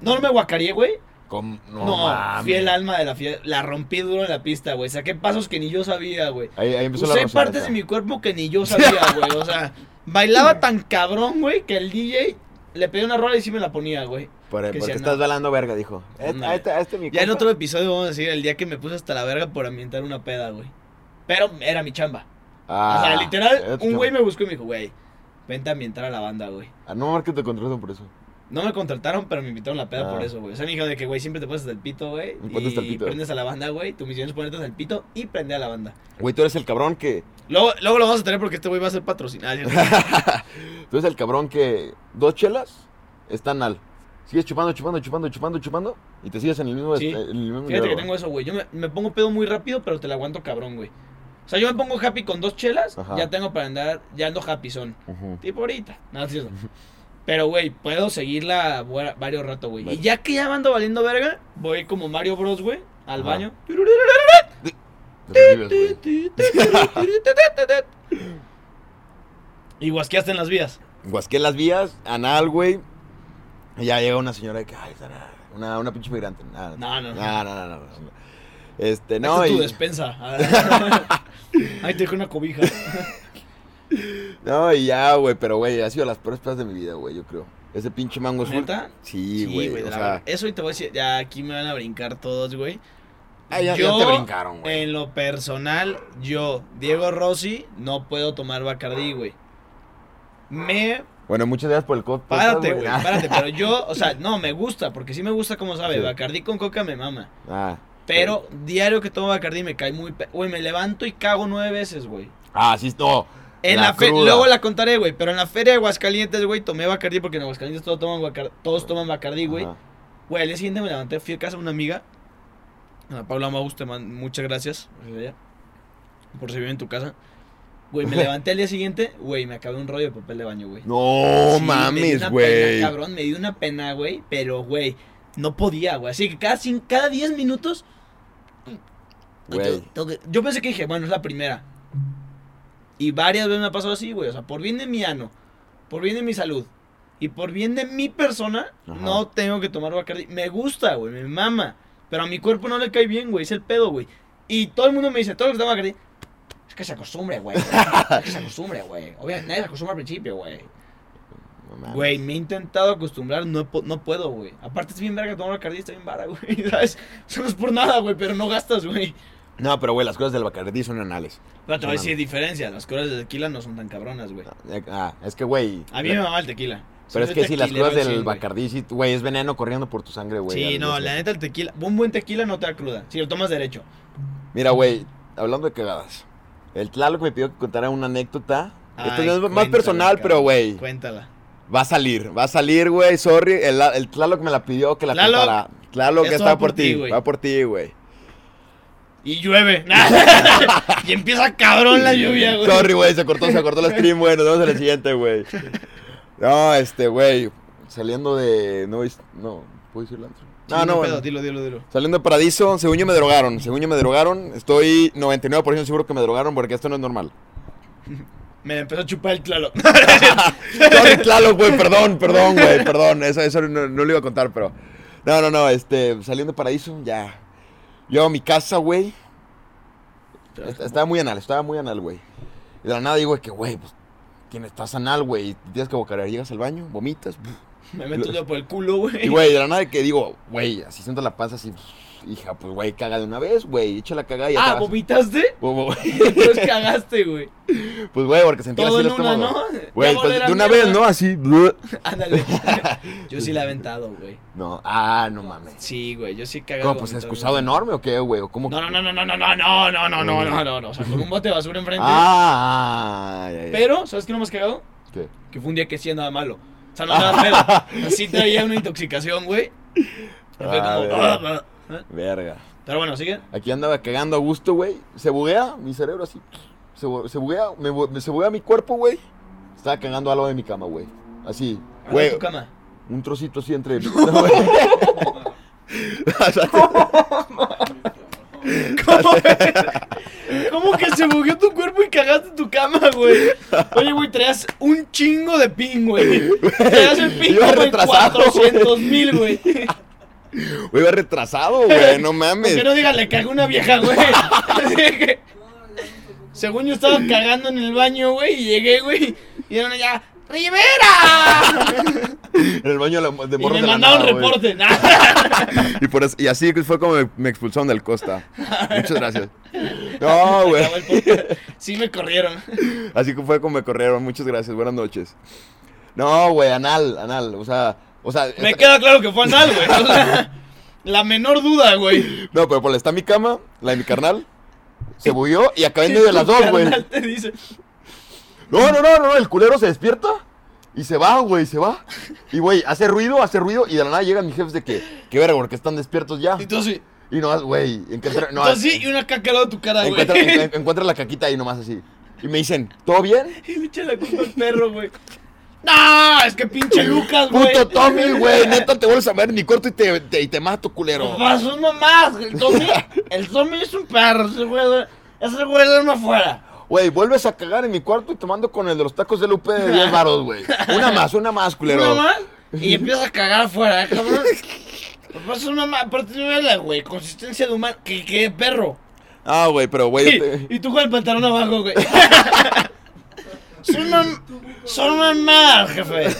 Speaker 1: No, no me guacaría, güey.
Speaker 2: Com- No,
Speaker 1: No,
Speaker 2: mames.
Speaker 1: fui el alma de la fiesta. La rompí duro en la pista, güey. Saqué pasos que ni yo sabía, güey.
Speaker 2: Ahí, ahí empezó la
Speaker 1: Usé
Speaker 2: rocineta.
Speaker 1: partes de mi cuerpo que ni yo
Speaker 2: [laughs]
Speaker 1: sabía, güey. O sea, bailaba tan cabrón, güey, que el DJ le pedía una rola y sí me la ponía, güey.
Speaker 2: Por,
Speaker 1: que
Speaker 2: porque
Speaker 1: sea,
Speaker 2: estás
Speaker 1: no.
Speaker 2: balando verga, dijo. Et-
Speaker 1: Ándale.
Speaker 2: a este, a este mi
Speaker 1: Ya en
Speaker 2: compa.
Speaker 1: otro episodio vamos a decir el día que me puse hasta la verga por ambientar una peda, güey. Pero era mi chamba.
Speaker 2: Ah,
Speaker 1: o sea,
Speaker 2: era
Speaker 1: literal,
Speaker 2: tu
Speaker 1: un güey
Speaker 2: chamba.
Speaker 1: me buscó y me dijo, güey, vente a ambientar a la banda, güey.
Speaker 2: Ah, no, es que te contratan por
Speaker 1: [laughs]
Speaker 2: eso.
Speaker 1: No me contrataron, pero me invitaron a la peda
Speaker 2: Ah.
Speaker 1: por eso, güey. O sea, me dijeron de que, güey, siempre te pones hasta el pito, güey.
Speaker 2: Me pones
Speaker 1: Y
Speaker 2: hasta el pito.
Speaker 1: prendes a la banda, güey. Tu misión es ponerte hasta el pito y prender a la banda.
Speaker 2: Güey, tú eres el
Speaker 1: [laughs]
Speaker 2: cabrón que.
Speaker 1: Luego, luego lo vamos a tener porque este güey va a ser
Speaker 2: [laughs]
Speaker 1: patrocinado.
Speaker 2: Tú eres el cabrón que. Dos chelas están al. Sigues chupando, chupando, chupando, chupando, chupando. Y te sigues en el mismo.
Speaker 1: Sí.
Speaker 2: en el mismo
Speaker 1: Fíjate que
Speaker 2: nivel,
Speaker 1: tengo eso, güey. Yo me, me pongo pedo muy rápido, pero te la aguanto cabrón, güey. O sea, yo me pongo happy con dos chelas,
Speaker 2: Ajá.
Speaker 1: ya tengo para andar, ya ando happy son.
Speaker 2: Ujú.
Speaker 1: Tipo ahorita. No, no es cierto. Pero, güey, puedo seguirla buena- varios rato, güey.
Speaker 2: Vale.
Speaker 1: Y ya que ya ando valiendo verga, voy como Mario Bros, güey, al
Speaker 2: Ajá.
Speaker 1: baño.
Speaker 2: Pues, Te recibes, güey.
Speaker 1: [laughs] Y guasqueaste en las vías.
Speaker 2: Guasqué las vías, anal, güey. Y ya llega una señora de que, ay, sana, una, una pinche migrante. Nada,
Speaker 1: No, no, no.
Speaker 2: no, no, no, no. Este,
Speaker 1: No,
Speaker 2: no,
Speaker 1: tu
Speaker 2: y, [laughs]
Speaker 1: despensa. [laughs] Ahí te dejé una cobija.
Speaker 2: no, y ya, güey, pero, güey, ha sido las peores pedas de mi vida, güey, yo creo. Ese pinche mango azul.
Speaker 1: ¿Neta?
Speaker 2: Sí, Pues, güey, o
Speaker 1: de la
Speaker 2: sea,
Speaker 1: verga. Eso y te voy a decir, ya aquí me van a brincar todos, güey.
Speaker 2: ah, ya, ya
Speaker 1: Yo,
Speaker 2: te brincaron, güey.
Speaker 1: En lo personal, yo, Diego Rossi, no puedo tomar Bacardí, güey. Me...
Speaker 2: Bueno, muchas gracias por el cop.
Speaker 1: Párate, güey,
Speaker 2: [laughs]
Speaker 1: párate. Pero yo, o sea, no, me gusta, porque sí me gusta como sabe.
Speaker 2: Sí.
Speaker 1: Bacardí con coca me mama.
Speaker 2: Ah,
Speaker 1: Pero diario que tomo Bacardí me cae muy... pe- Güey, me levanto y cago nueve veces, güey.
Speaker 2: ah, sí, no.
Speaker 1: En
Speaker 2: La
Speaker 1: la fe-
Speaker 2: cruda.
Speaker 1: luego la contaré, güey, pero en la feria de Aguascalientes, güey, tomé Bacardí porque en Aguascalientes todos toman Bacar- todos toman Bacardí, güey.
Speaker 2: Ajá.
Speaker 1: Güey, al día siguiente me levanté, fui a casa de una amiga. Ana Paula Maus, te man- muchas gracias ella, por servir en tu casa. Güey,
Speaker 2: [laughs]
Speaker 1: me levanté al día siguiente, güey, me acabé un rollo de papel de baño, güey.
Speaker 2: No
Speaker 1: Sí, me dio
Speaker 2: mames,
Speaker 1: una
Speaker 2: güey.
Speaker 1: pena, cabrón, me dio una pena, güey, pero, güey, no podía, güey. Así que cada, cin- cada 10 minutos...
Speaker 2: Güey.
Speaker 1: Tengo- tengo que- Yo pensé que dije, bueno, es la primera. Y varias veces me ha pasado así, güey. O sea, por bien de mi ano, por bien de mi salud y por bien de mi persona,
Speaker 2: Ajá.
Speaker 1: no tengo que tomar Bacardi. Me gusta, güey, me mama. Pero a mi cuerpo no le cae bien, güey. Es el pedo, güey. Y todo el mundo me dice, todo lo que toma Bacardi, es que se acostumbre, güey. Es que se acostumbre, güey. Obviamente, nadie se acostumbra al principio, güey.
Speaker 2: No mames.
Speaker 1: Güey, me he intentado acostumbrar, no, he po- no puedo, güey. Aparte es bien verga tomar Bacardi, está bien vara, güey. [laughs] ¿Sabes? Eso no es por nada, güey, pero no gastas, güey.
Speaker 2: No, pero, güey, las cosas del Bacardí son anales.
Speaker 1: Pero te voy a decir
Speaker 2: Mames.
Speaker 1: diferencia, las cosas de tequila no son tan cabronas, güey.
Speaker 2: Ah, es que, güey.
Speaker 1: A mí me mama el tequila.
Speaker 2: Pero es
Speaker 1: Soy
Speaker 2: que si las
Speaker 1: tequilero
Speaker 2: cosas
Speaker 1: al cien,
Speaker 2: del
Speaker 1: güey.
Speaker 2: Bacardí, sí, güey, es veneno corriendo por tu sangre, güey.
Speaker 1: Sí,
Speaker 2: al-
Speaker 1: no,
Speaker 2: así.
Speaker 1: la neta el tequila, un buen tequila no te da cruda, si lo tomas derecho.
Speaker 2: Mira, güey, hablando de cagadas. El Tlaloc me pidió que contara una anécdota. Esto
Speaker 1: Ay,
Speaker 2: no es más
Speaker 1: cuéntala,
Speaker 2: personal,
Speaker 1: cabrón,
Speaker 2: pero, güey,
Speaker 1: Cuéntala.
Speaker 2: va a salir. Va a salir, güey, sorry. El, el Tlaloc me la pidió que la
Speaker 1: Tlaloc,
Speaker 2: contara. Tlaloc,
Speaker 1: esto
Speaker 2: está
Speaker 1: va
Speaker 2: por
Speaker 1: por ti,
Speaker 2: ti.
Speaker 1: güey.
Speaker 2: Va por ti, güey.
Speaker 1: Y llueve. [laughs] y empieza cabrón la lluvia, güey.
Speaker 2: Sorry, güey, se cortó, se cortó el stream, güey. Nos vemos en el
Speaker 1: [laughs]
Speaker 2: siguiente, güey. No, este, güey, saliendo de... No, es- no, ¿puedo decir la otra?
Speaker 1: Sí, no, no,
Speaker 2: bueno.
Speaker 1: pedo, dilo, dilo, dilo.
Speaker 2: Saliendo de Paradiso, según yo me drogaron, según yo me drogaron, estoy 99% seguro que me drogaron porque esto no es normal.
Speaker 1: Me la empezó a chupar el tlalo.
Speaker 2: Sorry, Tlaloc, güey, perdón, perdón, güey, perdón, eso, eso no, no lo iba a contar, pero... No, no, no, este, saliendo de Paradiso, ya. Yo a mi casa, güey, est- estaba muy anal, estaba muy anal, güey. Y de la nada digo, que, güey, pues, tienes, estás anal, güey, y tienes que bocarear, llegas al baño, vomitas,
Speaker 1: [laughs] Me meto el dedo por el culo, güey.
Speaker 2: Y, güey, de la nada que digo, güey, así siento la panza así. Hija, pues, güey, caga de una vez, güey. Echa la cagada y ya
Speaker 1: ah,
Speaker 2: te vas.
Speaker 1: ¿vomitaste? [laughs]
Speaker 2: Bu- bu- güey. [laughs]
Speaker 1: Entonces cagaste, güey.
Speaker 2: Pues, güey, porque sentí
Speaker 1: Todo
Speaker 2: así el
Speaker 1: en una,
Speaker 2: estómago.
Speaker 1: ¿no?
Speaker 2: Güey,
Speaker 1: Ya volver
Speaker 2: pues
Speaker 1: a
Speaker 2: de una
Speaker 1: mierda.
Speaker 2: vez, ¿no? Así. blu.
Speaker 1: [laughs]
Speaker 2: [laughs]
Speaker 1: Ándale. Yo sí la he aventado, güey.
Speaker 2: No, ah, no mames.
Speaker 1: Sí, güey, yo sí he cagado.
Speaker 2: ¿Cómo, pues,
Speaker 1: vomitando.
Speaker 2: excusado enorme o qué, güey? ¿O cómo?
Speaker 1: No, no, no, no, no, no, no, no, no, no, no, no, no, no. O sea, con un bote de basura enfrente.
Speaker 2: Ah, ya, ya.
Speaker 1: Pero, ¿sabes qué no hemos cagado?
Speaker 2: ¿Qué?
Speaker 1: Que fue un día que sí andaba malo. O sea, no andaba
Speaker 2: [laughs] Ah,
Speaker 1: pedo. Así traía una intoxicación, güey. Y fue
Speaker 2: Ah,
Speaker 1: como,
Speaker 2: verga.
Speaker 1: "Ah, ah, ah".
Speaker 2: Verga.
Speaker 1: Pero bueno, sigue.
Speaker 2: Aquí andaba cagando a gusto, güey. Se buguea mi cerebro así. Se, bu- se buguea, me, bu- me- se buguea mi cuerpo, güey. Estaba cagando algo de mi cama, güey. Así,
Speaker 1: Güey.
Speaker 2: güey.
Speaker 1: tu
Speaker 2: [laughs]
Speaker 1: cama.
Speaker 2: Un trocito así entre.
Speaker 1: [laughs]
Speaker 2: No, güey. [laughs] O sea,
Speaker 1: ¿Cómo, es? ¿Cómo que se bugueó tu cuerpo y cagaste en tu cama, güey? Oye, güey, traías un chingo de ping, güey. Traías el ping
Speaker 2: Iba
Speaker 1: como en
Speaker 2: retrasado,
Speaker 1: 400 mil, güey.
Speaker 2: Güey, iba retrasado, güey. No mames.
Speaker 1: Que no digas, le cagó una vieja,
Speaker 2: [laughs]
Speaker 1: güey. Así que, Según yo estaba cagando en el baño, güey, y llegué, güey, y eran allá, ¡Rivera!
Speaker 2: En el baño de la- de
Speaker 1: Y
Speaker 2: morros
Speaker 1: me
Speaker 2: de la
Speaker 1: mandaron
Speaker 2: nada, güey.
Speaker 1: reporte.
Speaker 2: [laughs] Y, por as- y así fue como me, me expulsaron del Costa. Muchas gracias. No, Ah, güey.
Speaker 1: [laughs] Acabó el podcast. Sí me corrieron.
Speaker 2: Así que fue como me corrieron. Muchas gracias. Buenas noches. No, güey, anal, anal. O sea, o sea.
Speaker 1: Me
Speaker 2: esta-
Speaker 1: queda claro que fue anal, güey. O sea, la menor duda, güey.
Speaker 2: No, pero por la está mi cama, la de mi carnal. Se bulló y acabé en medio
Speaker 1: Tu
Speaker 2: de las dos, güey.
Speaker 1: carnal te dice,
Speaker 2: No, no, no, no, el culero se despierta y se va, güey, se va. Y, güey, hace ruido, hace ruido y de la nada llegan mis jefes de que, qué verga, porque están despiertos ya.
Speaker 1: Y tú así,
Speaker 2: Y nomás, güey, encuentra, no, ah,
Speaker 1: tú así y una caca al lado de tu cara, güey.
Speaker 2: encuentra, en- en- encuentra la caquita ahí nomás así. Y me dicen, ¿todo bien?
Speaker 1: [laughs] Y le echa la culpa al perro, güey. ¡No! Es que pinche Lucas, güey.
Speaker 2: Puto [laughs] Tommy, güey, neta, te vuelves a ver en mi corto y te, te- y te mato, culero.
Speaker 1: Más uno más. El Tommy, el Tommy es un perro. Ese güey, duer- ese güey duerme afuera.
Speaker 2: Güey, vuelves a cagar en mi cuarto y tomando con el de los tacos de Lupe [laughs] de 10 varos, güey. Una más, una más, culero.
Speaker 1: Uno más y empieza a cagar afuera, ¿eh, cabrón. Pues una más, aparte de la, güey, consistencia de humano, que, que perro.
Speaker 2: Ah, güey, pero, güey, yo te-
Speaker 1: [laughs] Y, y tú con el pantalón abajo, güey. [laughs] Son, mam son mamadas, jefe.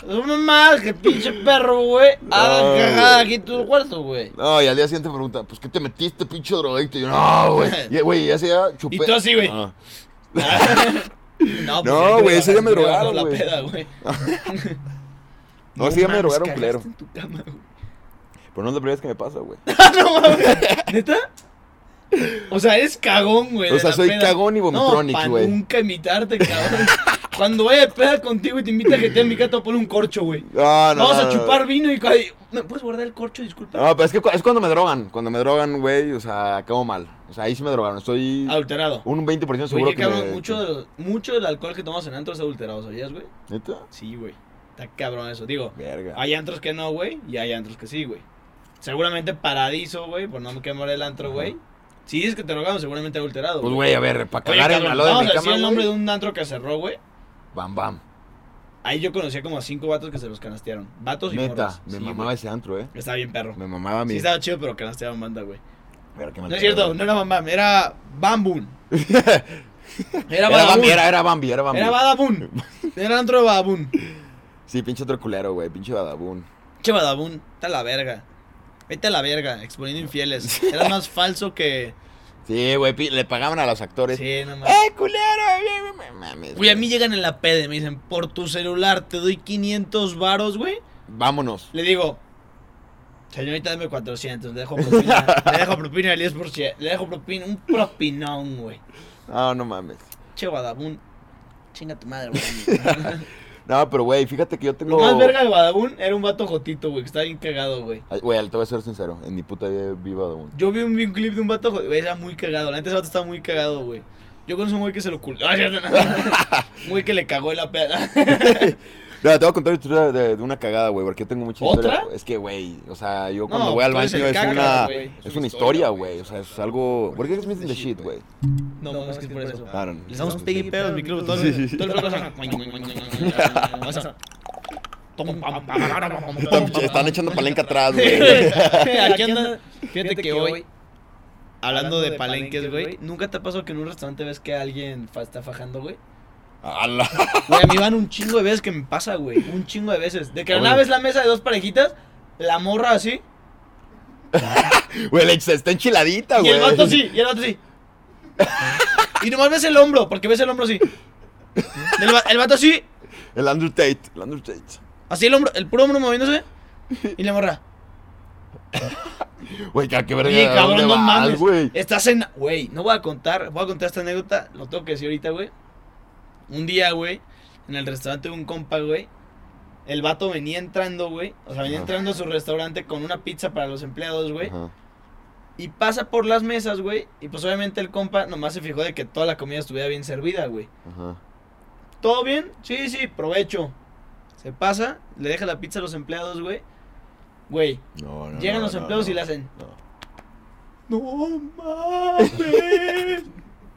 Speaker 1: Son mamadas que pinche perro, güey. Hagan
Speaker 2: No,
Speaker 1: cagada
Speaker 2: güey.
Speaker 1: aquí en tu cuarto, güey.
Speaker 2: No, y al día siguiente me pregunta, pues, ¿qué te metiste, pinche drogadicto? Y yo, no, [laughs] güey. Y, Güey, ya se ya chupé.
Speaker 1: Y tú así, güey.
Speaker 2: Ah.
Speaker 1: No, pues,
Speaker 2: No,
Speaker 1: ahí
Speaker 2: güey,
Speaker 1: te
Speaker 2: ese día me
Speaker 1: bajas- te bajas
Speaker 2: drogaron,
Speaker 1: la
Speaker 2: güey.
Speaker 1: peda, güey.
Speaker 2: No, ese día me
Speaker 1: mames,
Speaker 2: drogaron,
Speaker 1: cagaste
Speaker 2: culero.
Speaker 1: en tu cama, güey.
Speaker 2: Pero no es la primera vez que me pasa, [laughs] güey.
Speaker 1: no mames. ¿Neta? O sea, eres cagón, güey.
Speaker 2: O
Speaker 1: de
Speaker 2: sea,
Speaker 1: la
Speaker 2: soy
Speaker 1: peda.
Speaker 2: cagón y vomitronic,
Speaker 1: no, pa'
Speaker 2: güey.
Speaker 1: nunca imitarte, cabrón. Cuando vaya de peda contigo y te invita a que te en mi casa, te voy a poner un corcho, güey.
Speaker 2: No, Ah, no,
Speaker 1: Vamos
Speaker 2: no,
Speaker 1: a
Speaker 2: no. Ah,
Speaker 1: chupar vino y... ca- ¿Me puedes guardar el corcho? Disculpa.
Speaker 2: No, pero es que cu- es cuando me drogan. Cuando me drogan, güey, o sea, acabo mal. O sea, ahí sí me drogaron. Estoy
Speaker 1: Adulterado.
Speaker 2: un 20% seguro
Speaker 1: Oye,
Speaker 2: que
Speaker 1: cabrón,
Speaker 2: me...
Speaker 1: mucho, de los- mucho del alcohol que tomamos en antros es adulterado, ¿sabías, güey?
Speaker 2: ¿Neta?
Speaker 1: Sí, güey. Está cabrón eso. Digo,
Speaker 2: Verga.
Speaker 1: hay antros que no, güey, y hay antros que sí, güey. Seguramente Paradiso, güey, por no me quemar el antro, güey. Si dices que te rogamos, seguramente adulterado,
Speaker 2: Pues, güey, a ver, para
Speaker 1: Oye,
Speaker 2: cagar en
Speaker 1: cabrón,
Speaker 2: la lado
Speaker 1: vamos
Speaker 2: de mi
Speaker 1: a decir
Speaker 2: cama,
Speaker 1: el nombre
Speaker 2: güey.
Speaker 1: de un antro que cerró, güey.
Speaker 2: Bam, bam.
Speaker 1: Ahí yo conocía como a cinco vatos que se los canastearon. Vatos y morras.
Speaker 2: Neta, me
Speaker 1: Sí,
Speaker 2: mamaba
Speaker 1: güey.
Speaker 2: ese antro, eh.
Speaker 1: Está bien, perro.
Speaker 2: Me mamaba a mí.
Speaker 1: Sí estaba chido, pero canastearon banda, güey.
Speaker 2: Pero qué mal
Speaker 1: No es
Speaker 2: pedo,
Speaker 1: cierto,
Speaker 2: güey.
Speaker 1: no era Bambam, era
Speaker 2: [laughs]
Speaker 1: Bambun. Era
Speaker 2: Era
Speaker 1: Badabun.
Speaker 2: Bambi, era, era Bambi, era Bambi.
Speaker 1: Era Badabun. Era antro de Badabun.
Speaker 2: Sí, pinche otro culero, güey, pinche badabun.
Speaker 1: Che, Badabun, está la verga. Vete a la verga, exponiendo
Speaker 2: [laughs]
Speaker 1: infieles. Era más falso que.
Speaker 2: Sí, güey, pi- le pagaban a los actores.
Speaker 1: Sí, no mames.
Speaker 2: ¡Eh, culero! güey, güey, mames,
Speaker 1: Güey, a
Speaker 2: güey.
Speaker 1: mí llegan en la pede, me dicen, por tu celular te doy 500 varos, güey.
Speaker 2: Vámonos.
Speaker 1: Le digo, señorita, dame 400, le dejo propina. le dejo propina del 10%, le dejo propina, un propinón, güey.
Speaker 2: No, no mames.
Speaker 1: Che, Badabun, chinga tu madre, [laughs] güey.
Speaker 2: No, pero güey, fíjate que yo
Speaker 1: Lo
Speaker 2: tengo.
Speaker 1: más verga de Badabun era un vato jotito, güey, que estaba bien cagado, güey.
Speaker 2: Ay, Güey, te voy a ser sincero. En mi puta vida vi Badabun.
Speaker 1: Yo vi un, vi un clip de un vato jotito, güey, era muy cagado. La neta, ese vato estaba muy cagado, güey. Yo conozco un güey que se lo culó. Un güey que le cagó en la peda.
Speaker 2: No, te voy a contar una historia de, de una cagada, güey, porque yo tengo mucha
Speaker 1: ¿Otra?
Speaker 2: historia. Es que, güey, o sea, yo cuando
Speaker 1: No,
Speaker 2: voy al
Speaker 1: tú
Speaker 2: baño
Speaker 1: eres
Speaker 2: es,
Speaker 1: el caca,
Speaker 2: una,
Speaker 1: güey.
Speaker 2: es, una historia, güey. O sea, es algo. ¿Por qué eres missing the shit, güey?
Speaker 1: No, no, es que es por eso.
Speaker 2: Ah, no, no.
Speaker 1: Les damos pegue y pedo al micrófono. Todo el todo el programa. O sea,
Speaker 2: Están, están echando palenca atrás,
Speaker 1: [laughs]
Speaker 2: güey. [laughs]
Speaker 1: Aquí anda. Fíjate que hoy, [laughs] hablando de palenques, güey, ¿nunca te ha pasado que en un restaurante ves que alguien fa- está fajando, güey?
Speaker 2: Ala.
Speaker 1: Güey, a mí van un chingo de veces que me pasa, güey. Un chingo de veces. De que
Speaker 2: Oye.
Speaker 1: una vez la mesa de dos parejitas, la morra así.
Speaker 2: Güey, la- está enchiladita,
Speaker 1: Y
Speaker 2: güey.
Speaker 1: el vato sí, y el [laughs] vato sí. Y nomás ves el hombro, porque ves el hombro así. El, va- el vato así,
Speaker 2: El Andrew Tate. El Andrew Tate.
Speaker 1: así el hombro, el puro hombro moviéndose. Y la morra.
Speaker 2: Güey, que a qué verga.
Speaker 1: Oye,
Speaker 2: ¿a
Speaker 1: cabrón,
Speaker 2: dónde
Speaker 1: no
Speaker 2: vas,
Speaker 1: mames. Eh,
Speaker 2: güey?
Speaker 1: Estás en. Güey, no voy a contar. Voy a contar esta anécdota. Lo tengo que decir ahorita, güey. Un día, güey, en el restaurante de un compa, güey. El vato venía entrando, güey. O sea, venía
Speaker 2: Ajá.
Speaker 1: entrando a su restaurante con una pizza para los empleados, güey.
Speaker 2: Ajá.
Speaker 1: Y pasa por las mesas, güey. Y pues obviamente el compa nomás se fijó de que toda la comida estuviera bien servida, güey.
Speaker 2: Ajá.
Speaker 1: ¿Todo bien? Sí, sí, provecho. Se pasa, le deja la pizza a los empleados, güey. Güey,
Speaker 2: No, no.
Speaker 1: llegan
Speaker 2: no,
Speaker 1: los
Speaker 2: no,
Speaker 1: empleados
Speaker 2: no.
Speaker 1: y le hacen.
Speaker 2: No.
Speaker 1: ¡No [laughs] mames!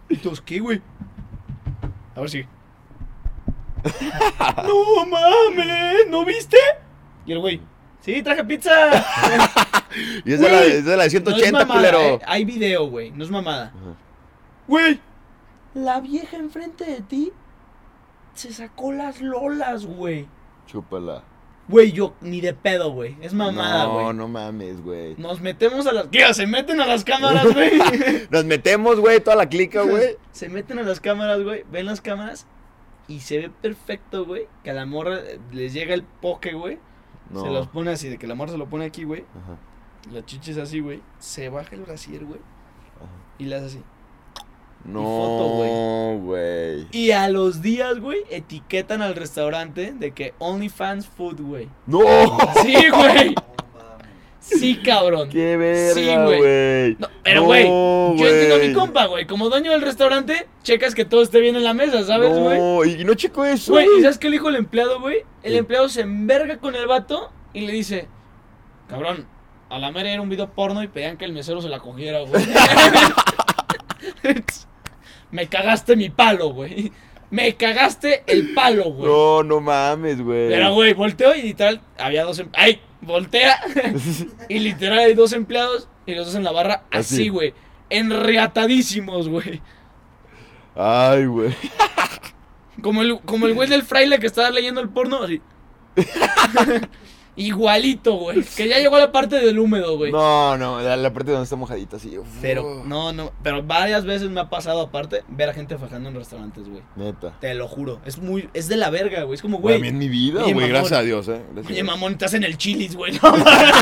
Speaker 1: ¿Y todos qué, güey? A ver, sigue. [laughs] ¡No mames! ¿No viste? Y el güey, sí, traje [laughs] pizza.
Speaker 2: Y es de la,
Speaker 1: Güey,
Speaker 2: es de la de
Speaker 1: no es
Speaker 2: 180,
Speaker 1: mamada,
Speaker 2: culero.
Speaker 1: eh, Hay video, güey, no es mamada.
Speaker 2: Ajá.
Speaker 1: Güey, la vieja enfrente de ti se sacó las lolas, güey.
Speaker 2: Chúpala.
Speaker 1: Güey, yo ni de pedo, güey. Es mamada,
Speaker 2: no,
Speaker 1: güey.
Speaker 2: no mames, güey.
Speaker 1: Nos metemos a las. ¿Qué? Se meten a las cámaras, [laughs] güey.
Speaker 2: Nos metemos, güey, toda la clica, güey.
Speaker 1: Se meten a las cámaras, güey. Ven las cámaras. Y se ve perfecto, güey. Que a la morra eh, les llega el poke, güey.
Speaker 2: No.
Speaker 1: Se los pone así. De que la morra se lo pone aquí, güey.
Speaker 2: Ajá,
Speaker 1: La chicha es así, güey. Se baja el brasier, güey.
Speaker 2: ajá.
Speaker 1: Y las hace así.
Speaker 2: No, güey.
Speaker 1: Y a los días, güey, etiquetan al restaurante de que OnlyFans Food, güey.
Speaker 2: [laughs] No.
Speaker 1: Sí, güey.
Speaker 3: mames.
Speaker 1: Sí, cabrón.
Speaker 2: Qué verga,
Speaker 1: güey.
Speaker 2: güey.
Speaker 1: No, pero, güey,
Speaker 2: No,
Speaker 1: Yo entiendo a mi
Speaker 2: güey.
Speaker 1: compa, güey. Como dueño del restaurante, checas que todo esté bien en la mesa, ¿sabes, güey?
Speaker 2: No, y y no checo eso.
Speaker 1: Güey, ¿y sabes qué le dijo el empleado, güey? El
Speaker 2: ¿Qué?
Speaker 1: empleado se enverga con el vato y le dice, cabrón, a la mera era un video porno y pedían que el mesero se la cogiera,
Speaker 2: [laughs]
Speaker 1: güey. Me cagaste mi palo, güey. Me cagaste el palo, güey.
Speaker 2: No, no mames, güey.
Speaker 1: Pero, güey, volteo y literal, había dos empleados. ¡Ay!
Speaker 2: [laughs]
Speaker 1: Voltea. y literal hay dos empleados y los dos en la barra
Speaker 2: Así.
Speaker 1: así, güey. Enriatadísimos, güey.
Speaker 2: Ay, güey.
Speaker 1: Como el, como el güey del fraile que estaba leyendo el porno, así. Igualito, güey. Que ya llegó a la parte del húmedo, güey.
Speaker 2: No, no, la, la parte donde está mojadita, sí. Uf.
Speaker 1: Pero, no, no. Pero varias veces me ha pasado, aparte, ver a gente fajando en restaurantes, güey.
Speaker 2: Neta.
Speaker 1: Te lo juro. Es muy. Es de la verga, güey. Es como, güey.
Speaker 2: Güey. A mí en mi vida,
Speaker 1: Oye,
Speaker 2: güey,
Speaker 1: mamón.
Speaker 2: gracias a Dios, eh. Gracias a
Speaker 1: Oye,
Speaker 2: Dios.
Speaker 1: mamón, estás en el chilis, güey. [laughs] No, mames.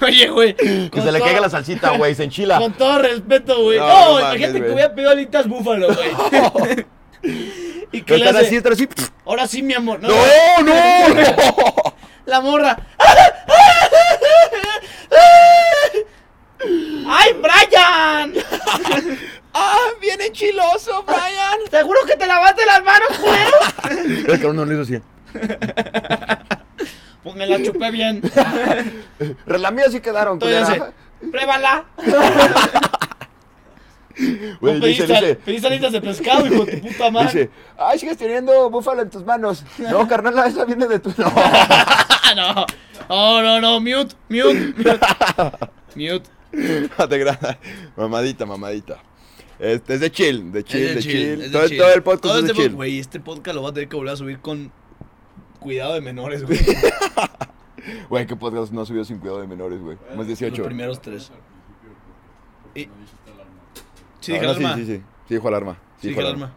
Speaker 1: Oye, güey.
Speaker 2: Que
Speaker 1: con
Speaker 2: se le
Speaker 1: todo-
Speaker 2: caiga la salsita, güey, se enchila.
Speaker 1: Con todo respeto, güey.
Speaker 2: No,
Speaker 1: No,
Speaker 2: no mames,
Speaker 1: imagínate
Speaker 2: güey.
Speaker 1: que hubiera pedido alitas búfalo, güey. [laughs] y
Speaker 2: Pero
Speaker 1: que le
Speaker 2: están así,
Speaker 1: hace,
Speaker 2: están así.
Speaker 1: Ahora sí, mi amor.
Speaker 2: No, no,
Speaker 1: [laughs]
Speaker 2: no.
Speaker 1: La morra. ¡Ay, Brian!
Speaker 2: [laughs] ¡Ah, bien enchiloso, Brian!
Speaker 1: ¿Seguro que te lavaste las manos, culero?
Speaker 2: El cabrón no lo hizo así.
Speaker 1: Pues me la chupé
Speaker 2: [laughs]
Speaker 1: bien.
Speaker 2: Relamidas sí quedaron,
Speaker 1: Todavía
Speaker 2: culera.
Speaker 1: dice, pruébala.
Speaker 2: Güey,
Speaker 1: Tú
Speaker 2: dice,
Speaker 1: pediste,
Speaker 2: dice,
Speaker 1: pediste alitas de pescado, hijo de tu puta madre.
Speaker 2: dice, ay, sigues teniendo búfalo en tus manos. [laughs] No, carnal, esa viene de tu... [laughs] No.
Speaker 1: [laughs] Ah, no. Oh, no, no. Mute, mute,
Speaker 2: [laughs]
Speaker 1: mute. Mute.
Speaker 2: No te creas. Mamadita, mamadita. Este es de chill, de chill,
Speaker 1: Es
Speaker 2: de chill.
Speaker 1: es de
Speaker 2: todo,
Speaker 1: chill.
Speaker 2: todo el podcast
Speaker 1: Todo
Speaker 2: es de
Speaker 1: este pod-
Speaker 2: chill.
Speaker 1: Güey, este podcast lo voy a tener que volver a subir con cuidado de
Speaker 2: [laughs]
Speaker 1: menores, güey.
Speaker 2: Güey, qué podcast no ha subido sin cuidado de menores, güey. Más 18.
Speaker 1: Los primeros tres. Y- Sí, dije
Speaker 2: Ahora sí,
Speaker 1: alarma.
Speaker 2: sí, sí. Sí, dijo alarma.
Speaker 1: Sí, dije alarma.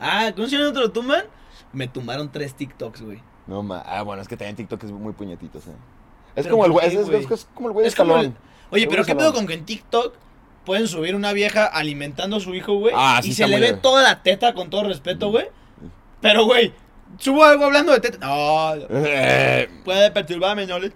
Speaker 1: Ah, ¿cómo si no te lo tumban? Me tumbaron tres TikToks, güey.
Speaker 2: No, ma. Ah, bueno, es que también TikTok es muy puñetitos, eh. Es
Speaker 1: Pero
Speaker 2: como el
Speaker 1: ¿por
Speaker 2: güey,
Speaker 1: qué,
Speaker 2: es, es-
Speaker 1: güey?
Speaker 2: es- es como el güey de
Speaker 1: Es como
Speaker 2: escalón.
Speaker 1: el- Oye,
Speaker 2: Qué
Speaker 1: pero ¿qué
Speaker 2: bueno
Speaker 1: pedo
Speaker 2: salón.
Speaker 1: con que en TikTok pueden subir una vieja alimentando a su hijo, güey?
Speaker 2: Ah, sí
Speaker 1: y
Speaker 2: está
Speaker 1: se le
Speaker 2: muy Mm.
Speaker 1: ve
Speaker 2: leve.
Speaker 1: toda la teta, con todo respeto, güey. Pero, güey, subo algo hablando de teta. No,
Speaker 2: Eh,
Speaker 1: puede perturbarme, ¿no? le-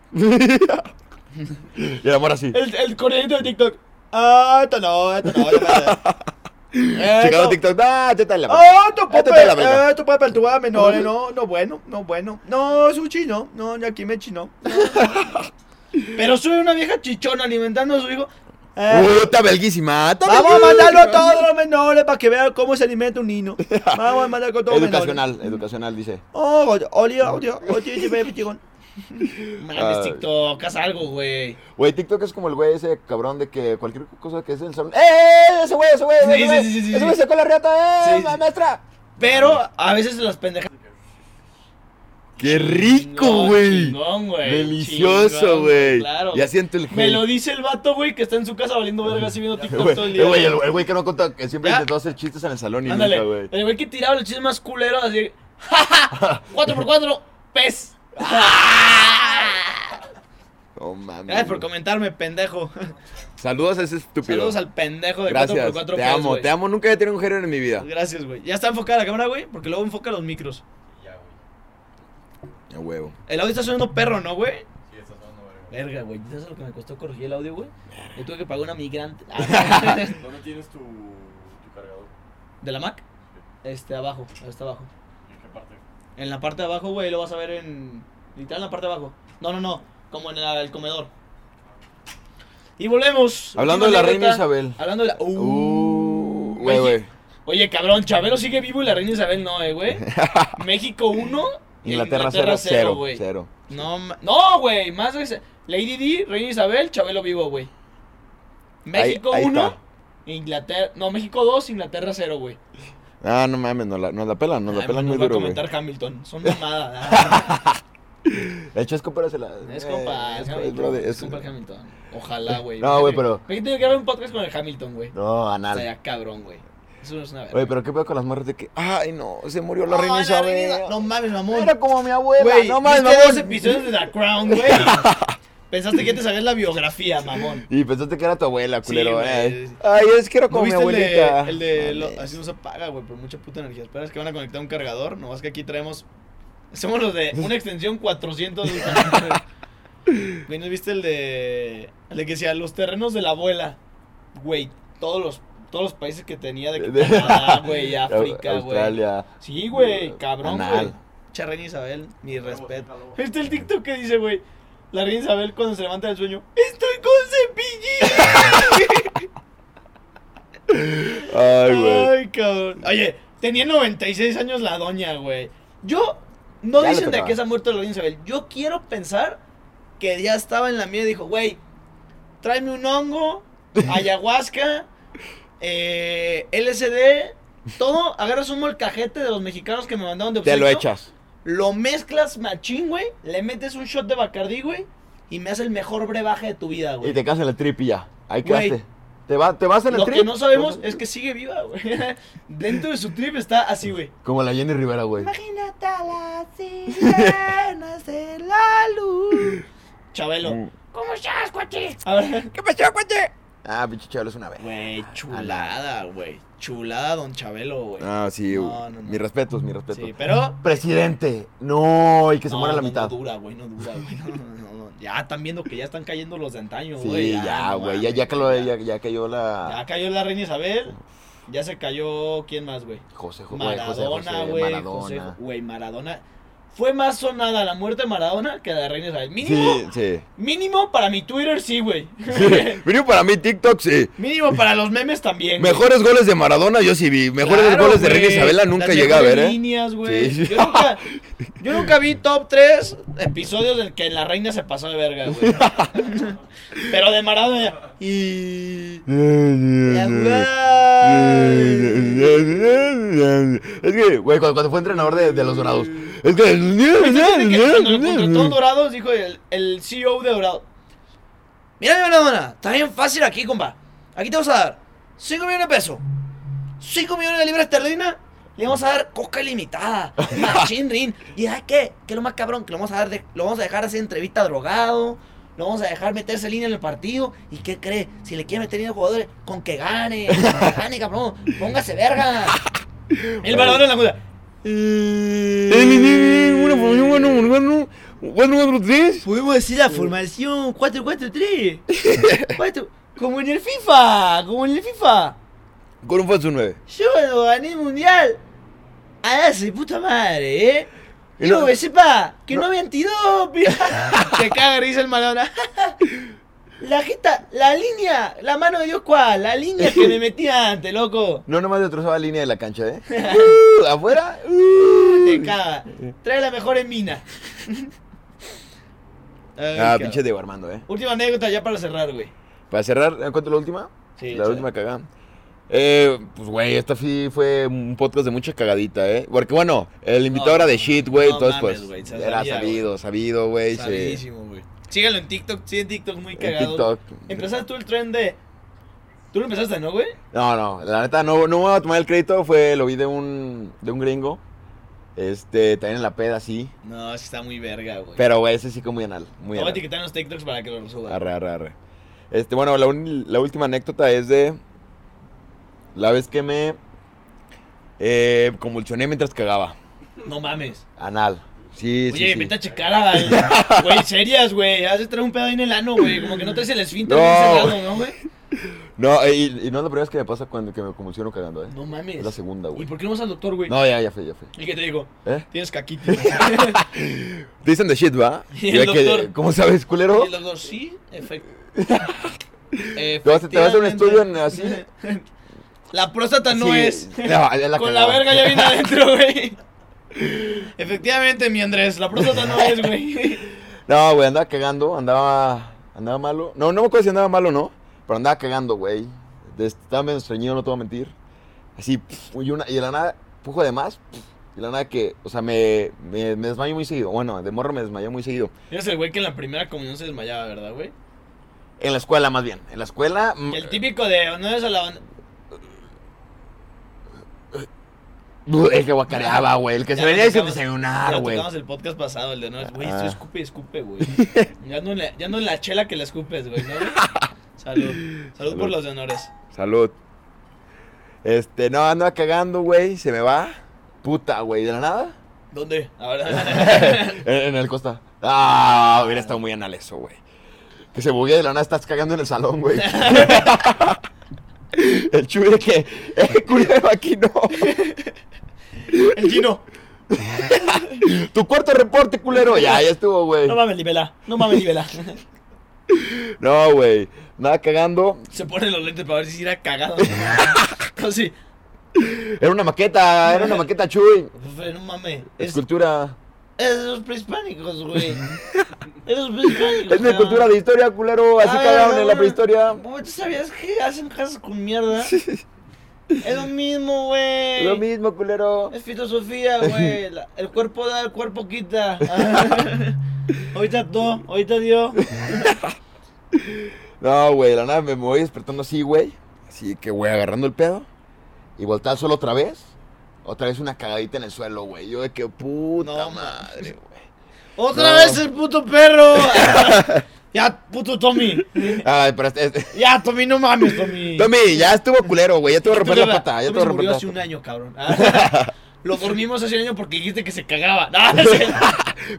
Speaker 2: y el amor así.
Speaker 1: El, el coreanito de TikTok. Ah, esto no, esto no. ya me-
Speaker 2: [laughs] Checado
Speaker 1: Esto-
Speaker 2: TikTok. Ah, te está en la
Speaker 1: Ah, esto
Speaker 2: Ah,
Speaker 1: puede,
Speaker 2: esto está en la verga.
Speaker 1: esto puede perturbar a menores, no, no bueno, no bueno. No, sushi no, no, ni aquí me chino. [laughs] Pero sube una vieja chichona alimentando a su hijo. Eh,
Speaker 2: Uh, está belguísima. está
Speaker 1: Vamos a
Speaker 2: belguísima.
Speaker 1: mandarlo a todos los menores para que vean cómo se alimenta un niño. Vamos a mandarlo a todos los menores.
Speaker 2: Educacional, educacional, dice.
Speaker 1: Oh, olía, olía, olía, olía, olía, olía, olía. Mames,
Speaker 2: Ay.
Speaker 1: TikTok, haz algo, güey.
Speaker 2: Ah, Güey, TikTok es como el güey ese cabrón de que cualquier cosa que es en el salón. ¡Eh! ¡Ese güey, ese güey!
Speaker 1: Sí,
Speaker 2: ese
Speaker 1: sí,
Speaker 2: güey!
Speaker 1: sí, sí, sí.
Speaker 2: ¡Ese güey sacó la riata! ¡Eh!
Speaker 1: Sí, sí.
Speaker 2: maestra!
Speaker 1: Pero a veces las pendejas.
Speaker 2: ¡Qué rico,
Speaker 1: Chingón,
Speaker 2: güey!
Speaker 1: chingón, güey.
Speaker 2: Delicioso,
Speaker 1: Chingón,
Speaker 2: güey.
Speaker 1: Claro.
Speaker 2: Ya siento el
Speaker 1: Me
Speaker 2: gel.
Speaker 1: lo dice el vato, güey, que está en su casa valiendo verga así viendo
Speaker 2: Eh,
Speaker 1: TikTok
Speaker 2: güey,
Speaker 1: todo el
Speaker 2: eh,
Speaker 1: día.
Speaker 2: güey, el el güey que no contó, que siempre
Speaker 1: ¿Ya?
Speaker 2: intentó hacer chistes en el salón y
Speaker 1: Ándale.
Speaker 2: nunca, güey.
Speaker 1: El güey que tiraba los chistes más culeros así. [laughs] ¡Ja, 4x4, pez.
Speaker 2: No mames.
Speaker 1: Gracias por
Speaker 2: güey.
Speaker 1: comentarme, pendejo. [laughs]
Speaker 2: Saludos a ese estúpido.
Speaker 1: Saludos al pendejo de
Speaker 2: Gracias.
Speaker 1: 4x4,
Speaker 2: te
Speaker 1: pez,
Speaker 2: amo,
Speaker 1: güey.
Speaker 2: te amo. Nunca he tenido un género en mi vida.
Speaker 1: Gracias, güey. ¿Ya está enfocada la cámara, güey? Porque luego enfoca los micros.
Speaker 3: Ya, güey.
Speaker 2: A huevo.
Speaker 1: El audio está sonando perro, ¿no, güey?
Speaker 3: Sí, está sonando verga.
Speaker 1: Verga, güey. ¿Sabes lo que me costó corregir el audio, güey? Yo tuve que pagar una [laughs] migrante. Ah, no.
Speaker 3: ¿Dónde tienes tu, tu cargador?
Speaker 1: ¿De la Mac? Este, abajo. Está abajo.
Speaker 3: ¿En qué parte?
Speaker 1: En la parte de abajo, güey, lo vas a ver en. Literal en la parte de abajo. No, no, no. Como en el, el comedor. Y volvemos.
Speaker 2: Hablando de
Speaker 1: Última
Speaker 2: la reina
Speaker 1: anécdota.
Speaker 2: Isabel.
Speaker 1: Hablando de la.
Speaker 2: Uh, güey,
Speaker 1: Oye,
Speaker 2: güey.
Speaker 1: Oye, cabrón, Chabelo sigue vivo y la reina Isabel no, eh,
Speaker 2: [laughs]
Speaker 1: güey. México 1.
Speaker 2: Inglaterra cero, cero,
Speaker 1: güey.
Speaker 2: cero.
Speaker 1: No, ma- no, güey. Más veces. Lady D, reina Isabel, Chabelo vivo, güey. México
Speaker 2: ahí
Speaker 1: 1.
Speaker 2: está.
Speaker 1: Inglaterra. No, México 2, Inglaterra 0, güey.
Speaker 2: Ah, no mames, nos la, nos la pelan, nos la
Speaker 1: Ay,
Speaker 2: pelan
Speaker 1: no
Speaker 2: muy
Speaker 1: Ah, va a
Speaker 2: duro, güey.
Speaker 1: comentar Hamilton. Son mamadas.
Speaker 2: El Chesco Pérez se la...
Speaker 1: Es
Speaker 2: eh,
Speaker 1: compa, es
Speaker 2: es
Speaker 1: Hamilton.
Speaker 2: brother,
Speaker 1: es
Speaker 2: es-
Speaker 1: compa el Hamilton. Ojalá, güey.
Speaker 2: No, güey, pero-
Speaker 1: Me tengo que grabar un podcast con el Hamilton, güey.
Speaker 2: No,
Speaker 1: O
Speaker 2: anal.
Speaker 1: sea, ya cabrón, güey. Eso no es una verga.
Speaker 2: Oye, pero qué pedo con las morras de que, ay, no, se murió la
Speaker 1: No,
Speaker 2: reina Isabel.
Speaker 1: Isabel. No mames, mamón.
Speaker 2: Era como mi abuela,
Speaker 1: Güey,
Speaker 2: no mames,
Speaker 1: viste dos
Speaker 2: mamón.
Speaker 1: episodios de The Crown,
Speaker 2: [laughs]
Speaker 1: güey. Pensaste que te sabías la biografía, mamón.
Speaker 2: Y pensaste que era tu abuela,
Speaker 1: Sí,
Speaker 2: culero,
Speaker 1: güey.
Speaker 2: eh. Ay, es que era
Speaker 1: ¿No
Speaker 2: como mi
Speaker 1: viste el de,
Speaker 2: abuelita.
Speaker 1: el de lo-
Speaker 2: Mames.
Speaker 1: así no se apaga, güey, por mucha puta energía? Esperas que van a conectar un cargador, nomás que aquí traemos somos los de una extensión 400 de un
Speaker 2: [laughs]
Speaker 1: cargador. Güey, ¿no viste el de el de que decía los terrenos de la abuela? Güey, todos los todos los países que
Speaker 2: [laughs]
Speaker 1: tenía de que
Speaker 2: De-
Speaker 1: Canadá, güey, África, güey.
Speaker 2: Australia.
Speaker 1: Sí, güey, cabrón,
Speaker 2: Anal.
Speaker 1: güey. Charreña Isabel, mi respeto.
Speaker 3: Luego, luego.
Speaker 1: Este el TikTok que dice, güey, la reina Isabel cuando se levanta del sueño, estoy con cepillín.
Speaker 2: Ay, güey.
Speaker 1: Ay, cabrón. Oye, tenía 96 años la doña, güey. Yo, no
Speaker 2: Ya le
Speaker 1: dicen de
Speaker 2: tocaba.
Speaker 1: que se ha muerto la doña Isabel. Yo quiero pensar que ya estaba en la mía y dijo, güey, tráeme un
Speaker 2: [laughs]
Speaker 1: hongo, ayahuasca, eh, LSD, todo. Agarras un molcajete de los mexicanos que me mandaron de
Speaker 2: Te lo
Speaker 1: obsequio,
Speaker 2: echas.
Speaker 1: Lo mezclas machín, güey. Le metes un shot de Bacardí, güey. Y me hace el mejor brebaje de tu vida, güey.
Speaker 2: Y te casas en el trip y ya. Ahí
Speaker 1: Güey.
Speaker 2: quedaste. Te, va, te vas en el
Speaker 1: Lo
Speaker 2: trip. Pues,
Speaker 1: que no sabemos es que sigue viva, güey. [laughs] Dentro de su trip está así, güey.
Speaker 2: Como la Jenny Rivera, güey.
Speaker 1: Imagínate a las sirenas de la luz. Chabelo.
Speaker 2: Mm.
Speaker 1: ¿Cómo estás, cuachi? A ver.
Speaker 2: ¿Qué pasó, cuate? Ah, pinche chaval, es una vez.
Speaker 1: [laughs] Güey, chulada, güey. Chulada, don Chabelo, güey.
Speaker 2: Ah, sí,
Speaker 1: No,
Speaker 2: güey.
Speaker 1: no, no.
Speaker 2: Mis respetos, mis respetos.
Speaker 1: sí, pero.
Speaker 2: Presidente. No, y que se
Speaker 1: No,
Speaker 2: muera la
Speaker 1: no,
Speaker 2: mitad.
Speaker 1: No dura, güey, no dura, güey. No, no, no, no. Ya están viendo que ya están cayendo los de antaño, güey. Ah,
Speaker 2: sí, ya,
Speaker 1: no
Speaker 2: güey. Ya,
Speaker 1: mames,
Speaker 2: ya, que lo-
Speaker 1: ya.
Speaker 2: ya, ya cayó la.
Speaker 1: Ya cayó la reina Isabel. Ya se cayó. ¿Quién más, güey?
Speaker 2: José, jo- güey, José,
Speaker 1: Maradona,
Speaker 2: José,
Speaker 1: güey. José-
Speaker 2: Maradona.
Speaker 1: Güey, Maradona. Fue más sonada la muerte de Maradona que la de Reina Isabel. Mínimo,
Speaker 2: Sí, [laughs] sí.
Speaker 1: mínimo para mi Twitter, sí, güey. [laughs]
Speaker 2: Sí, mínimo para mí TikTok, sí.
Speaker 1: mínimo para los memes también. güey.
Speaker 2: Mejores goles de Maradona yo sí vi. Mejores
Speaker 1: Claro,
Speaker 2: goles de
Speaker 1: güey.
Speaker 2: Reina Isabela nunca
Speaker 1: Las
Speaker 2: llegué a
Speaker 1: mejores
Speaker 2: ver, ¿eh?
Speaker 1: líneas, güey.
Speaker 2: Sí.
Speaker 1: Yo, nunca, yo nunca vi top 3 episodios en que la reina se pasó de verga,
Speaker 2: [laughs]
Speaker 1: güey. Pero de Maradona ya. Y. La jugada.
Speaker 2: Es que, güey, cuando, cuando fue entrenador de, de los Dorados. Es que.
Speaker 1: Dicen que cuando lo contrató Dorados, dijo el, el CEO de Dorado. Mira, mi Maradona, está bien fácil aquí, compa. Aquí te vamos a dar 5 millones de pesos, 5 millones de libras esterlinas, le vamos a dar coca ilimitada, machine ring. ¿Y sabes qué? Que lo más cabrón, que lo vamos a, dar de- lo vamos a dejar hacer entrevista drogado, lo vamos a dejar meterse línea en el partido. ¿Y qué cree? Si le quiere meter línea a los jugadores, con que gane, con que gane, cabrón, póngase verga. El Maradona en la cuenta.
Speaker 2: Eh,
Speaker 1: Podemos decir la formación
Speaker 2: [laughs]
Speaker 1: 4-4-3. 4 Como en el FIFA, como en el FIFA.
Speaker 2: Con un falso 9.
Speaker 1: Yo cuando gané el mundial. A ese puta madre, ¿eh?
Speaker 2: Y
Speaker 1: Digo
Speaker 2: no-
Speaker 1: que sepa que no, había [laughs] antidoping.
Speaker 2: [laughs]
Speaker 1: Se caga, risa el Maradona.
Speaker 2: ¿ah?
Speaker 1: [laughs] La jeta, la línea, la mano de Dios cuál, la línea que me metí antes, loco.
Speaker 2: No nomás destrozaba la línea de la cancha,
Speaker 1: [laughs]
Speaker 2: ¿eh? Uh, ¿Afuera? uh.
Speaker 1: Te caga. Trae la mejor en mina. Ay,
Speaker 2: [laughs] Ah,
Speaker 1: cabrón.
Speaker 2: pinche Diego Armando, eh.
Speaker 1: Última anécdota ya para cerrar, güey.
Speaker 2: Para cerrar, ¿eh? ¿cuánto es la última?
Speaker 1: Sí,
Speaker 2: la
Speaker 1: sí.
Speaker 2: última cagada. Eh, pues, güey, esta sí fue un podcast de mucha cagadita, ¿eh? Porque, bueno, el invitado era de shit, güey,
Speaker 1: no
Speaker 2: entonces,
Speaker 1: mames,
Speaker 2: pues,
Speaker 1: güey, se
Speaker 2: era
Speaker 1: sabía,
Speaker 2: sabido, sabido, güey. se-
Speaker 1: Sabidísimo, güey. Síganlo en TikTok, sí, en TikTok muy
Speaker 2: en
Speaker 1: cagado.
Speaker 2: TikTok.
Speaker 1: Empezaste tú el tren de. Tú lo empezaste, ¿no, güey?
Speaker 2: No, no, la neta, no, no me voy a tomar el crédito, fue, lo vi de un, de un gringo, este, también en la peda, sí,
Speaker 1: No, es que está muy verga, güey.
Speaker 2: pero, güey, ese sí como muy anal, muy
Speaker 1: Te voy a
Speaker 2: anal.
Speaker 1: etiquetar en los TikToks para que lo suba.
Speaker 2: Arre, arre, arre. Este, bueno, la, un- la última anécdota es de la vez que me eh, convulsioné mientras cagaba.
Speaker 1: No mames.
Speaker 2: Anal. Sí, sí,
Speaker 1: Oye,
Speaker 2: sí.
Speaker 1: vete a checar a.
Speaker 2: [laughs]
Speaker 1: Güey, serias, güey. Haces traer un pedo ahí en el ano, güey. Como que no traes el esfínter
Speaker 2: No.
Speaker 1: bien cerrado, ¿no, güey?
Speaker 2: No, eh, y, y no es la primera vez que me pasa cuando que me convulsiono cagando, eh.
Speaker 1: No
Speaker 2: es la
Speaker 1: mames.
Speaker 2: segunda,
Speaker 1: ¿Y
Speaker 2: güey.
Speaker 1: por qué no vas al doctor, güey?
Speaker 2: No, ya, ya fue, ya fue.
Speaker 1: ¿Y qué te digo?
Speaker 2: ¿Eh?
Speaker 1: Tienes caquitis.
Speaker 2: [laughs]
Speaker 1: y
Speaker 2: Dicen de shit, ¿va?
Speaker 1: [laughs] Y el
Speaker 2: Ya que-
Speaker 1: doctor.
Speaker 2: ¿Cómo sabes, culero?
Speaker 1: el doctor, sí,
Speaker 2: [laughs]
Speaker 1: efecto.
Speaker 2: Te vas, a- te vas a hacer un estudio en- así.
Speaker 1: [laughs] La próstata no
Speaker 2: Sí,
Speaker 1: es.
Speaker 2: no, ya la
Speaker 1: Con la
Speaker 2: cagaba.
Speaker 1: verga ya
Speaker 2: [laughs]
Speaker 1: viene adentro, güey. Efectivamente, mi Andrés, la próstata no es,
Speaker 2: [laughs]
Speaker 1: güey.
Speaker 2: No, güey, andaba cagando, andaba, andaba malo. No, no me acuerdo si andaba malo o no, pero andaba cagando, güey. Des- Estaba medio estreñido, no te voy a mentir. Así, pf, y, una, y de la nada, pujo de más, pf, y de la nada que, o sea, me, me, me desmayo muy seguido. Bueno, de morro me desmayé muy seguido.
Speaker 1: Eres el güey que en la primera comunión se desmayaba, ¿verdad, güey?
Speaker 2: En la escuela, más bien. En la escuela. mm,
Speaker 1: El típico de no eres a la banda.
Speaker 2: El que guacareaba, güey. El que se
Speaker 1: Ya
Speaker 2: venía sin
Speaker 1: tocamos-
Speaker 2: desayunar,
Speaker 1: ya
Speaker 2: güey.
Speaker 1: tocamos el podcast pasado, el de no es, güey,
Speaker 2: Ah.
Speaker 1: esto escupe, y escupe,
Speaker 2: [laughs]
Speaker 1: güey. Ya no, en la, ya no en la chela que la escupes, güey, ¿no? güey? Salud. Salud. por
Speaker 2: Salud.
Speaker 1: los honores.
Speaker 2: Salud. Este, no, andaba cagando, güey. Se me va. Puta, güey. De la nada.
Speaker 1: ¿Dónde?
Speaker 2: en, [laughs]
Speaker 1: Ahora.
Speaker 2: en el costa. Ah, hubiera estado muy anal eso, güey. Que se buguea de la nada, estás cagando en el salón, güey. el chuy de que, eh, culero, aquí no.
Speaker 1: el chino.
Speaker 2: Tu cuarto reporte, culero. Ya, ya estuvo, güey.
Speaker 1: No mames, libela. No mames, libela. [laughs]
Speaker 2: No, güey. Nada cagando.
Speaker 1: Se ponen los lentes para ver si era
Speaker 2: [laughs]
Speaker 1: cagado. No, sí.
Speaker 2: Era una maqueta, era una maqueta, chuy.
Speaker 1: No mames. Es,
Speaker 2: Escultura.
Speaker 1: es de los prehispánicos, güey. Es de los prehispánicos.
Speaker 2: Es de
Speaker 1: cabrón.
Speaker 2: cultura de historia, culero. Así
Speaker 1: Ay,
Speaker 2: cagaron en la
Speaker 1: cabrón.
Speaker 2: prehistoria.
Speaker 1: Ah, Güey, ¿Tú sabías que hacen casas con mierda? Es lo mismo, güey.
Speaker 2: Lo mismo, culero.
Speaker 1: Es
Speaker 2: [laughs]
Speaker 1: filosofía, güey. La- El cuerpo da, el cuerpo quita. Ah. [laughs] ahorita do, ahorita dio.
Speaker 2: No, güey, de la nada me voy despertando así, güey. Así que, güey, agarrando el pedo. Y voltear al suelo otra vez. Otra vez una cagadita en el suelo, güey. Yo de que puta
Speaker 1: No,
Speaker 2: madre, güey.
Speaker 1: ¡Otra
Speaker 2: No.
Speaker 1: vez el puto perro! [laughs] ya, puto Tommy.
Speaker 2: Ay, pero este. este-
Speaker 1: Ya, Tommy, no mames, Tommy.
Speaker 2: Tommy, ya estuvo culero, güey. Ya te voy a
Speaker 1: Tú
Speaker 2: romper la
Speaker 1: verdad,
Speaker 2: pata. Ya te
Speaker 1: Tommy
Speaker 2: voy a
Speaker 1: se
Speaker 2: romper
Speaker 1: murió
Speaker 2: la
Speaker 1: hace un
Speaker 2: pata.
Speaker 1: año, cabrón. Ah, [laughs] Lo dormimos hace un año porque dijiste que se cagaba. [laughs] Ah, No,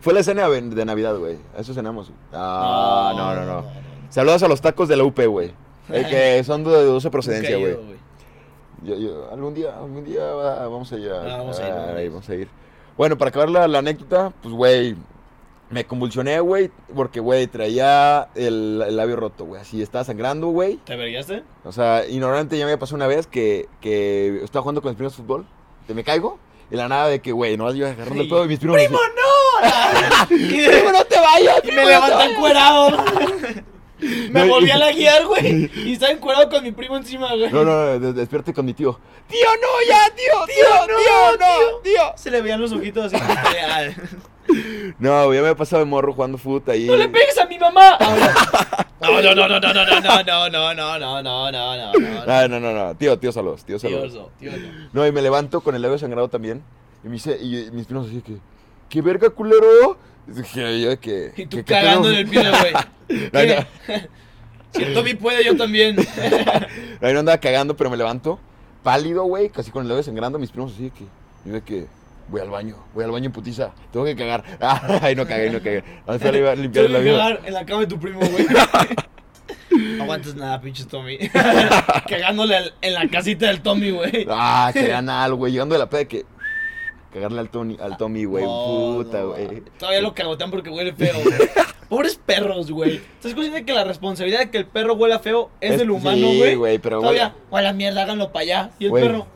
Speaker 2: Fue la cena de de Navidad, güey. A eso cenamos. Ah, no, no, no. Saludos a los tacos de la UP,
Speaker 1: [laughs]
Speaker 2: güey. Eh, que son de dudosa procedencia,
Speaker 1: Nunca he
Speaker 2: güey.
Speaker 1: ido,
Speaker 2: Yo- yo- algún día, algún día ah, vamos a ir.
Speaker 1: Ah, vamos a ir, vamos a
Speaker 2: ahí
Speaker 1: ir.
Speaker 2: vamos a ir. Bueno, para acabar la, la anécdota, pues, güey, me convulsioné, güey, porque, güey, traía el, el labio roto, güey. Así estaba sangrando, güey.
Speaker 1: ¿Te averillaste?
Speaker 2: O sea, ignorante ya me pasó una vez que, que estaba jugando con mis primos fútbol. Te me caigo. Y la nada de que, güey, no, yo agarrando el
Speaker 1: Sí.
Speaker 2: pedo y mis primos.
Speaker 1: ¡Primo,
Speaker 2: [laughs]
Speaker 1: no! [laughs] Y de-
Speaker 2: ¡Primo, no te vayas!
Speaker 1: Y
Speaker 2: primo,
Speaker 1: me
Speaker 2: no te
Speaker 1: levantan [laughs]
Speaker 2: vayas!
Speaker 1: encuerado. Me
Speaker 2: No, y-
Speaker 1: volví [laughs] a la guiar, güey. Y estaba encuerado con mi primo encima, güey.
Speaker 2: No, no, no, de- despierte con mi tío. ¡Tío, no, ya, tío! ¡Tío, tío, no! ¡Tío!
Speaker 1: Se le veían los ojitos [laughs] así. Ah. Ay,
Speaker 2: No, güey, ya me he pasado de morro jugando fútbol ahí.
Speaker 1: ¡No le pegues a mi mamá! No, no, no, no, no, no, no, no, no, no, no, no, no, no, no, no.
Speaker 2: Ah, no, no, no. Tío, tío, saludos, tío,
Speaker 1: Tío
Speaker 2: saludos.
Speaker 1: Orso, tío Orso.
Speaker 2: No, y me levanto con el labio sangrado también. Y me dice, y, y mis primos así que, ¿qué verga, culero? Y dije yo de que.
Speaker 1: Y
Speaker 2: que-
Speaker 1: tú
Speaker 2: que
Speaker 1: cagando en
Speaker 2: tengo-
Speaker 1: el piso, [laughs] güey.
Speaker 2: No,
Speaker 1: ¿Qué? [laughs] Si el Tommy puede, yo [laughs] también.
Speaker 2: no, ahí no andaba cagando, pero me levanto, pálido, güey, casi con el labio sangrando. Mis primos así de que, yo de que, voy al baño, voy al baño en putiza, tengo que cagar. [laughs] Ah, ahí no cagué, no cagué. Al final iba a limpiar
Speaker 1: Tengo
Speaker 2: el
Speaker 1: que
Speaker 2: labio.
Speaker 1: cagar en la cama de tu primo, [laughs] güey. No aguantas nada, pinches Tommy. [laughs] Cagándole al- en la casita del Tommy, güey.
Speaker 2: Ah, que anal, güey, llegando de la peda de que. Cagarle al Tony, al Tommy, güey,
Speaker 1: No,
Speaker 2: puta,
Speaker 1: no,
Speaker 2: güey.
Speaker 1: güey. Todavía lo cagotean porque huele feo,
Speaker 2: [laughs]
Speaker 1: güey. Pobres perros, güey. ¿Estás consciente de que la responsabilidad de que el perro huela feo es,
Speaker 2: Es-
Speaker 1: del humano,
Speaker 2: sí,
Speaker 1: güey?
Speaker 2: güey, pero
Speaker 1: Todavía,
Speaker 2: huele-
Speaker 1: o a la mierda, háganlo para allá. Y el
Speaker 2: Güey,
Speaker 1: perro,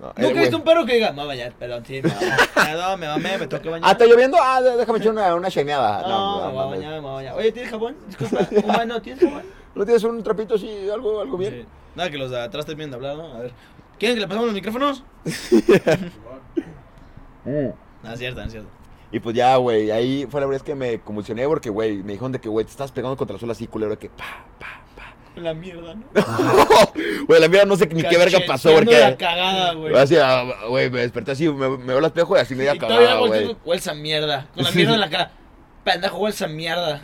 Speaker 2: No, el
Speaker 1: ¿Nunca
Speaker 2: güey.
Speaker 1: viste un perro que diga, mamá, ya, perdón, sí, me
Speaker 2: [laughs]
Speaker 1: mamé, perdón, Ah, me mamé, me tengo que
Speaker 2: Ah,
Speaker 1: bañar?
Speaker 2: ¿está lloviendo? Ah, de- déjame echar una, una cheneada.
Speaker 1: No, me voy a
Speaker 2: mames.
Speaker 1: bañar, me voy a bañar. Oye, ¿tienes jabón?
Speaker 2: [laughs]
Speaker 1: Disculpa, humano, ¿tienes jabón?
Speaker 2: ¿No tienes un trapito así, algo, algo bien?
Speaker 1: Sí. Nada, que los de atrás terminen de hablar, ¿no? A ver. ¿Quieren que le pasemos los micrófonos? No, es cierto, no es cierto.
Speaker 2: Mm. Y pues ya, güey, ahí fue la verdad es que me convulsioné porque, güey, me dijeron de que, güey, te estás pegando contra el suelo así, culero, que pa, pa, pa.
Speaker 1: La mierda, ¿no?
Speaker 2: Güey, la mierda no sé ni [laughs] qué verga pasó,
Speaker 1: Cacheteando la
Speaker 2: porque.
Speaker 1: cagada, güey.
Speaker 2: Así, ah, güey, me desperté así, me, me veo al espejo y así me
Speaker 1: Y
Speaker 2: había
Speaker 1: todavía
Speaker 2: cagado, güey.
Speaker 1: volteando, huele esa mierda. Con la mierda en la cara. Pendejo, huele esa mierda.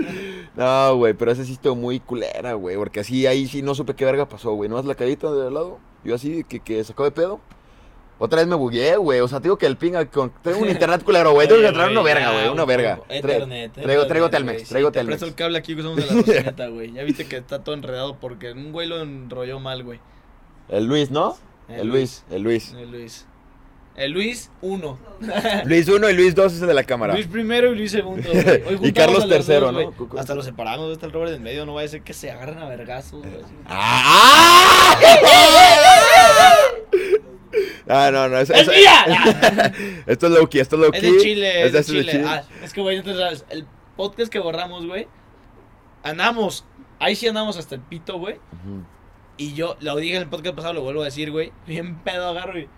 Speaker 2: No, güey, pero ese sí estuvo muy culera, güey, porque así, ahí sí no supe qué verga pasó, güey. Nomás la carita de al lado, yo así, que, que sacó de pedo. Otra vez me bugué, güey. O sea, te digo que el pinga con... Tengo un internet
Speaker 1: [laughs]
Speaker 2: culero, güey. Tengo que
Speaker 1: Oye,
Speaker 2: traer una
Speaker 1: güey,
Speaker 2: verga,
Speaker 1: ya,
Speaker 2: güey. Una verga.
Speaker 1: Internet,
Speaker 2: Tra-
Speaker 1: internet,
Speaker 2: Traigo, traigo
Speaker 1: güey,
Speaker 2: Telmex,
Speaker 1: sí,
Speaker 2: traigo
Speaker 1: te presto
Speaker 2: Telmex.
Speaker 1: el cable aquí que usamos de la rocineta, güey. Ya viste que está todo enredado porque un güey lo enrolló mal, güey.
Speaker 2: El Luis, ¿no? El Luis,
Speaker 1: [laughs]
Speaker 2: el Luis.
Speaker 1: El Luis. El Luis, uno.
Speaker 2: Luis 1 y Luis 2 es el de la cámara.
Speaker 1: Luis primero y Luis segundo,
Speaker 2: [laughs]
Speaker 1: güey. Hoy
Speaker 2: Y
Speaker 1: juntamos
Speaker 2: Carlos
Speaker 1: a los dos,
Speaker 2: tercero, ¿no?
Speaker 1: güey. Hasta los separamos, está el Robert en medio, no va a ser que se agarren a vergazos, güey.
Speaker 2: ¡Ah! [laughs] Ah, no, no, eso,
Speaker 1: ¡Es
Speaker 2: eso-
Speaker 1: mía!
Speaker 2: esto es Loki, esto es Loki.
Speaker 1: Es de Chile, es
Speaker 2: Este
Speaker 1: de Chile. Ah, es que, güey, entonces, ¿sabes? El podcast que borramos, güey, andamos, ahí sí andamos hasta el pito, güey.
Speaker 2: Ujú.
Speaker 1: Y yo lo dije en el podcast pasado, lo vuelvo a decir, güey. [laughs] Bien pedo agarro y.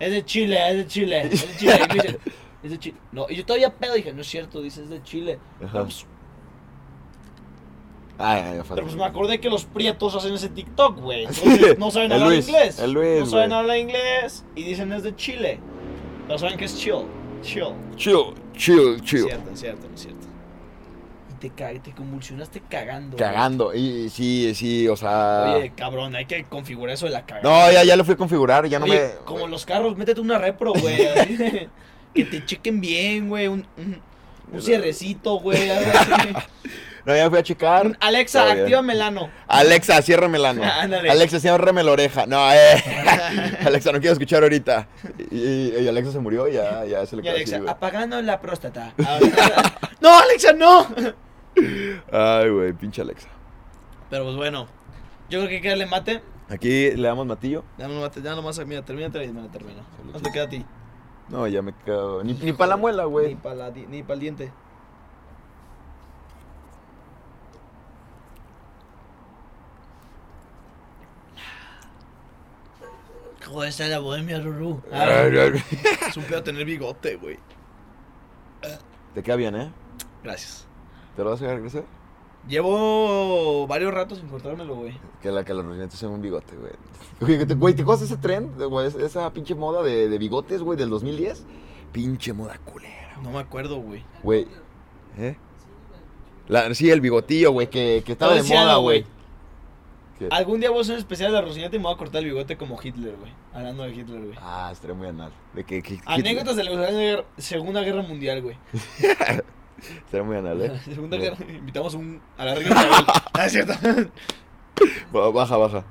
Speaker 1: Es de Chile, es de Chile, es de Chile. Y me dicen, [laughs] es de Chile. No, y yo todavía pedo dije, no es cierto, dice, es de Chile.
Speaker 2: Ajá.
Speaker 1: No, pues,
Speaker 2: Ay, ay,
Speaker 1: pero
Speaker 2: falta.
Speaker 1: pues me acordé que los prietos hacen ese TikTok, güey.
Speaker 2: [laughs]
Speaker 1: Entonces, no saben
Speaker 2: El
Speaker 1: hablar
Speaker 2: Luis,
Speaker 1: inglés.
Speaker 2: el Luis,
Speaker 1: no saben
Speaker 2: güey.
Speaker 1: hablar inglés y dicen es de Chile. Pero saben que es chill, chill.
Speaker 2: Chill, chill, chill.
Speaker 1: Cierto, es cierto, es cierto. Y te, ca- te convulsionaste cagando. güey.
Speaker 2: Cagando. Y sí, sí, o sea.
Speaker 1: Oye, cabrón, hay que configurar eso de la cagada.
Speaker 2: no, ya, ya lo fui a configurar, ya no
Speaker 1: Oye,
Speaker 2: me.
Speaker 1: como los carros, métete una repro,
Speaker 2: [laughs]
Speaker 1: güey. así, que te chequen bien, güey. Un, un, un cierrecito, güey. algo
Speaker 2: [laughs]
Speaker 1: así.
Speaker 2: No, ya fui a checar.
Speaker 1: Un- Alexa,
Speaker 2: Está bien.
Speaker 1: actívame el ano.
Speaker 2: Alexa, ciérramela, no.
Speaker 1: Ándale.
Speaker 2: Alexa, ciérrame la oreja. No, eh. [laughs] Alexa, no quiero escuchar ahorita. Y, y- y Alexa se murió, ya, ya se le
Speaker 1: Y
Speaker 2: quedó
Speaker 1: Alexa,
Speaker 2: así, güey.
Speaker 1: apagando la próstata. Ah, Ahora- no, Alexa, no.
Speaker 2: Ay, güey, pinche Alexa.
Speaker 1: [laughs] Pero pues bueno, yo creo que hay que darle mate.
Speaker 2: Aquí le damos matillo.
Speaker 1: Dame un mate, ya nomás. Mira, termina y me la termino. ¿Cuánto te queda a ti?
Speaker 2: No, ya me cago. Ni, ni pa' la muela,
Speaker 1: Ni
Speaker 2: güey.
Speaker 1: para ni pa el diente. Joder, está la bohemia, Ruru. Ah,
Speaker 2: Ay, ay, ay.
Speaker 1: Es un pedo tener bigote, güey.
Speaker 2: Te queda bien, ¿eh?
Speaker 1: Gracias.
Speaker 2: ¿Te lo vas a regresar?
Speaker 1: Llevo varios ratos sin cortármelo, güey.
Speaker 2: Que la que los residentes sean un bigote, güey. Güey, que te- Güey, ¿te acuerdas de ese tren? de- güey, esa pinche moda de, de bigotes, güey, del 2010. Pinche moda culera.
Speaker 1: No me acuerdo, güey.
Speaker 2: Güey. ¿Eh? La, sí, el bigotillo, güey, que, que estaba de
Speaker 1: Estaba
Speaker 2: moda,
Speaker 1: deseado,
Speaker 2: güey.
Speaker 1: güey.
Speaker 2: Que-
Speaker 1: Algún día voy a hacer un especial de la Rocinete y me voy a cortar el bigote como Hitler, güey. Hablando de Hitler, güey.
Speaker 2: Ah, estaría muy anal. De que, que, que-
Speaker 1: Anécdotas de la Segunda Guerra- Segunda Guerra Mundial, güey.
Speaker 2: Estaría muy anal, ¿eh?
Speaker 1: [laughs] Segunda
Speaker 2: Sí.
Speaker 1: Guerra. Invitamos un. A la reina Isabel. Ah, es cierto.
Speaker 2: Ba- Baja, baja.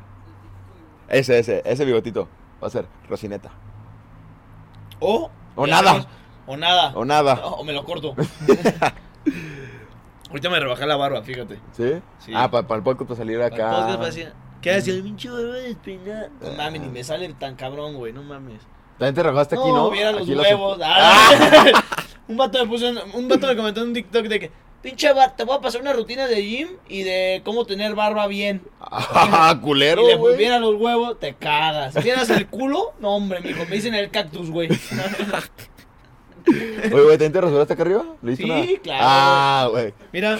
Speaker 2: Ese, ese, ese bigotito. Va a ser Rocineta.
Speaker 1: O.
Speaker 2: O
Speaker 1: ya
Speaker 2: nada.
Speaker 1: sabemos, O nada.
Speaker 2: O nada.
Speaker 1: O- o me lo
Speaker 2: [laughs]
Speaker 1: corto. Ahorita me rebajé la barba, fíjate.
Speaker 2: ¿Sí?
Speaker 1: Sí.
Speaker 2: Ah, para el podcast para salir
Speaker 1: Para el podcast pues, va a
Speaker 2: acá. Ah.
Speaker 1: decir, ¿Qué haces? pinche barba despeinada. No mames, ni me sale tan cabrón, güey. No mames.
Speaker 2: También te rajaste aquí,
Speaker 1: no,
Speaker 2: ¿no?
Speaker 1: viera los
Speaker 2: Aquí
Speaker 1: huevos. Ah. [laughs] un vato me puso en- un vato me comentó en un TikTok de que, pinche vato, te voy a pasar una rutina de gym y de cómo tener barba bien.
Speaker 2: [laughs] Ah, culero,
Speaker 1: y le
Speaker 2: güey.
Speaker 1: vieran los huevos, te cagas. ¿Vieras el culo? No, hombre, mijo, me dicen el cactus,
Speaker 2: [laughs]
Speaker 1: güey.
Speaker 2: Oye, güey, ¿también te rasuraste acá arriba? ¿Le
Speaker 1: Sí,
Speaker 2: una-
Speaker 1: claro.
Speaker 2: Ah, güey.
Speaker 1: Mira.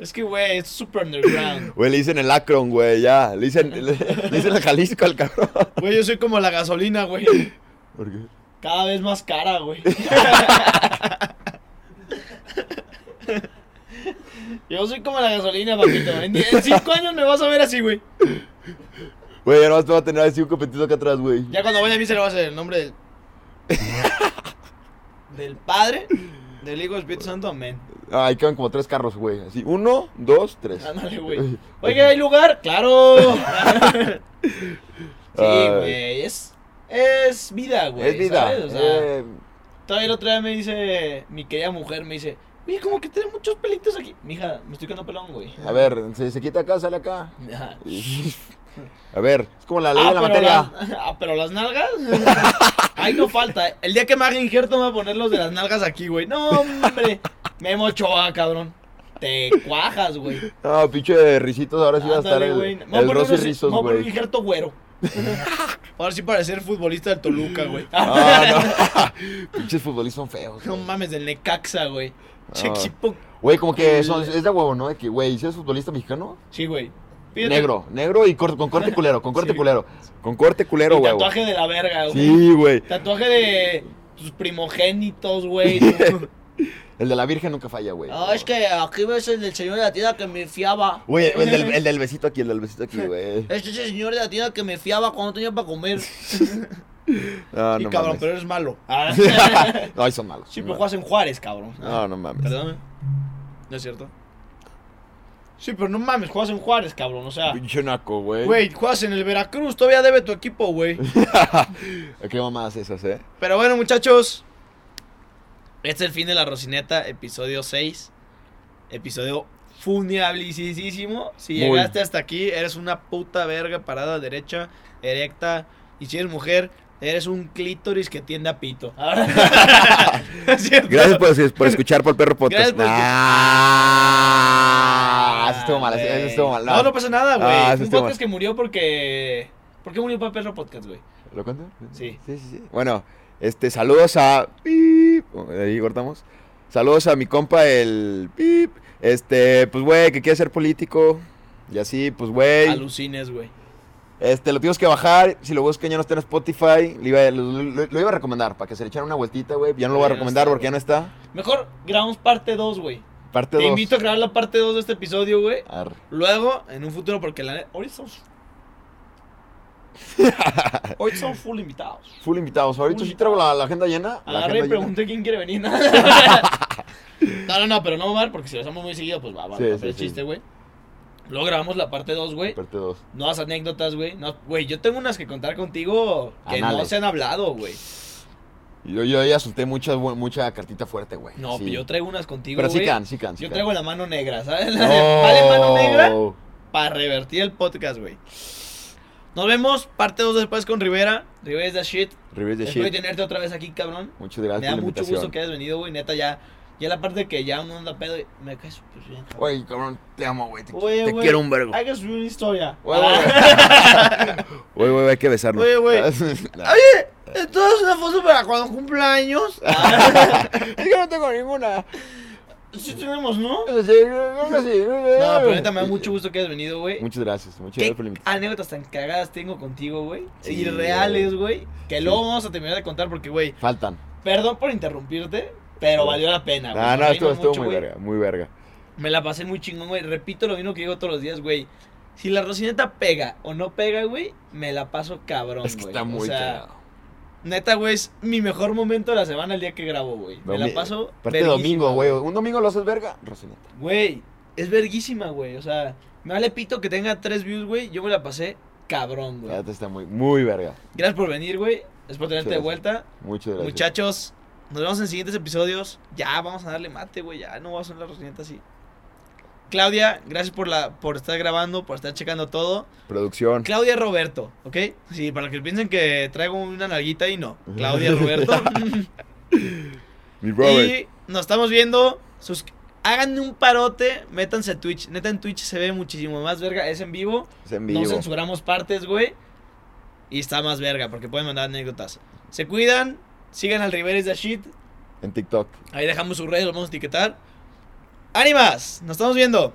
Speaker 1: Es que, güey, es super underground.
Speaker 2: Güey, le dicen el Akron, güey, ya. Le dicen, le,
Speaker 1: [laughs]
Speaker 2: le dicen el Jalisco al cabrón.
Speaker 1: Güey, yo soy como la gasolina, güey.
Speaker 2: ¿Por qué?
Speaker 1: Cada vez más cara, güey. Yo soy como la gasolina, papito. En die- en cinco años me vas a ver así, güey.
Speaker 2: Güey, ya nomás te va a tener así un competito acá atrás, güey.
Speaker 1: Ya cuando vaya a mí se le va a hacer el nombre del. del Padre, del Hijo y del Espíritu Santo, amén.
Speaker 2: Ah, ahí quedan como tres carros, güey. Así, uno, dos, [laughs] tres.
Speaker 1: Ándale, güey. Oiga, ¿hay lugar? ¡Claro!
Speaker 2: [laughs]
Speaker 1: sí,
Speaker 2: Ay.
Speaker 1: güey. Es, es vida, güey.
Speaker 2: es vida.
Speaker 1: ¿sabes? O sea,
Speaker 2: eh,
Speaker 1: todavía el otro día me dice, mi querida mujer me dice, oye, como que tiene muchos pelitos aquí. Mija, me estoy quedando pelón, güey.
Speaker 2: a ver, se, se quita acá, sale acá.
Speaker 1: Ajá. Ah,
Speaker 2: A ver, es como la ley de la
Speaker 1: pero
Speaker 2: materia.
Speaker 1: las- ah, pero las nalgas. [laughs] Ahí no falta. El día que me haga injerto me voy a poner los de las nalgas aquí, güey. No, hombre. Memo Ochoa, cabrón. Te cuajas, güey.
Speaker 2: No, pinche risitos, ahora sí va a estar
Speaker 1: Ándale,
Speaker 2: el,
Speaker 1: güey. Me voy a
Speaker 2: el
Speaker 1: poner
Speaker 2: Rosy
Speaker 1: unos- me
Speaker 2: Rizos,
Speaker 1: voy a poner un
Speaker 2: güey.
Speaker 1: injerto güero. [laughs] Ahora sí para ser futbolista del Toluca, güey.
Speaker 2: [laughs] [laughs] Ah, no. [laughs] Pinches futbolistas son
Speaker 1: [laughs]
Speaker 2: feos.
Speaker 1: No
Speaker 2: güey.
Speaker 1: mames, del Necaxa, güey. Che
Speaker 2: Ah.
Speaker 1: equipo-
Speaker 2: Güey, como que son, es de huevo, ¿no? De que, güey, si eres futbolista mexicano,
Speaker 1: Sí, güey. Fíjate.
Speaker 2: negro, negro y cor- con
Speaker 1: [laughs]
Speaker 2: corte culero, con corte
Speaker 1: Sí.
Speaker 2: culero. Con corte culero,
Speaker 1: Y
Speaker 2: güey.
Speaker 1: tatuaje de la verga, güey.
Speaker 2: Sí, güey.
Speaker 1: Tatuaje de tus primogénitos,
Speaker 2: [laughs]
Speaker 1: güey. No,
Speaker 2: El de la Virgen nunca falla, güey.
Speaker 1: es que aquí ves el del señor de la tienda que me fiaba.
Speaker 2: Güey, el
Speaker 1: [laughs]
Speaker 2: del, el del besito aquí, el del besito aquí, güey.
Speaker 1: Es ese señor de la tienda que me fiaba cuando no tenía para comer.
Speaker 2: No,
Speaker 1: y
Speaker 2: Ah,
Speaker 1: cabrón,
Speaker 2: no
Speaker 1: pues,
Speaker 2: mames.
Speaker 1: pero eres malo.
Speaker 2: [laughs]
Speaker 1: Ah,
Speaker 2: no, ahí son malos.
Speaker 1: Siempre
Speaker 2: No.
Speaker 1: juegas en Juárez, cabrón.
Speaker 2: No, no mames.
Speaker 1: Perdóname. No es cierto. Sí, pero no mames, juegas en Juárez, cabrón. O sea,
Speaker 2: Pinche naco, güey.
Speaker 1: güey, juegas en el Veracruz, todavía debe tu equipo, güey.
Speaker 2: ¿Qué mamadas esas, eh?
Speaker 1: Pero bueno, muchachos. Este es el fin de la Rocineta, episodio 6. Episodio fundiablicísimo. Si
Speaker 2: Muy.
Speaker 1: llegaste hasta aquí, eres una puta verga parada derecha, erecta. Y si eres mujer, eres un clítoris que tiende a pito. [laughs]
Speaker 2: [laughs]
Speaker 1: Es cierto.
Speaker 2: Gracias por, por escuchar por Perro Podcast.
Speaker 1: Gracias por-
Speaker 2: Ah, eso estuvo mal, eso
Speaker 1: güey.
Speaker 2: eso estuvo mal.
Speaker 1: No, no pasa nada, güey.
Speaker 2: Ah,
Speaker 1: Fue
Speaker 2: eso
Speaker 1: un
Speaker 2: estuvo
Speaker 1: podcast que murió porque. ¿Por qué murió Papá Perro Podcast, güey?
Speaker 2: ¿Lo cuento?
Speaker 1: Sí.
Speaker 2: Sí, sí, sí. Bueno, este, saludos a. Pip. Oh, Ahí cortamos. Saludos a mi compa, el. Pip. Este, pues, güey, que quiere ser político. Y así, pues, güey.
Speaker 1: Alucines, güey.
Speaker 2: Este, lo tienes que bajar. Si lo buscan, ya no está en Spotify. Le iba- lo, lo- lo iba a recomendar para que se le echara una vueltita, güey. Ya no lo voy a
Speaker 1: Ya no
Speaker 2: recomendar
Speaker 1: está,
Speaker 2: porque ya no está.
Speaker 1: Mejor grabamos parte 2, güey.
Speaker 2: Parte
Speaker 1: Te
Speaker 2: 2.
Speaker 1: invito a grabar la parte 2 de este episodio, güey.
Speaker 2: Arre.
Speaker 1: Luego, en un futuro, porque la neta. Hoy
Speaker 2: [laughs]
Speaker 1: somos. Hoy son full invitados.
Speaker 2: Full invitados. Ahorita sí traigo la, la agenda llena. La
Speaker 1: Agarré y
Speaker 2: agenda llena.
Speaker 1: pregunté quién quiere venir.
Speaker 2: [laughs]
Speaker 1: No, no, no, pero no va a ver, porque si lo hacemos muy seguido, pues va, va,
Speaker 2: Sí,
Speaker 1: va a
Speaker 2: sí,
Speaker 1: ser el
Speaker 2: sí.
Speaker 1: chiste, güey. Luego grabamos la parte 2, güey.
Speaker 2: Parte 2.
Speaker 1: Nuevas anécdotas, güey. No, Güey, yo tengo unas que contar contigo que no
Speaker 2: Anales.
Speaker 1: se han hablado, güey.
Speaker 2: Yo, yo ya solté mucha, mucha cartita fuerte, güey.
Speaker 1: No,
Speaker 2: Sí.
Speaker 1: yo traigo unas contigo,
Speaker 2: Pero sí
Speaker 1: güey.
Speaker 2: can, sí can. sí Oh.
Speaker 1: yo
Speaker 2: can.
Speaker 1: traigo la mano negra, ¿sabes? [laughs] La de
Speaker 2: No.
Speaker 1: Vale mano negra para revertir el podcast, güey. Nos vemos, parte 2 después con Rivera. Rivera is the shit.
Speaker 2: Revés de
Speaker 1: Espero
Speaker 2: shit.
Speaker 1: tenerte otra vez aquí, cabrón.
Speaker 2: Muchas gracias
Speaker 1: Me da
Speaker 2: por la
Speaker 1: mucho
Speaker 2: invitación.
Speaker 1: gusto que hayas venido, güey. Neta, ya, ya la parte que ya uno anda pedo. y Me caes súper bien, cabrón.
Speaker 2: Güey, cabrón, te amo, güey. Te,
Speaker 1: Güey,
Speaker 2: te
Speaker 1: güey.
Speaker 2: quiero un vergo.
Speaker 1: Hay que subir una historia.
Speaker 2: Güey,
Speaker 1: [laughs]
Speaker 2: güey, Güey, güey, hay que besarnos.
Speaker 1: Oye,
Speaker 2: [laughs]
Speaker 1: güey.
Speaker 2: Oye,
Speaker 1: Entonces, una foto para cuando cumpla
Speaker 2: [laughs]
Speaker 1: años.
Speaker 2: es que no tengo ninguna.
Speaker 1: sí tenemos, ¿no?
Speaker 2: Sí, creo que sí.
Speaker 1: No, pero neta, me da mucho gusto que hayas venido, güey.
Speaker 2: Muchas gracias, muchas
Speaker 1: ¿Qué
Speaker 2: gracias por la invitación.
Speaker 1: anécdotas tan cagadas tengo contigo, güey?
Speaker 2: Sí,
Speaker 1: Irreales, güey. Que luego vamos a terminar de contar porque, güey,
Speaker 2: Faltan.
Speaker 1: perdón por interrumpirte, pero
Speaker 2: Sí.
Speaker 1: valió la pena, güey.
Speaker 2: Ah,
Speaker 1: Nos
Speaker 2: no, estuvo,
Speaker 1: reímos
Speaker 2: estuvo
Speaker 1: pues, mucho,
Speaker 2: muy
Speaker 1: güey.
Speaker 2: verga, muy verga.
Speaker 1: Me la pasé muy chingón, güey. Repito lo mismo que digo todos los días, güey. Si la rocineta pega o no pega, güey, me la paso cabrón, güey.
Speaker 2: Es que está
Speaker 1: o
Speaker 2: muy
Speaker 1: sea,
Speaker 2: cagado.
Speaker 1: Neta, güey, es mi mejor momento de la semana el día que grabo, güey. Me la
Speaker 2: Domi-
Speaker 1: paso.
Speaker 2: Aparte de
Speaker 1: verguísima,
Speaker 2: domingo, güey. Un domingo lo haces verga, Rosineta.
Speaker 1: Güey, es verguísima, güey. O sea, me vale pito que tenga tres views, güey. Yo me la pasé cabrón, güey.
Speaker 2: Ya te está muy, muy verga.
Speaker 1: Gracias por venir, güey. Es por tenerte de
Speaker 2: Gracias.
Speaker 1: vuelta.
Speaker 2: Muchas gracias.
Speaker 1: Muchachos, nos vemos en siguientes episodios. Ya vamos a darle mate, güey. Ya no vamos a hacer la rocineta así. Claudia, gracias por la por estar grabando, por estar checando
Speaker 2: [laughs]
Speaker 1: todo.
Speaker 2: Producción.
Speaker 1: Claudia Roberto, ¿ok? Sí, para que piensen que traigo una nalguita y no. Claudia Roberto.
Speaker 2: [laughs] Mi brother.
Speaker 1: y nos estamos viendo. Sus... Háganme un parote, métanse a Twitch. Neta, en Twitch se ve muchísimo más verga. Es en vivo.
Speaker 2: Es en
Speaker 1: No
Speaker 2: vivo.
Speaker 1: censuramos partes, güey. Y está más verga, porque pueden mandar anécdotas. Se cuidan, sigan al Rivera is the shit.
Speaker 2: En TikTok.
Speaker 1: Ahí dejamos sus redes, los vamos a etiquetar. ¡Ánimas! Nos estamos viendo.